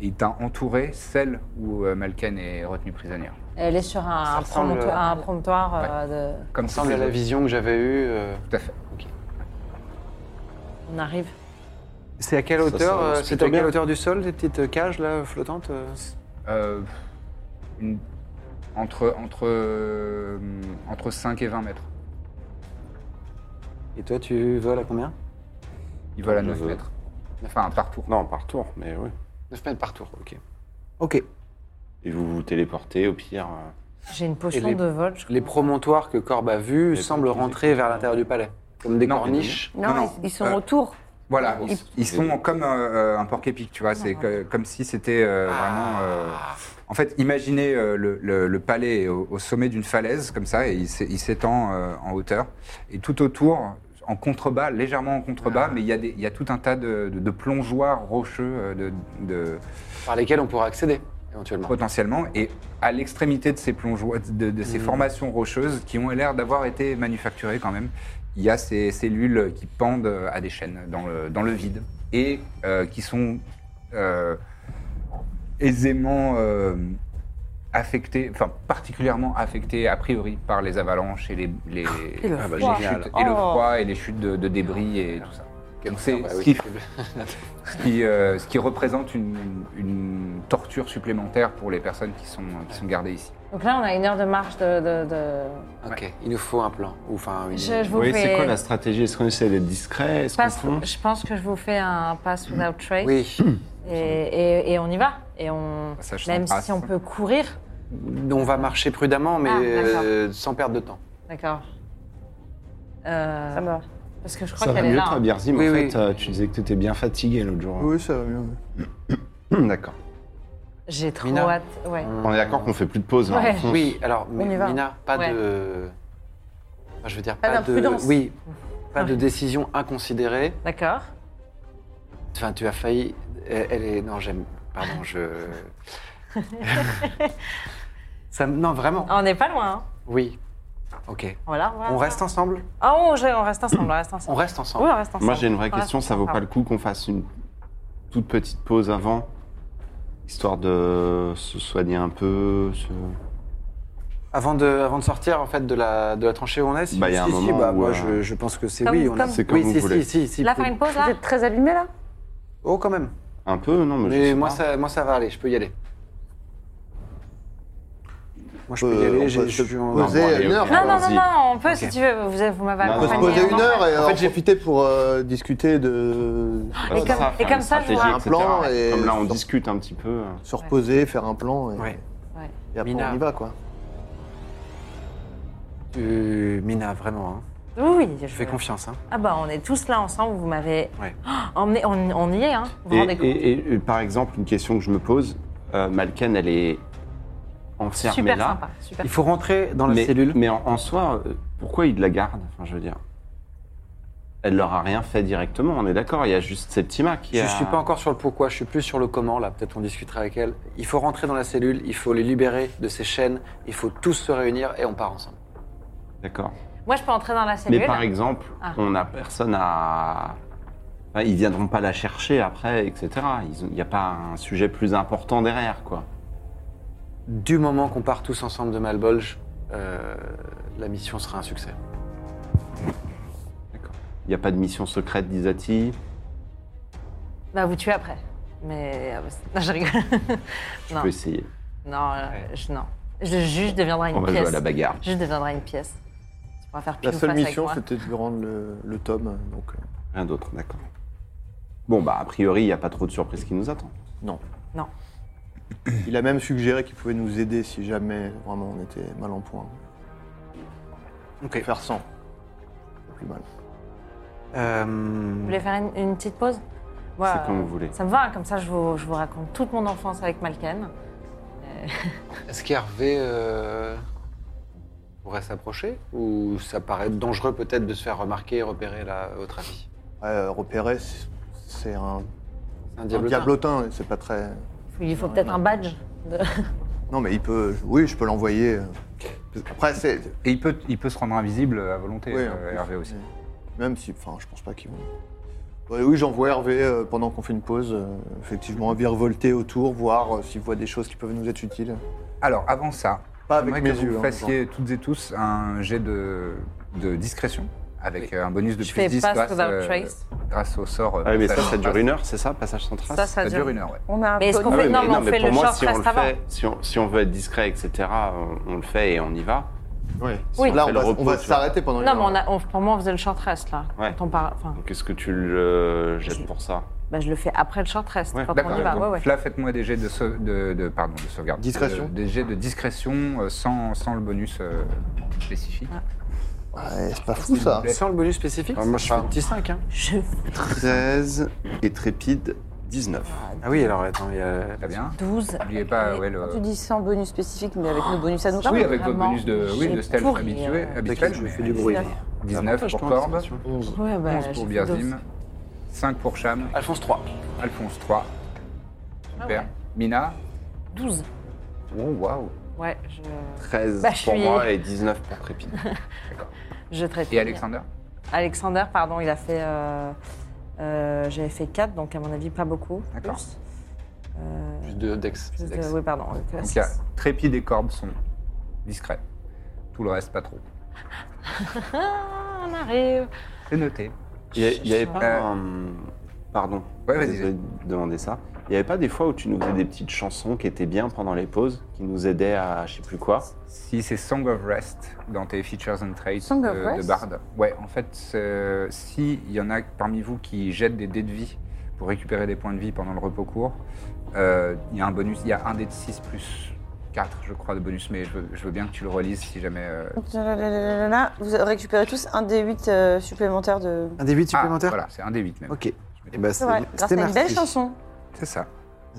Speaker 1: Et il t'a entouré celle où euh, Malken est retenue prisonnière.
Speaker 3: Elle est sur un,
Speaker 2: Ça ressemble,
Speaker 3: promontoire,
Speaker 2: euh,
Speaker 3: un promontoire euh, de...
Speaker 1: Comme
Speaker 2: ressemble à
Speaker 1: toutes les
Speaker 2: la
Speaker 1: autres.
Speaker 2: vision que j'avais eue. euh.
Speaker 1: Tout à fait.
Speaker 3: On arrive.
Speaker 2: C'est à quelle
Speaker 5: Ça,
Speaker 2: hauteur
Speaker 5: ça,
Speaker 2: euh,
Speaker 5: c'est
Speaker 2: C'est
Speaker 5: plutôt
Speaker 2: à quelle
Speaker 5: bien.
Speaker 2: hauteur du sol, des petites euh, cages là flottantes euh
Speaker 1: Euh, une- entre, entre, euh, entre 5 et 20 mètres.
Speaker 2: Et toi, tu voles à combien
Speaker 1: Il vole à 9
Speaker 5: veux.
Speaker 1: mètres. Enfin, par tour.
Speaker 5: Non, par tour, mais oui.
Speaker 2: 9 mètres par tour, ok.
Speaker 5: Ok. Et vous vous téléportez, au pire. euh,
Speaker 3: J'ai une potion
Speaker 2: les-
Speaker 3: de vol. je
Speaker 2: Les promontoires que Corbe a vus
Speaker 5: Les
Speaker 2: semblent
Speaker 5: portes,
Speaker 2: rentrer vers l'intérieur du palais, comme des
Speaker 1: Non,
Speaker 2: corniches.
Speaker 4: Non,
Speaker 1: Non, non.
Speaker 4: Ils, ils sont
Speaker 1: Euh,
Speaker 4: autour.
Speaker 1: Voilà, ils,
Speaker 5: Ils-
Speaker 1: ils sont comme euh, un porc épic, tu vois. C'est que- comme si c'était euh, vraiment. euh, En fait, imaginez euh, le, le- le palais au, au sommet d'une falaise, comme ça, et il s'é- il s'étend euh, en hauteur. Et tout autour, en contrebas, légèrement en contrebas, mais il y, a des- il y a tout un tas de, de- de plongeoirs rocheux euh, de- de,
Speaker 2: par lesquels on pourra accéder éventuellement.
Speaker 1: potentiellement, et à l'extrémité de ces plongeois, de, de
Speaker 4: Mm.
Speaker 1: ces formations rocheuses qui ont l'air d'avoir été manufacturées quand même, il y a ces cellules qui pendent euh, à des chaînes dans le, dans le vide et euh, qui sont euh, aisément euh, affectées, enfin particulièrement affectées a priori par les avalanches et les, les,
Speaker 4: Et le
Speaker 1: ah bah,
Speaker 4: froid.
Speaker 1: les chutes,
Speaker 4: Génial.
Speaker 1: et le
Speaker 4: Oh.
Speaker 1: froid et les chutes de, de débris et tout ça. Donc c'est
Speaker 2: Bah
Speaker 1: ce
Speaker 2: oui.
Speaker 1: qui ce qui, euh, ce qui représente une, une torture supplémentaire pour les personnes qui sont, qui sont gardées ici.
Speaker 3: crois. Donc là, on a une heure de marche de... de- de-
Speaker 2: Ok, il nous faut un plan. Ou enfin, une...
Speaker 3: Je, je vous
Speaker 5: Oui,
Speaker 3: fais...
Speaker 5: c'est quoi la stratégie Est-ce qu'on essaie d'être discret Est-ce qu'on
Speaker 3: pass-
Speaker 5: fonce
Speaker 3: je pense que je vous fais un pass without trace.
Speaker 2: Oui,
Speaker 3: Et, et- et on y va. Et on...
Speaker 1: Ça, je
Speaker 3: Même
Speaker 1: sens pas.
Speaker 3: si on peut courir.
Speaker 2: on va marcher prudemment, mais
Speaker 3: Ah, d'accord.
Speaker 2: euh, sans perdre de temps.
Speaker 3: D'accord. Euh,
Speaker 4: Ça me va.
Speaker 3: Parce que je crois
Speaker 5: Ça va
Speaker 3: qu'elle est
Speaker 5: mieux,
Speaker 3: là.
Speaker 5: toi,
Speaker 3: hein.
Speaker 5: Birzim.
Speaker 2: Oui,
Speaker 5: en
Speaker 2: oui.
Speaker 5: fait, euh, tu disais que tu étais bien fatigué l'autre jour.
Speaker 6: Oui, ça va mieux. oui.
Speaker 5: Hmm, D'accord.
Speaker 3: J'ai trop
Speaker 2: Mina.
Speaker 3: hâte. Ouais.
Speaker 5: On est d'accord qu'on fait plus de pause. hein,
Speaker 3: Ouais.
Speaker 5: on fonce.
Speaker 2: Oui, alors, mais
Speaker 4: y va.
Speaker 2: Mina, pas
Speaker 3: Ouais.
Speaker 2: de. enfin, je veux dire,
Speaker 3: Pas
Speaker 2: pas de.
Speaker 3: d'imprudence.
Speaker 2: Oui, pas de décision inconsidérée.
Speaker 3: D'accord.
Speaker 2: Enfin, tu as failli. Elle elle est. Non, j'aime. Pardon, je. Ça me- Non, vraiment.
Speaker 3: On n'est pas loin. hein.
Speaker 2: Oui. Ok.
Speaker 3: Voilà, voilà.
Speaker 2: On reste ensemble
Speaker 3: Ah, on, on reste ensemble, on reste
Speaker 2: On
Speaker 3: ensemble.
Speaker 2: reste
Speaker 3: Oui,
Speaker 2: ensemble.
Speaker 3: on reste ensemble.
Speaker 5: Moi, j'ai une vraie
Speaker 3: On reste
Speaker 5: question. Ça vaut pas
Speaker 3: ensemble.
Speaker 5: le coup qu'on fasse une toute petite pause avant Histoire de se soigner un peu. se-
Speaker 2: Avant, de, avant de sortir en fait de la, de la tranchée où on est si,
Speaker 5: Bah, il y a un
Speaker 2: si, si,
Speaker 5: moment
Speaker 2: bah,
Speaker 5: où,
Speaker 2: moi
Speaker 5: euh,
Speaker 2: je, je pense que c'est
Speaker 3: Comme-
Speaker 2: oui. On a...
Speaker 3: comme-
Speaker 5: C'est comme
Speaker 2: oui,
Speaker 5: vous
Speaker 2: si,
Speaker 5: voulez.
Speaker 2: si, si, si,
Speaker 3: Là,
Speaker 2: peu-
Speaker 3: faire une pause,
Speaker 4: Vous
Speaker 3: là
Speaker 4: êtes très allumés là
Speaker 2: Oh, quand même.
Speaker 5: Un peu Non, mais, je
Speaker 2: Mais
Speaker 5: sais
Speaker 2: moi
Speaker 5: pas.
Speaker 2: ça, moi ça va aller, je peux y aller. Moi je peux
Speaker 6: Euh,
Speaker 2: y
Speaker 6: on
Speaker 2: aller. j'ai-
Speaker 6: peut
Speaker 2: Je
Speaker 6: se
Speaker 2: suis
Speaker 5: Non,
Speaker 2: en...
Speaker 6: poser
Speaker 5: bon, allez,
Speaker 6: une
Speaker 5: ok.
Speaker 6: heure.
Speaker 3: Non, non, non,
Speaker 5: Allons-y.
Speaker 3: non, on peut si
Speaker 2: Ok.
Speaker 3: tu veux. Vous, êtes- vous m'avez
Speaker 5: Non,
Speaker 6: On peut se
Speaker 3: accompagné.
Speaker 6: poser une heure et
Speaker 2: En fait,
Speaker 6: en
Speaker 2: j'ai-
Speaker 6: profiter pour euh, discuter de.
Speaker 5: Ouais,
Speaker 3: comme-
Speaker 5: ça,
Speaker 3: et
Speaker 5: faire
Speaker 3: comme
Speaker 5: une
Speaker 3: ça, je
Speaker 5: stratégie,
Speaker 3: vois un
Speaker 5: etc.
Speaker 6: plan et-
Speaker 5: Comme là, on discute un petit peu.
Speaker 6: Se reposer, faire un plan et,
Speaker 2: Ouais.
Speaker 6: et après
Speaker 2: Mina.
Speaker 6: on y va quoi.
Speaker 2: Tu- Mina, vraiment, hein.
Speaker 3: Oui, oui, je
Speaker 2: je fais confiance. Hein.
Speaker 3: Ah bah, on est tous là ensemble, vous m'avez
Speaker 2: Ouais.
Speaker 3: Oh, emmené, on, on y est, hein. Vous vous
Speaker 5: Et,
Speaker 3: rendez compte
Speaker 5: et- et- et par exemple, une question que je me pose, euh, Malken, euh, elle est enfermée
Speaker 7: Super
Speaker 5: là.
Speaker 7: sympa, super.
Speaker 2: Il faut rentrer dans la
Speaker 5: mais,
Speaker 2: cellule.
Speaker 5: Mais en, en soi, euh, pourquoi ils la gardent Enfin, je veux dire, elle leur a rien fait directement. On est d'accord. Il y a juste Septima qui
Speaker 2: Je
Speaker 5: a.
Speaker 2: suis pas encore sur le pourquoi, je suis plus sur le comment là, peut-être on discutera avec elle. Il faut rentrer dans la cellule, il faut les libérer de ces chaînes, il faut tous se réunir et on part ensemble.
Speaker 5: D'accord.
Speaker 3: Moi, je peux entrer dans la cellule.
Speaker 5: Mais par exemple,
Speaker 3: Ah.
Speaker 5: on n'a personne à. Enfin, ils viendront pas la chercher après, etc. Ils ont- Il n'y a pas un sujet plus important derrière, quoi.
Speaker 2: Du moment qu'on part tous ensemble de Malbolge, euh, la mission sera un succès.
Speaker 5: Il n'y a pas de mission secrète d'Isati.
Speaker 3: Bah, vous tuez après. Mais. euh, non, je rigole.
Speaker 5: Je
Speaker 3: non,
Speaker 5: peux essayer.
Speaker 3: non, euh, je, non. Je juge deviendra une
Speaker 5: On va jouer
Speaker 3: pièce.
Speaker 5: à la bagarre.
Speaker 3: Je deviendra une pièce. Tu pourras faire pile
Speaker 6: La
Speaker 3: ou
Speaker 6: seule
Speaker 3: face avec
Speaker 6: mission,
Speaker 3: moi.
Speaker 6: c'était de rendre le, le tome. Donc, euh,
Speaker 5: Rien d'autre, d'accord. Bon, bah, a priori, il n'y a pas trop de surprises qui nous attendent.
Speaker 6: non.
Speaker 3: Non.
Speaker 6: Il a même suggéré qu'il pouvait nous aider si jamais vraiment on était mal en point.
Speaker 2: Ok.
Speaker 6: Faire 100. Plus mal.
Speaker 3: Vous
Speaker 2: Euh,
Speaker 3: voulez faire une, une petite pause Moi,
Speaker 5: C'est comme
Speaker 3: euh,
Speaker 5: vous voulez.
Speaker 3: Ça me va, comme ça, je vous, je vous raconte toute mon enfance avec Malken.
Speaker 2: Est-ce qu'Hervé euh, pourrait s'approcher Ou ça paraît dangereux peut-être de se faire remarquer et repérer là, à votre avis
Speaker 6: Ouais, euh, repérer, c'est- c'est un,
Speaker 2: C'est un
Speaker 6: un
Speaker 2: diablotin.
Speaker 6: diablotin. et c'est pas très.
Speaker 3: Il faut peut-être un badge.
Speaker 6: Non, mais il peut. Oui, je peux l'envoyer. euh. Après, c'est.
Speaker 1: Et il peut, il peut se rendre invisible à volonté,
Speaker 6: Oui,
Speaker 1: euh,
Speaker 6: en plus,
Speaker 1: Hervé aussi.
Speaker 6: oui. Même si, enfin, je pense pas qu'ils vont. Ouais, oui, j'envoie Hervé euh, pendant qu'on fait une pause, euh, effectivement, virevolter autour, voir euh, s'il voit des choses qui peuvent nous être utiles.
Speaker 1: Alors, avant ça,
Speaker 6: Pas avec
Speaker 1: j'aimerais
Speaker 6: mes
Speaker 1: que
Speaker 6: yeux.
Speaker 1: vous
Speaker 6: hein,
Speaker 1: fassiez toutes et tous un jet de, de discrétion avec euh, un bonus de
Speaker 3: Je
Speaker 1: plus
Speaker 3: fais
Speaker 1: 10
Speaker 3: pass
Speaker 1: grâce,
Speaker 3: without
Speaker 1: euh,
Speaker 3: trace.
Speaker 1: grâce au sort. euh,
Speaker 5: Ah oui, mais ça,
Speaker 1: passage
Speaker 5: ça Ah
Speaker 1: en
Speaker 5: dure
Speaker 1: trace.
Speaker 5: une heure, c'est ça, Passage sans trace
Speaker 3: Ça, ça,
Speaker 1: Ça dure
Speaker 3: dure.
Speaker 1: une heure, ouais.
Speaker 4: On a un
Speaker 3: Mais est-ce qu'on
Speaker 4: code-
Speaker 3: fait- non, mais on fait
Speaker 5: pour
Speaker 3: le
Speaker 5: moi,
Speaker 3: short
Speaker 5: si on, le
Speaker 3: rest avant.
Speaker 5: fait, si, on, si on veut être discret, etc., on, on le fait et on y va.
Speaker 6: donc. Ouais.
Speaker 3: Oui.
Speaker 6: Là,
Speaker 5: On fait
Speaker 6: on
Speaker 5: le
Speaker 6: va, on
Speaker 5: repos,
Speaker 6: va
Speaker 5: tu vois.
Speaker 6: s'arrêter pendant une
Speaker 3: Non, mais
Speaker 6: heure.
Speaker 3: on a, on- pour moi, on faisait le short rest, là.
Speaker 5: Ouais.
Speaker 3: Quand on parle- enfin,
Speaker 5: Donc, est-ce que tu le jettes pour ça
Speaker 3: bah, je le fais après le short rest,
Speaker 5: Ouais,
Speaker 3: quand on
Speaker 1: D'accord,
Speaker 3: y va.
Speaker 1: donc
Speaker 3: Ouais, ouais.
Speaker 1: là faites-moi des jets de, sau- de, de- pardon, de sauvegarde.
Speaker 6: Discrétion.
Speaker 1: De- des jets de discrétion euh, sans, sans le bonus euh, spécifique.
Speaker 3: Ah.
Speaker 6: Ouais, c'est pas fou ça.
Speaker 2: Sans le bonus spécifique
Speaker 5: Ah, moi, je
Speaker 2: c'est
Speaker 5: fais
Speaker 2: pas
Speaker 5: un
Speaker 2: petit 5. Hein.
Speaker 5: 13 et Trépide, 19.
Speaker 2: Ah oui, alors attends, il y a...
Speaker 1: Très bien.
Speaker 4: 12.
Speaker 1: N'oubliez pas,
Speaker 4: Mais
Speaker 1: ouais, le-
Speaker 4: quand Tu dis sans bonus spécifique, mais avec nos bonus à nous.
Speaker 1: euh, Ah Oui, avec votre bonus de, oui, de
Speaker 4: j'ai
Speaker 1: stealth
Speaker 4: pourri,
Speaker 1: habitué,
Speaker 4: euh,
Speaker 1: habituel.
Speaker 2: je
Speaker 1: mais-
Speaker 2: fais du bruit.
Speaker 1: Ah, 19 pour Corbe,
Speaker 3: Ouais, bah,
Speaker 1: 11
Speaker 3: je
Speaker 1: pour
Speaker 3: fais
Speaker 1: Biazim, 5 pour Cham,
Speaker 2: Alphonse 3.
Speaker 1: Alphonse 3. Super.
Speaker 3: ouais.
Speaker 1: Mina.
Speaker 3: 12.
Speaker 1: Oh, waouh.
Speaker 3: Ouais, je,
Speaker 5: 13
Speaker 3: Bah,
Speaker 5: pour
Speaker 3: je suis-
Speaker 5: moi et 19 pour Trépide.
Speaker 3: je traite.
Speaker 1: Et Alexander
Speaker 3: Alexander, pardon, il a fait. euh, euh, J'avais fait 4, donc à mon avis, pas beaucoup.
Speaker 1: D'accord.
Speaker 3: Plus. Euh,
Speaker 2: Plus de Dex.
Speaker 3: plus de-
Speaker 2: Dex.
Speaker 3: oui, pardon. euh,
Speaker 1: Donc,
Speaker 3: six.
Speaker 1: il y a Trépide et Corbe sont discrets. Tout le reste, pas trop.
Speaker 3: Ah, on arrive.
Speaker 1: C'est noté.
Speaker 5: Il n'y avait pas
Speaker 1: Euh,
Speaker 5: un- Pardon.
Speaker 1: Ouais, vas-y.
Speaker 5: Désolé de demander ça. Il n'y avait pas des fois où tu nous faisais des petites chansons qui étaient bien pendant les pauses, qui nous aidaient à je sais plus quoi
Speaker 1: Si c'est Song of Rest dans tes features and traits
Speaker 4: Song
Speaker 1: de,
Speaker 4: of
Speaker 1: de
Speaker 4: Rest
Speaker 1: Bard. Ouais, en fait, euh, si il y en a parmi vous qui jettent des dés de vie pour récupérer des points de vie pendant le repos court, euh, il y a un bonus, il y a un dé de 6 plus 4, je crois, de bonus, mais je veux, je veux bien que tu le relises si jamais. euh,
Speaker 7: Tadadadadadada. Vous récupérez tous un D8 euh, supplémentaire de.
Speaker 2: Un D8
Speaker 1: Ah,
Speaker 2: supplémentaire
Speaker 1: voilà, Eh ben, c'est un dé 8 même.
Speaker 2: Ok. Et
Speaker 7: C'est vrai, grâce à une belle chanson.
Speaker 1: C'est ça.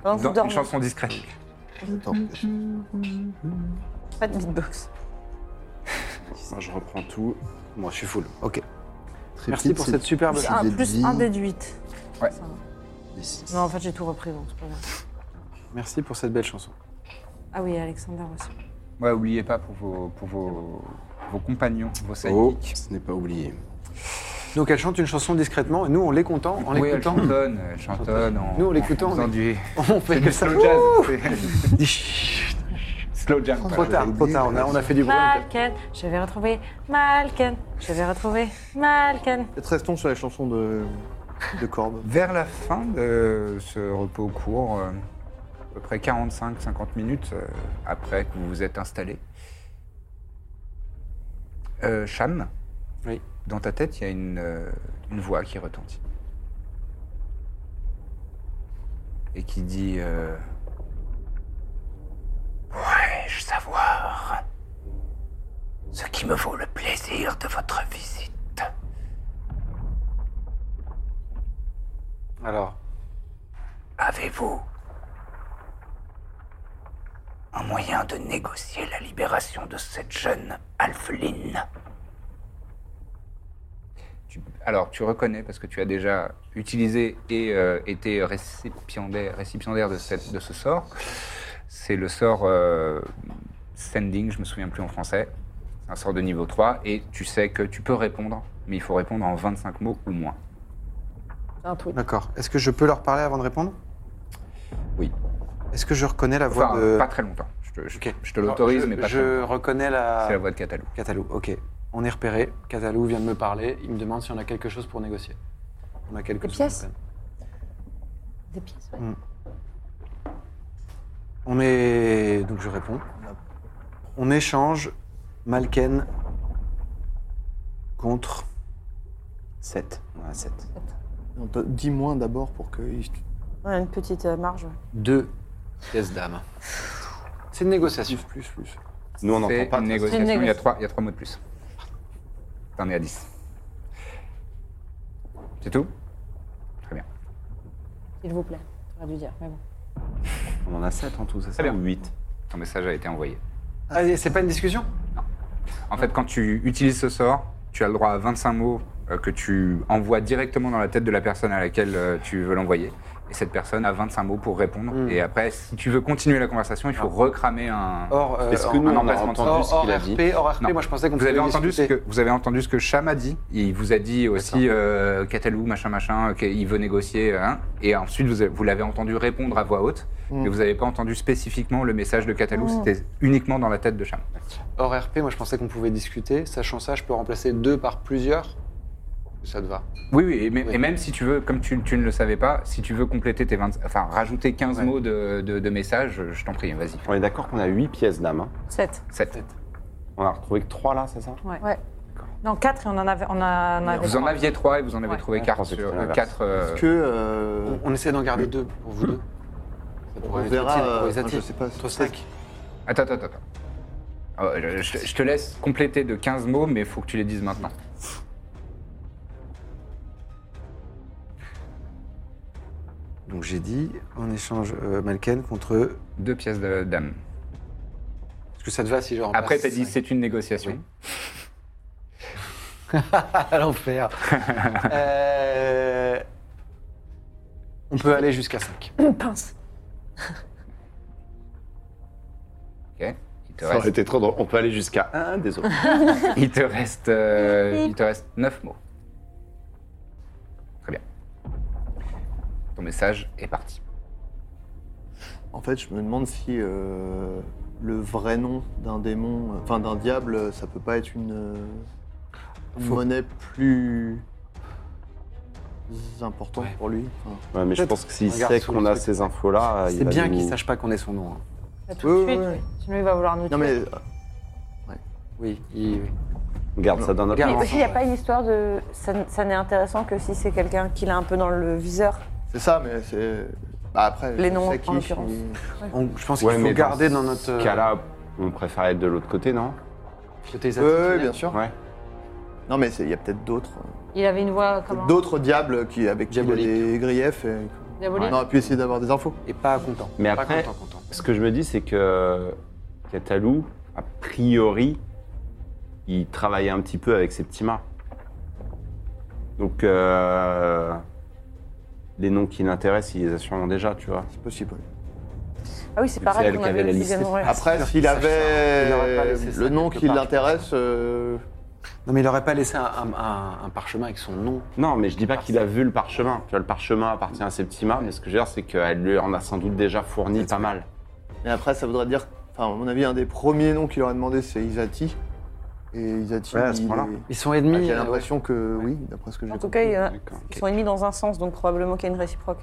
Speaker 7: Pendant que vous
Speaker 1: Dans- une
Speaker 7: dormez.
Speaker 1: chanson discrète.
Speaker 6: Attends.
Speaker 7: Pas de beatbox.
Speaker 5: Moi, je reprends tout. Moi, je suis full.
Speaker 2: Ok. Merci
Speaker 6: Trépide,
Speaker 2: pour
Speaker 6: c'est-
Speaker 2: cette superbe.
Speaker 6: C'est
Speaker 3: Un,
Speaker 6: des
Speaker 3: plus
Speaker 6: dix.
Speaker 3: 1 déduite.
Speaker 1: Ouais.
Speaker 3: Non, en fait, j'ai tout repris, donc c'est pas grave.
Speaker 2: Merci pour cette belle chanson.
Speaker 3: Ah oui, Alexander aussi.
Speaker 1: Ouais, oubliez pas pour vos, pour vos, vos compagnons, vos
Speaker 5: Oh,
Speaker 1: psychiques.
Speaker 5: ce n'est pas oublié.
Speaker 2: Donc elle chante une chanson discrètement et nous on l'écoutant, en
Speaker 1: Oui, elle
Speaker 2: l'écoutant,
Speaker 1: chantonne, elle chantonne. en-
Speaker 2: Nous, en l'écoutant,
Speaker 1: en faisant
Speaker 2: on est-
Speaker 1: du-
Speaker 2: on fait que
Speaker 1: du
Speaker 2: ça.
Speaker 1: slow jazz. C'est-
Speaker 2: Dis chut.
Speaker 1: slow jazz.
Speaker 2: Trop tard, trop tard, on a, on a fait du bruit.
Speaker 3: Malken, je vais retrouver Malken, je vais retrouver Malken.
Speaker 6: Peut-être Restons sur la chanson de, de Corbe.
Speaker 1: Vers la fin de ce repos court, euh, à peu près 45-50 minutes euh, après que vous vous êtes installé, euh, Cham,
Speaker 2: Oui.
Speaker 1: dans ta tête, il y a une, euh, une voix qui retentit. Et qui dit euh, Pourrais-je savoir ce qui me vaut le plaisir de votre visite
Speaker 2: Alors,
Speaker 1: Avez-vous
Speaker 8: un moyen de négocier la libération de cette jeune alpheline.
Speaker 1: Tu- alors, tu reconnais, parce que tu as déjà utilisé et euh, été récipiendaire, récipiendaire de, cette- de ce sort, c'est le sort euh, Sending, je me souviens plus en français. C'est un sort de niveau 3, et tu sais que tu peux répondre, mais il faut répondre en 25 mots ou moins.
Speaker 4: Un tweet.
Speaker 2: D'accord. Est-ce que je peux leur parler avant de répondre
Speaker 1: Oui.
Speaker 2: Est-ce que je reconnais la voix
Speaker 1: Enfin,
Speaker 2: de.
Speaker 1: pas très longtemps. Je te, je-
Speaker 2: Ok.
Speaker 1: je te l'autorise,
Speaker 2: Alors,
Speaker 1: mais
Speaker 2: je-
Speaker 1: pas très
Speaker 2: Je
Speaker 1: longtemps.
Speaker 2: reconnais la.
Speaker 1: C'est la voix de Catalou.
Speaker 2: Catalou, ok. On est repéré. Catalou vient de me parler. Il me demande si on a quelque chose pour négocier. On a quelque
Speaker 4: Des
Speaker 2: chose.
Speaker 4: pièces
Speaker 2: à peine.
Speaker 4: Des pièces, ouais.
Speaker 2: On est. Donc je réponds. On échange Malken contre
Speaker 5: 7. On a 7.
Speaker 6: On peut- Dis moins d'abord pour que. il-
Speaker 7: On a une petite euh, marge. ouais.
Speaker 2: deux pièces d'âme. C'est une négociation.
Speaker 6: Plus, plus.
Speaker 5: Nous, on
Speaker 1: C'est
Speaker 5: n'entend pas.
Speaker 1: une
Speaker 5: de toute
Speaker 1: négociation,
Speaker 3: C'est une
Speaker 1: il, y a
Speaker 3: négo-
Speaker 1: trois, il y a trois mots de plus. T'en es à 10. C'est tout
Speaker 3: S'il vous plaît. J'aurais dû dire, mais bon.
Speaker 5: façon. On en a 7 en tout, c'est ça
Speaker 1: bien.
Speaker 5: Ou 8.
Speaker 1: Ton message a été envoyé.
Speaker 2: Ah, et c'est pas une discussion
Speaker 1: En fait, quand tu utilises ce sort, tu as le droit à 25 mots euh, que tu envoies directement dans la tête de la personne à laquelle euh, tu veux l'envoyer. Et cette personne a 25 mots pour répondre. Et après, si tu veux continuer la conversation, il faut recramer un.
Speaker 2: Or, euh,
Speaker 5: Est-ce que
Speaker 2: en-
Speaker 5: nous,
Speaker 1: un
Speaker 5: on a
Speaker 1: emplacement de
Speaker 5: entendu
Speaker 2: Hors,
Speaker 5: ce qu'il
Speaker 2: hors
Speaker 5: a
Speaker 2: RP,
Speaker 5: dit
Speaker 2: hors RP,
Speaker 1: Non.
Speaker 2: moi je pensais qu'on
Speaker 1: Vous avez,
Speaker 2: pouvait
Speaker 1: entendu ce
Speaker 2: discuter.
Speaker 1: que, vous avez entendu ce que Cham a dit. Il vous a dit aussi euh, Catalou, machin, machin, qu'il veut négocier. hein. Et ensuite, vous, avez- vous l'avez entendu répondre à voix haute. Mais vous n'avez pas entendu spécifiquement le message de Catalou. C'était uniquement dans la tête de Cham.
Speaker 2: Hors RP, moi je pensais qu'on pouvait discuter. Sachant ça, je peux remplacer deux par plusieurs. Ça te va.
Speaker 1: Oui, oui, et, même-
Speaker 2: Oui.
Speaker 1: et même si tu veux, comme tu, tu ne le savais pas, si tu veux compléter tes 20, enfin rajouter 15 mots de, de, de message, je- je t'en prie, vas-y.
Speaker 5: On est d'accord qu'on a 8 pièces d'âme. hein.
Speaker 3: 7.
Speaker 1: 7.
Speaker 5: On a retrouvé que 3 là, c'est ça
Speaker 3: Ouais. Non, 4 et on en avait. On a, on avait
Speaker 1: Vous en
Speaker 3: trois.
Speaker 1: aviez 3 et vous en avez
Speaker 3: Ouais.
Speaker 1: trouvé
Speaker 5: Ouais,
Speaker 1: 4
Speaker 5: je pensais que
Speaker 1: sur euh,
Speaker 5: c'était l'inverse.
Speaker 1: 4.
Speaker 6: Est-ce que. euh,
Speaker 2: On, on essaie d'en garder deux pour vous deux. Ça
Speaker 6: on
Speaker 2: pourrait être
Speaker 6: verra.
Speaker 2: utile pour
Speaker 6: euh,
Speaker 2: les
Speaker 6: enfin, je
Speaker 2: attirer.
Speaker 6: sais pas.
Speaker 2: Entre cinq.
Speaker 1: Attends, attends, attends. Ah ouais, je, je te- je te laisse compléter de 15 mots, mais il faut que tu les dises maintenant.
Speaker 2: Donc j'ai dit, on échange euh, Malken contre.
Speaker 1: Deux pièces de- d'âme.
Speaker 2: Est-ce que ça te va si je remplace
Speaker 1: Après, t'as dit
Speaker 2: cinq
Speaker 1: c'est une négociation.
Speaker 2: À l'enfer. Euh, On peut aller jusqu'à 5.
Speaker 4: Une pince.
Speaker 1: Ok. Il te reste,
Speaker 5: été trop drôle. On peut aller jusqu'à 1, désolé.
Speaker 1: il te reste, euh, il te reste 9 mots. Très bien. Ton message est parti.
Speaker 6: En fait, je me demande si euh, le vrai nom d'un démon, euh, enfin d'un diable, ça peut pas être une, euh, une
Speaker 2: Faut-
Speaker 6: monnaie plus importante
Speaker 2: Ouais.
Speaker 6: pour lui. Enfin,
Speaker 5: Ouais, mais je
Speaker 2: Peut-être.
Speaker 5: pense que s'il
Speaker 2: Regarde
Speaker 5: sait
Speaker 2: sous
Speaker 5: qu'on
Speaker 2: le
Speaker 5: a
Speaker 2: truc.
Speaker 5: ces infos-là, il
Speaker 2: C'est
Speaker 5: va
Speaker 2: bien
Speaker 5: nous-
Speaker 2: qu'ils sachent pas qu'on est son nom. hein.
Speaker 3: Pas tout de
Speaker 6: Ouais,
Speaker 3: suite,
Speaker 6: ouais.
Speaker 3: oui. Sinon, il va vouloir nous tuer.
Speaker 6: non mais
Speaker 2: Oui, il- oui.
Speaker 5: On garde ça dans notre
Speaker 2: Regarde.
Speaker 7: Mais aussi, il n'y a pas une histoire de. Ça, n- ça n'est intéressant que si c'est quelqu'un qui l'a un peu dans le viseur.
Speaker 6: c'est ça, mais c'est. Bah, après,
Speaker 7: Les
Speaker 6: je
Speaker 7: noms,
Speaker 6: sais qui,
Speaker 7: en l'occurrence.
Speaker 6: si-
Speaker 2: On- je pense
Speaker 5: Ouais,
Speaker 2: qu'il
Speaker 5: mais
Speaker 2: faut garder
Speaker 5: dans
Speaker 2: dans, notre. euh,
Speaker 5: cas-là, on préfère être de l'autre côté, non
Speaker 2: côté les
Speaker 6: Ouais, ouais,
Speaker 2: attitudes.
Speaker 6: bien sûr.
Speaker 5: Ouais.
Speaker 6: Non mais c'est- il y a peut-être d'autres, euh,
Speaker 3: Il avait une voix comment
Speaker 6: d'autres diables qui avec qui il y a
Speaker 2: Diabolique.
Speaker 6: des griefs. Et...
Speaker 3: Diabolique.
Speaker 6: On aurait pu essayer d'avoir des infos.
Speaker 2: Et pas content.
Speaker 5: Mais
Speaker 2: Pas
Speaker 5: après-
Speaker 2: content, content.
Speaker 5: Ce que je me dis, c'est que Catalou, a priori, il travaillait un petit peu avec ses petits mains. Donc, euh, les noms qui l'intéressent, il les a sûrement déjà, tu vois.
Speaker 6: C'est possible. oui.
Speaker 7: Ah oui, c'est
Speaker 5: C'est
Speaker 7: pareil
Speaker 5: elle
Speaker 7: qu'on
Speaker 5: qui
Speaker 7: avait
Speaker 5: avait la
Speaker 7: le
Speaker 5: liste.
Speaker 7: ciganon, ouais.
Speaker 6: Après, s'il
Speaker 2: sache ça, il aurait pas
Speaker 6: avait
Speaker 2: laissé ça
Speaker 6: le nom
Speaker 2: quelque
Speaker 6: qui
Speaker 2: part, je
Speaker 6: l'intéresse, euh,
Speaker 2: Non, mais il aurait pas laissé un, un- un- un parchemin avec son nom.
Speaker 5: Non, mais je dis pas qu'il a vu le parchemin. Tu vois, le parchemin appartient à ses petits mains, mais ce que je veux dire, c'est qu'elle lui en a sans doute déjà fourni pas mal.
Speaker 6: Mais après, ça voudrait dire, enfin, à mon avis, un des premiers noms qu'il aurait demandé, c'est Isati. Et Isati,
Speaker 5: Ouais, à ce
Speaker 6: il
Speaker 5: point-là.
Speaker 6: est-
Speaker 2: Ils sont ennemis.
Speaker 6: j'ai
Speaker 2: euh,
Speaker 6: l'impression que oui, d'après ce que j'ai
Speaker 7: En tout
Speaker 6: compris.
Speaker 7: cas, il y en a-
Speaker 5: D'accord.
Speaker 7: ils sont ennemis dans un sens, donc probablement qu'il y a une réciproque.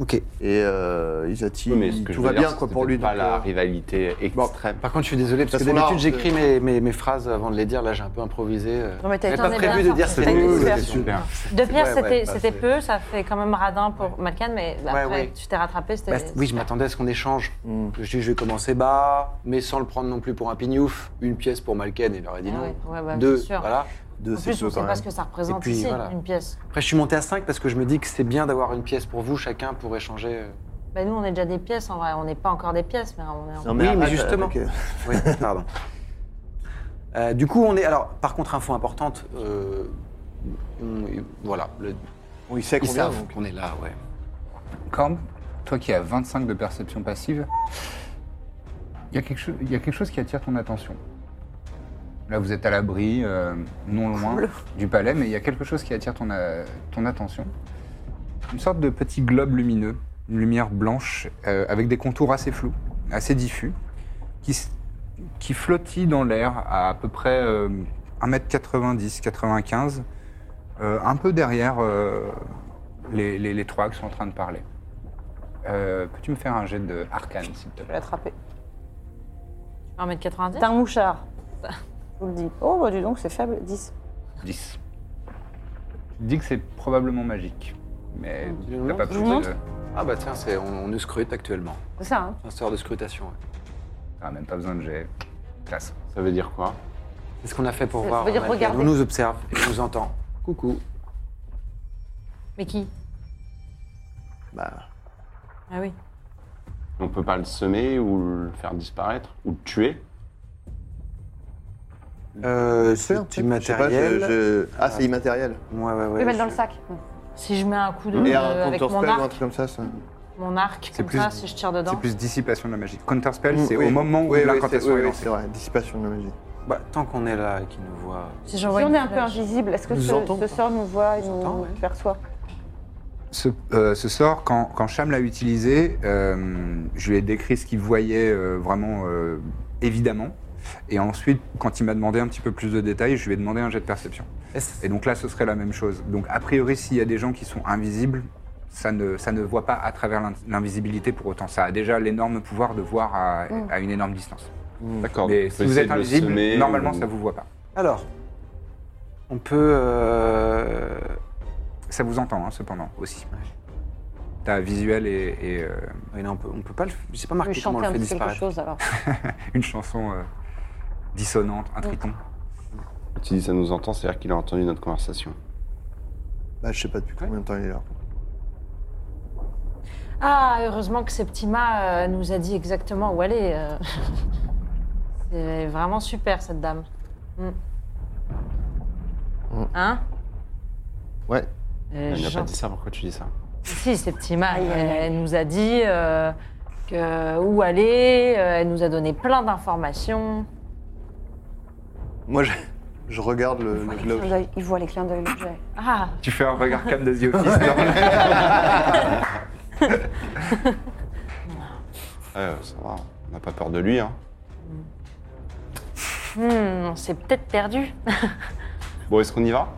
Speaker 2: Ok.
Speaker 6: Et euh, Isati,
Speaker 5: Oui, mais ce que je
Speaker 6: tout
Speaker 5: veux
Speaker 6: va
Speaker 5: dire,
Speaker 6: bien
Speaker 5: c'est
Speaker 6: quoi,
Speaker 5: que
Speaker 6: pour
Speaker 5: c'est
Speaker 6: lui.
Speaker 5: Pas
Speaker 6: donc,
Speaker 5: la
Speaker 6: euh,
Speaker 5: rivalité extrême.
Speaker 2: Par contre, je suis désolé parce
Speaker 6: De
Speaker 2: que
Speaker 6: toute façon,
Speaker 2: d'habitude
Speaker 6: là,
Speaker 2: j'écris mes, mes, mes phrases avant de les dire. Là, j'ai un peu improvisé. euh.
Speaker 7: Non, mais t'as
Speaker 2: J'avais
Speaker 7: été
Speaker 2: pas
Speaker 7: un
Speaker 2: prévu de
Speaker 7: élève,
Speaker 2: dire
Speaker 7: t'as
Speaker 2: que c'était
Speaker 7: été
Speaker 2: une
Speaker 7: super.
Speaker 2: négociation.
Speaker 5: Super.
Speaker 3: De Pierre,
Speaker 2: Ouais, ouais,
Speaker 3: c'était,
Speaker 2: bah,
Speaker 3: c'était
Speaker 2: c'est-
Speaker 3: peu, ça fait quand même radin pour Malkan, mais après,
Speaker 2: ouais.
Speaker 3: tu t'es rattrapé, c'était.
Speaker 2: Bah, oui, je m'attendais à ce qu'on échange.
Speaker 6: hmm.
Speaker 2: Je dis, je vais commencer bas, mais sans le prendre non plus pour un pignouf. Une pièce pour Malken, il aurait dit
Speaker 3: Ah
Speaker 2: non.
Speaker 3: ouais, ouais, bah,
Speaker 2: Deux,
Speaker 3: c'est sûr.
Speaker 2: voilà.
Speaker 6: Deux,
Speaker 3: En
Speaker 6: c'est
Speaker 3: plus, on
Speaker 6: peu,
Speaker 3: ne sait
Speaker 6: quand
Speaker 3: pas
Speaker 6: même.
Speaker 3: ce que ça représente
Speaker 2: Et puis,
Speaker 3: ici,
Speaker 2: voilà.
Speaker 3: une pièce.
Speaker 2: Après, je suis monté à 5 parce que je me dis que c'est bien d'avoir une pièce pour vous, chacun, pour échanger. euh.
Speaker 3: Bah, Bah, nous, on est déjà des pièces, en vrai. On n'est pas encore des pièces, mais on est encore...
Speaker 6: Non, mais
Speaker 2: oui, mais
Speaker 6: arrête,
Speaker 2: justement.
Speaker 6: avec, euh,
Speaker 2: Oui, pardon. Euh, du coup, on est. Alors, par contre, info importante. euh, on- voilà. le-
Speaker 6: on- il sait
Speaker 2: ils
Speaker 6: qu'on vient,
Speaker 2: savent
Speaker 6: donc.
Speaker 2: qu'on est là, ouais.
Speaker 1: Corbe, toi qui as 25 de perception passive, il y, a quelque chose- il y a quelque chose qui attire ton attention. Là, vous êtes à l'abri, euh, non loin du palais, mais il y a quelque chose qui attire ton, euh, ton attention. Une sorte de petit globe lumineux, une lumière blanche, euh, avec des contours assez flous, assez diffus, qui, s- qui flottille dans l'air à à peu près euh, 1m90, 95, euh, un peu derrière euh, les, les- les trois qui sont en train de parler. Euh, Peux-tu me faire un jet de arcane, s'il te
Speaker 4: Je
Speaker 1: plaît
Speaker 4: vais l'attraper.
Speaker 3: 1m90
Speaker 7: T'as un mouchard. Je vous le dis. Oh, bah dis donc, c'est faible. 10.
Speaker 1: 10. Tu te dis que c'est probablement magique, mais
Speaker 6: Oh,
Speaker 2: Tu
Speaker 1: t'as
Speaker 2: nous
Speaker 1: pas
Speaker 2: montres
Speaker 1: plus
Speaker 7: Tu nous
Speaker 1: de...
Speaker 2: Ah, bah tiens, c'est- on, on nous scrute actuellement.
Speaker 4: C'est ça, hein
Speaker 2: Un sort de scrutation. ouais.
Speaker 1: t'as même pas besoin de jet. Classe.
Speaker 5: Ça veut dire quoi
Speaker 2: C'est ce qu'on a fait pour
Speaker 7: Ça
Speaker 2: voir.
Speaker 7: veut dire
Speaker 2: on a fait-
Speaker 7: regarder.
Speaker 2: On nous observe et on nous entend. Coucou.
Speaker 3: Mais qui
Speaker 6: Bah,
Speaker 3: Ah oui.
Speaker 5: On peut pas le semer ou le faire disparaître ou le tuer
Speaker 2: Euh,
Speaker 6: c'est un
Speaker 2: du
Speaker 6: truc, je sais pas, je-
Speaker 2: matériel.
Speaker 6: je- Ah, c'est immatériel.
Speaker 3: Euh,
Speaker 2: Ouais, ouais,
Speaker 4: Je
Speaker 2: ouais.
Speaker 4: vais mettre dans
Speaker 2: je-
Speaker 4: le sac.
Speaker 3: Si je mets un coup de...
Speaker 6: Et
Speaker 3: euh,
Speaker 6: un
Speaker 3: avec
Speaker 6: counter
Speaker 3: mon
Speaker 6: spell ou un
Speaker 3: arc,
Speaker 6: truc comme ça, ça.
Speaker 3: mon arc,
Speaker 1: C'est
Speaker 3: comme
Speaker 1: plus-
Speaker 3: ça, si je tire dedans...
Speaker 1: C'est plus dissipation de la magie. Counter spell,
Speaker 6: Mm,
Speaker 1: c'est
Speaker 6: oui.
Speaker 1: au moment où
Speaker 6: Oui, oui,
Speaker 1: l'incantation
Speaker 6: c'est- oui,
Speaker 1: est
Speaker 6: oui,
Speaker 1: lancée.
Speaker 6: c'est vrai, dissipation de la magie.
Speaker 2: Bah, tant qu'on est là et qu'ils nous voient.
Speaker 3: Si
Speaker 7: Si
Speaker 3: j'envoie
Speaker 7: on
Speaker 3: une
Speaker 7: est un peu
Speaker 3: flèche.
Speaker 7: invisible, est-ce que
Speaker 2: Nous
Speaker 7: ce,
Speaker 2: entend
Speaker 7: ce
Speaker 2: ou pas
Speaker 7: sort nous voit et nous,
Speaker 2: entend, ouais.
Speaker 7: perçoit
Speaker 1: Ce, euh, ce sort, quand, quand Cham l'a utilisé, euh, je lui ai décrit ce qu'il voyait euh, vraiment euh, évidemment. Et ensuite, quand il m'a demandé un petit peu plus de détails, je lui ai demandé un jet de perception.
Speaker 2: Est-ce-
Speaker 1: Et donc là, ce serait la même chose. Donc a priori, s'il y a des gens qui sont invisibles, ça ne, ça ne voit pas à travers l'in- l'invisibilité pour autant. Ça a déjà l'énorme pouvoir de voir à, à une énorme distance.
Speaker 5: D'accord.
Speaker 1: Hmm. Mais
Speaker 5: on
Speaker 1: si
Speaker 5: peut
Speaker 1: vous
Speaker 5: essayer
Speaker 1: êtes
Speaker 5: de le
Speaker 1: invisible,
Speaker 5: semer
Speaker 1: normalement,
Speaker 5: ou-
Speaker 1: ça vous voit pas.
Speaker 2: Alors, on peut. euh,
Speaker 1: Ça vous entend, hein, cependant, aussi. T'as visuel et, et, euh,
Speaker 2: oui, non, on peut, on peut pas le. J'ai pas
Speaker 7: Je vais
Speaker 2: marqué comment on
Speaker 7: chanter
Speaker 2: le
Speaker 7: un
Speaker 2: fait
Speaker 7: petit quelque
Speaker 2: disparaître.
Speaker 7: chose alors.
Speaker 1: une chanson euh, dissonante, un triton.
Speaker 5: Quand il dit ça nous entend, c'est-à-dire qu'il a entendu notre conversation.
Speaker 6: Bah, je sais pas depuis combien de temps il est là.
Speaker 3: Ah, heureusement que Septima euh, nous a dit exactement où aller. euh. C'est vraiment super, cette dame. Mm.
Speaker 6: Mm.
Speaker 3: Hein
Speaker 6: Ouais.
Speaker 3: Elle est
Speaker 5: Il n'a pas
Speaker 3: gentille.
Speaker 5: dit ça, pourquoi tu dis ça
Speaker 3: Si, Septima, elle, elle nous a dit euh, que- où aller, euh, elle nous a donné plein d'informations.
Speaker 6: Moi, je, je regarde le, le
Speaker 7: Les
Speaker 6: globe.
Speaker 7: clins d'œil, Il voit les clins d'œil. le jet.
Speaker 3: Ah,
Speaker 1: Tu fais un regard comme de The Office. non
Speaker 5: Euh, ça va, on n'a pas peur de lui. Hein.
Speaker 3: hmm, on s'est peut-être perdu.
Speaker 5: Bon, est-ce qu'on y va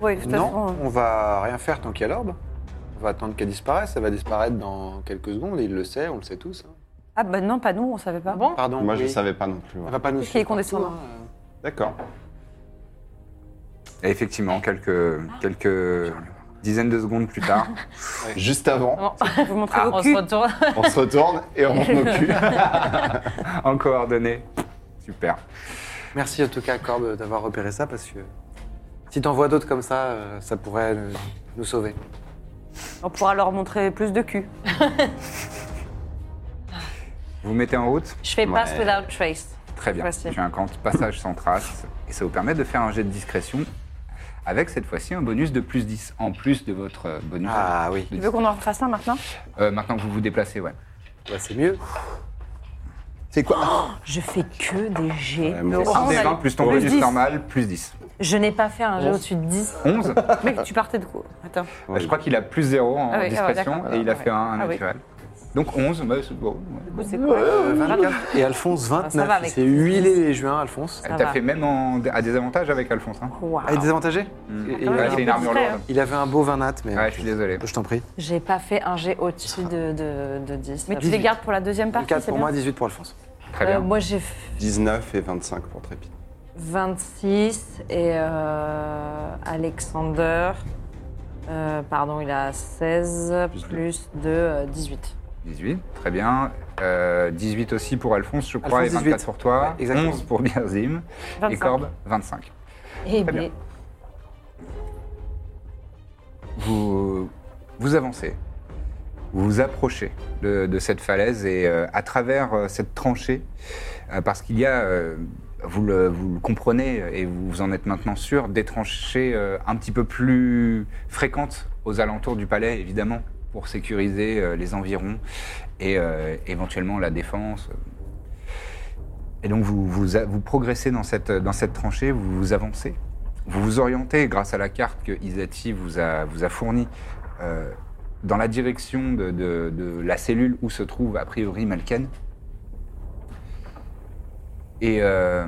Speaker 7: Oui, de toute façon, euh,
Speaker 2: Non, on va rien faire tant qu'il y a l'orbe. On va attendre qu'elle disparaisse. Elle va disparaître dans quelques secondes. Il le sait, on le sait tous. hein.
Speaker 7: Ah bah non, pas nous, on savait pas.
Speaker 3: Ah bon
Speaker 2: Pardon.
Speaker 5: Moi, je
Speaker 2: oui.
Speaker 5: ne savais pas non plus. ouais.
Speaker 2: Elle va pas nous
Speaker 7: Qu'est-ce qui est
Speaker 2: suivre partout,
Speaker 7: condescendant
Speaker 2: hein.
Speaker 5: D'accord.
Speaker 1: Et effectivement, quelques, quelques dizaines de secondes plus tard,
Speaker 5: Juste avant,
Speaker 3: Ah Bon,
Speaker 7: Vous montrez
Speaker 3: on
Speaker 7: vos
Speaker 3: se
Speaker 7: culs.
Speaker 3: retourne.
Speaker 5: on se retourne et on monte nos culs.
Speaker 1: en coordonnées. Super.
Speaker 2: Merci en tout cas, Corbe, d'avoir repéré ça parce que si t'en vois d'autres comme ça, euh, ça pourrait euh, nous sauver.
Speaker 7: On pourra leur montrer plus de cul.
Speaker 1: Vous mettez en route
Speaker 3: Je fais pass
Speaker 5: Ouais.
Speaker 3: without trace.
Speaker 1: Très bien.
Speaker 3: Facile.
Speaker 1: J'ai un camp passage sans trace et ça vous permet de faire un jet de discrétion avec cette fois-ci un bonus de plus 10 en plus de votre euh, bonus.
Speaker 2: Ah oui,
Speaker 7: Tu veux qu'on en refasse un maintenant
Speaker 1: Euh, maintenant que vous vous déplacez, ouais.
Speaker 2: Bah, c'est mieux.
Speaker 6: C'est quoi
Speaker 3: Je fais que des jets.
Speaker 5: Ouais, moi
Speaker 3: de-
Speaker 5: aussi.
Speaker 7: on
Speaker 1: Des
Speaker 7: a-
Speaker 1: 20 plus ton
Speaker 7: plus
Speaker 1: bonus
Speaker 7: 10.
Speaker 1: normal, plus 10.
Speaker 3: Je n'ai pas fait un jeu au-dessus de 10.
Speaker 1: 11
Speaker 7: Mec, tu partais de quoi Attends.
Speaker 1: Ah, Je crois qu'il a plus 0 en
Speaker 7: Ah oui, ah ouais,
Speaker 1: discrétion
Speaker 7: d'accord.
Speaker 1: et il a
Speaker 7: Ah ouais.
Speaker 1: fait un, un
Speaker 7: Ah oui.
Speaker 1: naturel. Donc 11, bah, c'est bon. ouais.
Speaker 7: Du coup, c'est quoi
Speaker 3: Euh,
Speaker 2: Et Alphonse, 29.
Speaker 3: va
Speaker 2: il
Speaker 3: avec-
Speaker 2: s'est huilé les juins, Alphonse.
Speaker 3: Ça
Speaker 1: T'as
Speaker 3: va.
Speaker 1: fait même en, à des avantages avec Alphonse. hein.
Speaker 3: Wow.
Speaker 2: Ah, il est désavantagé
Speaker 1: Mm.
Speaker 2: Et- et
Speaker 1: Ouais,
Speaker 2: il,
Speaker 7: ouais,
Speaker 1: c'est
Speaker 2: avait,
Speaker 1: une armure
Speaker 7: discret,
Speaker 1: lourde.
Speaker 2: il avait un beau vinat, mais
Speaker 1: Ouais, je suis désolé.
Speaker 7: Euh,
Speaker 2: je t'en prie.
Speaker 3: J'ai pas fait un jet au-dessus de, de, de 10.
Speaker 7: Mais
Speaker 3: Euh,
Speaker 7: tu les gardes pour la deuxième partie,
Speaker 2: 4
Speaker 7: c'est
Speaker 2: pour
Speaker 7: bien
Speaker 2: moi, 18 pour Alphonse.
Speaker 1: Très bien.
Speaker 3: moi, j'ai fait
Speaker 5: 19 et 25 pour Trépide.
Speaker 3: 26 et euh, Alexander, euh, pardon, il a 16 plus,
Speaker 5: deux.
Speaker 3: 2, euh, 18.
Speaker 1: 18, très bien. Euh, 18 aussi pour Alphonse, je crois,
Speaker 2: Alphonse,
Speaker 1: et 24
Speaker 2: 18.
Speaker 1: pour toi.
Speaker 2: Ouais, exactement.
Speaker 1: 11 pour Birzim. Et
Speaker 7: 25.
Speaker 1: Corbe, 25.
Speaker 3: Et
Speaker 1: Très bien.
Speaker 3: B.
Speaker 1: Vous, vous avancez. Vous vous approchez de, de cette falaise et euh, à travers euh, cette tranchée, euh, parce qu'il y a, euh, vous, le, vous le comprenez et vous, vous en êtes maintenant sûr, des tranchées euh, un petit peu plus fréquentes aux alentours du palais, évidemment, pour sécuriser euh, les environs et euh, éventuellement la défense. Et donc vous, vous, vous progressez dans cette, dans cette tranchée, vous vous avancez, vous vous orientez grâce à la carte que Isati vous a, vous a fournie euh, dans la direction de, de- de la cellule où se trouve a priori Malken. Et, euh,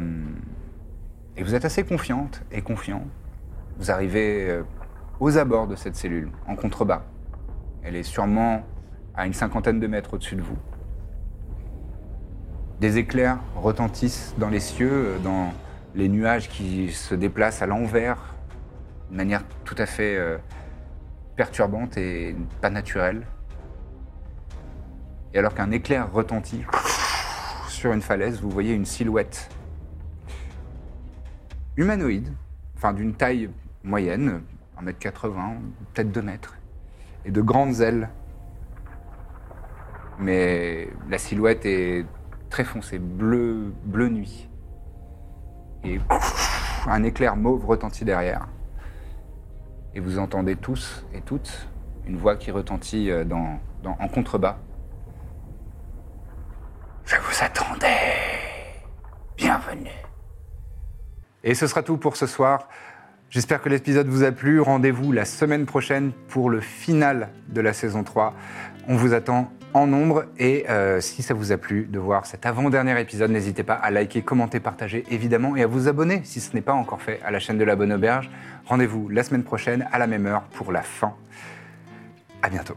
Speaker 1: et vous êtes assez confiante et confiant. Vous arrivez euh, aux abords de cette cellule, en contrebas. Elle est sûrement à une cinquantaine de mètres au-dessus de vous. Des éclairs retentissent dans les cieux, euh, dans les nuages qui se déplacent à l'envers, de manière tout à fait euh, perturbante et pas naturelle. Et alors qu'un éclair retentit sur une falaise, vous voyez une silhouette humanoïde, enfin d'une taille moyenne, 1m80, peut-être 2 mètres, et de grandes ailes mais la silhouette est très foncée, bleu, bleu nuit. Et un éclair mauve retentit derrière. Et vous entendez tous et toutes une voix qui retentit euh, dans- dans- en contrebas.
Speaker 8: Je vous attendais. Bienvenue.
Speaker 1: Et ce sera tout pour ce soir. J'espère que l'épisode vous a plu. Rendez-vous la semaine prochaine pour le final de la saison 3. On vous attend en nombre et euh, si ça vous a plu de voir cet avant-dernier épisode, n'hésitez pas à liker, commenter, partager évidemment et à vous abonner si ce n'est pas encore fait à la chaîne de la Bonne Auberge. Rendez-vous la semaine prochaine à la même heure pour la fin. À bientôt.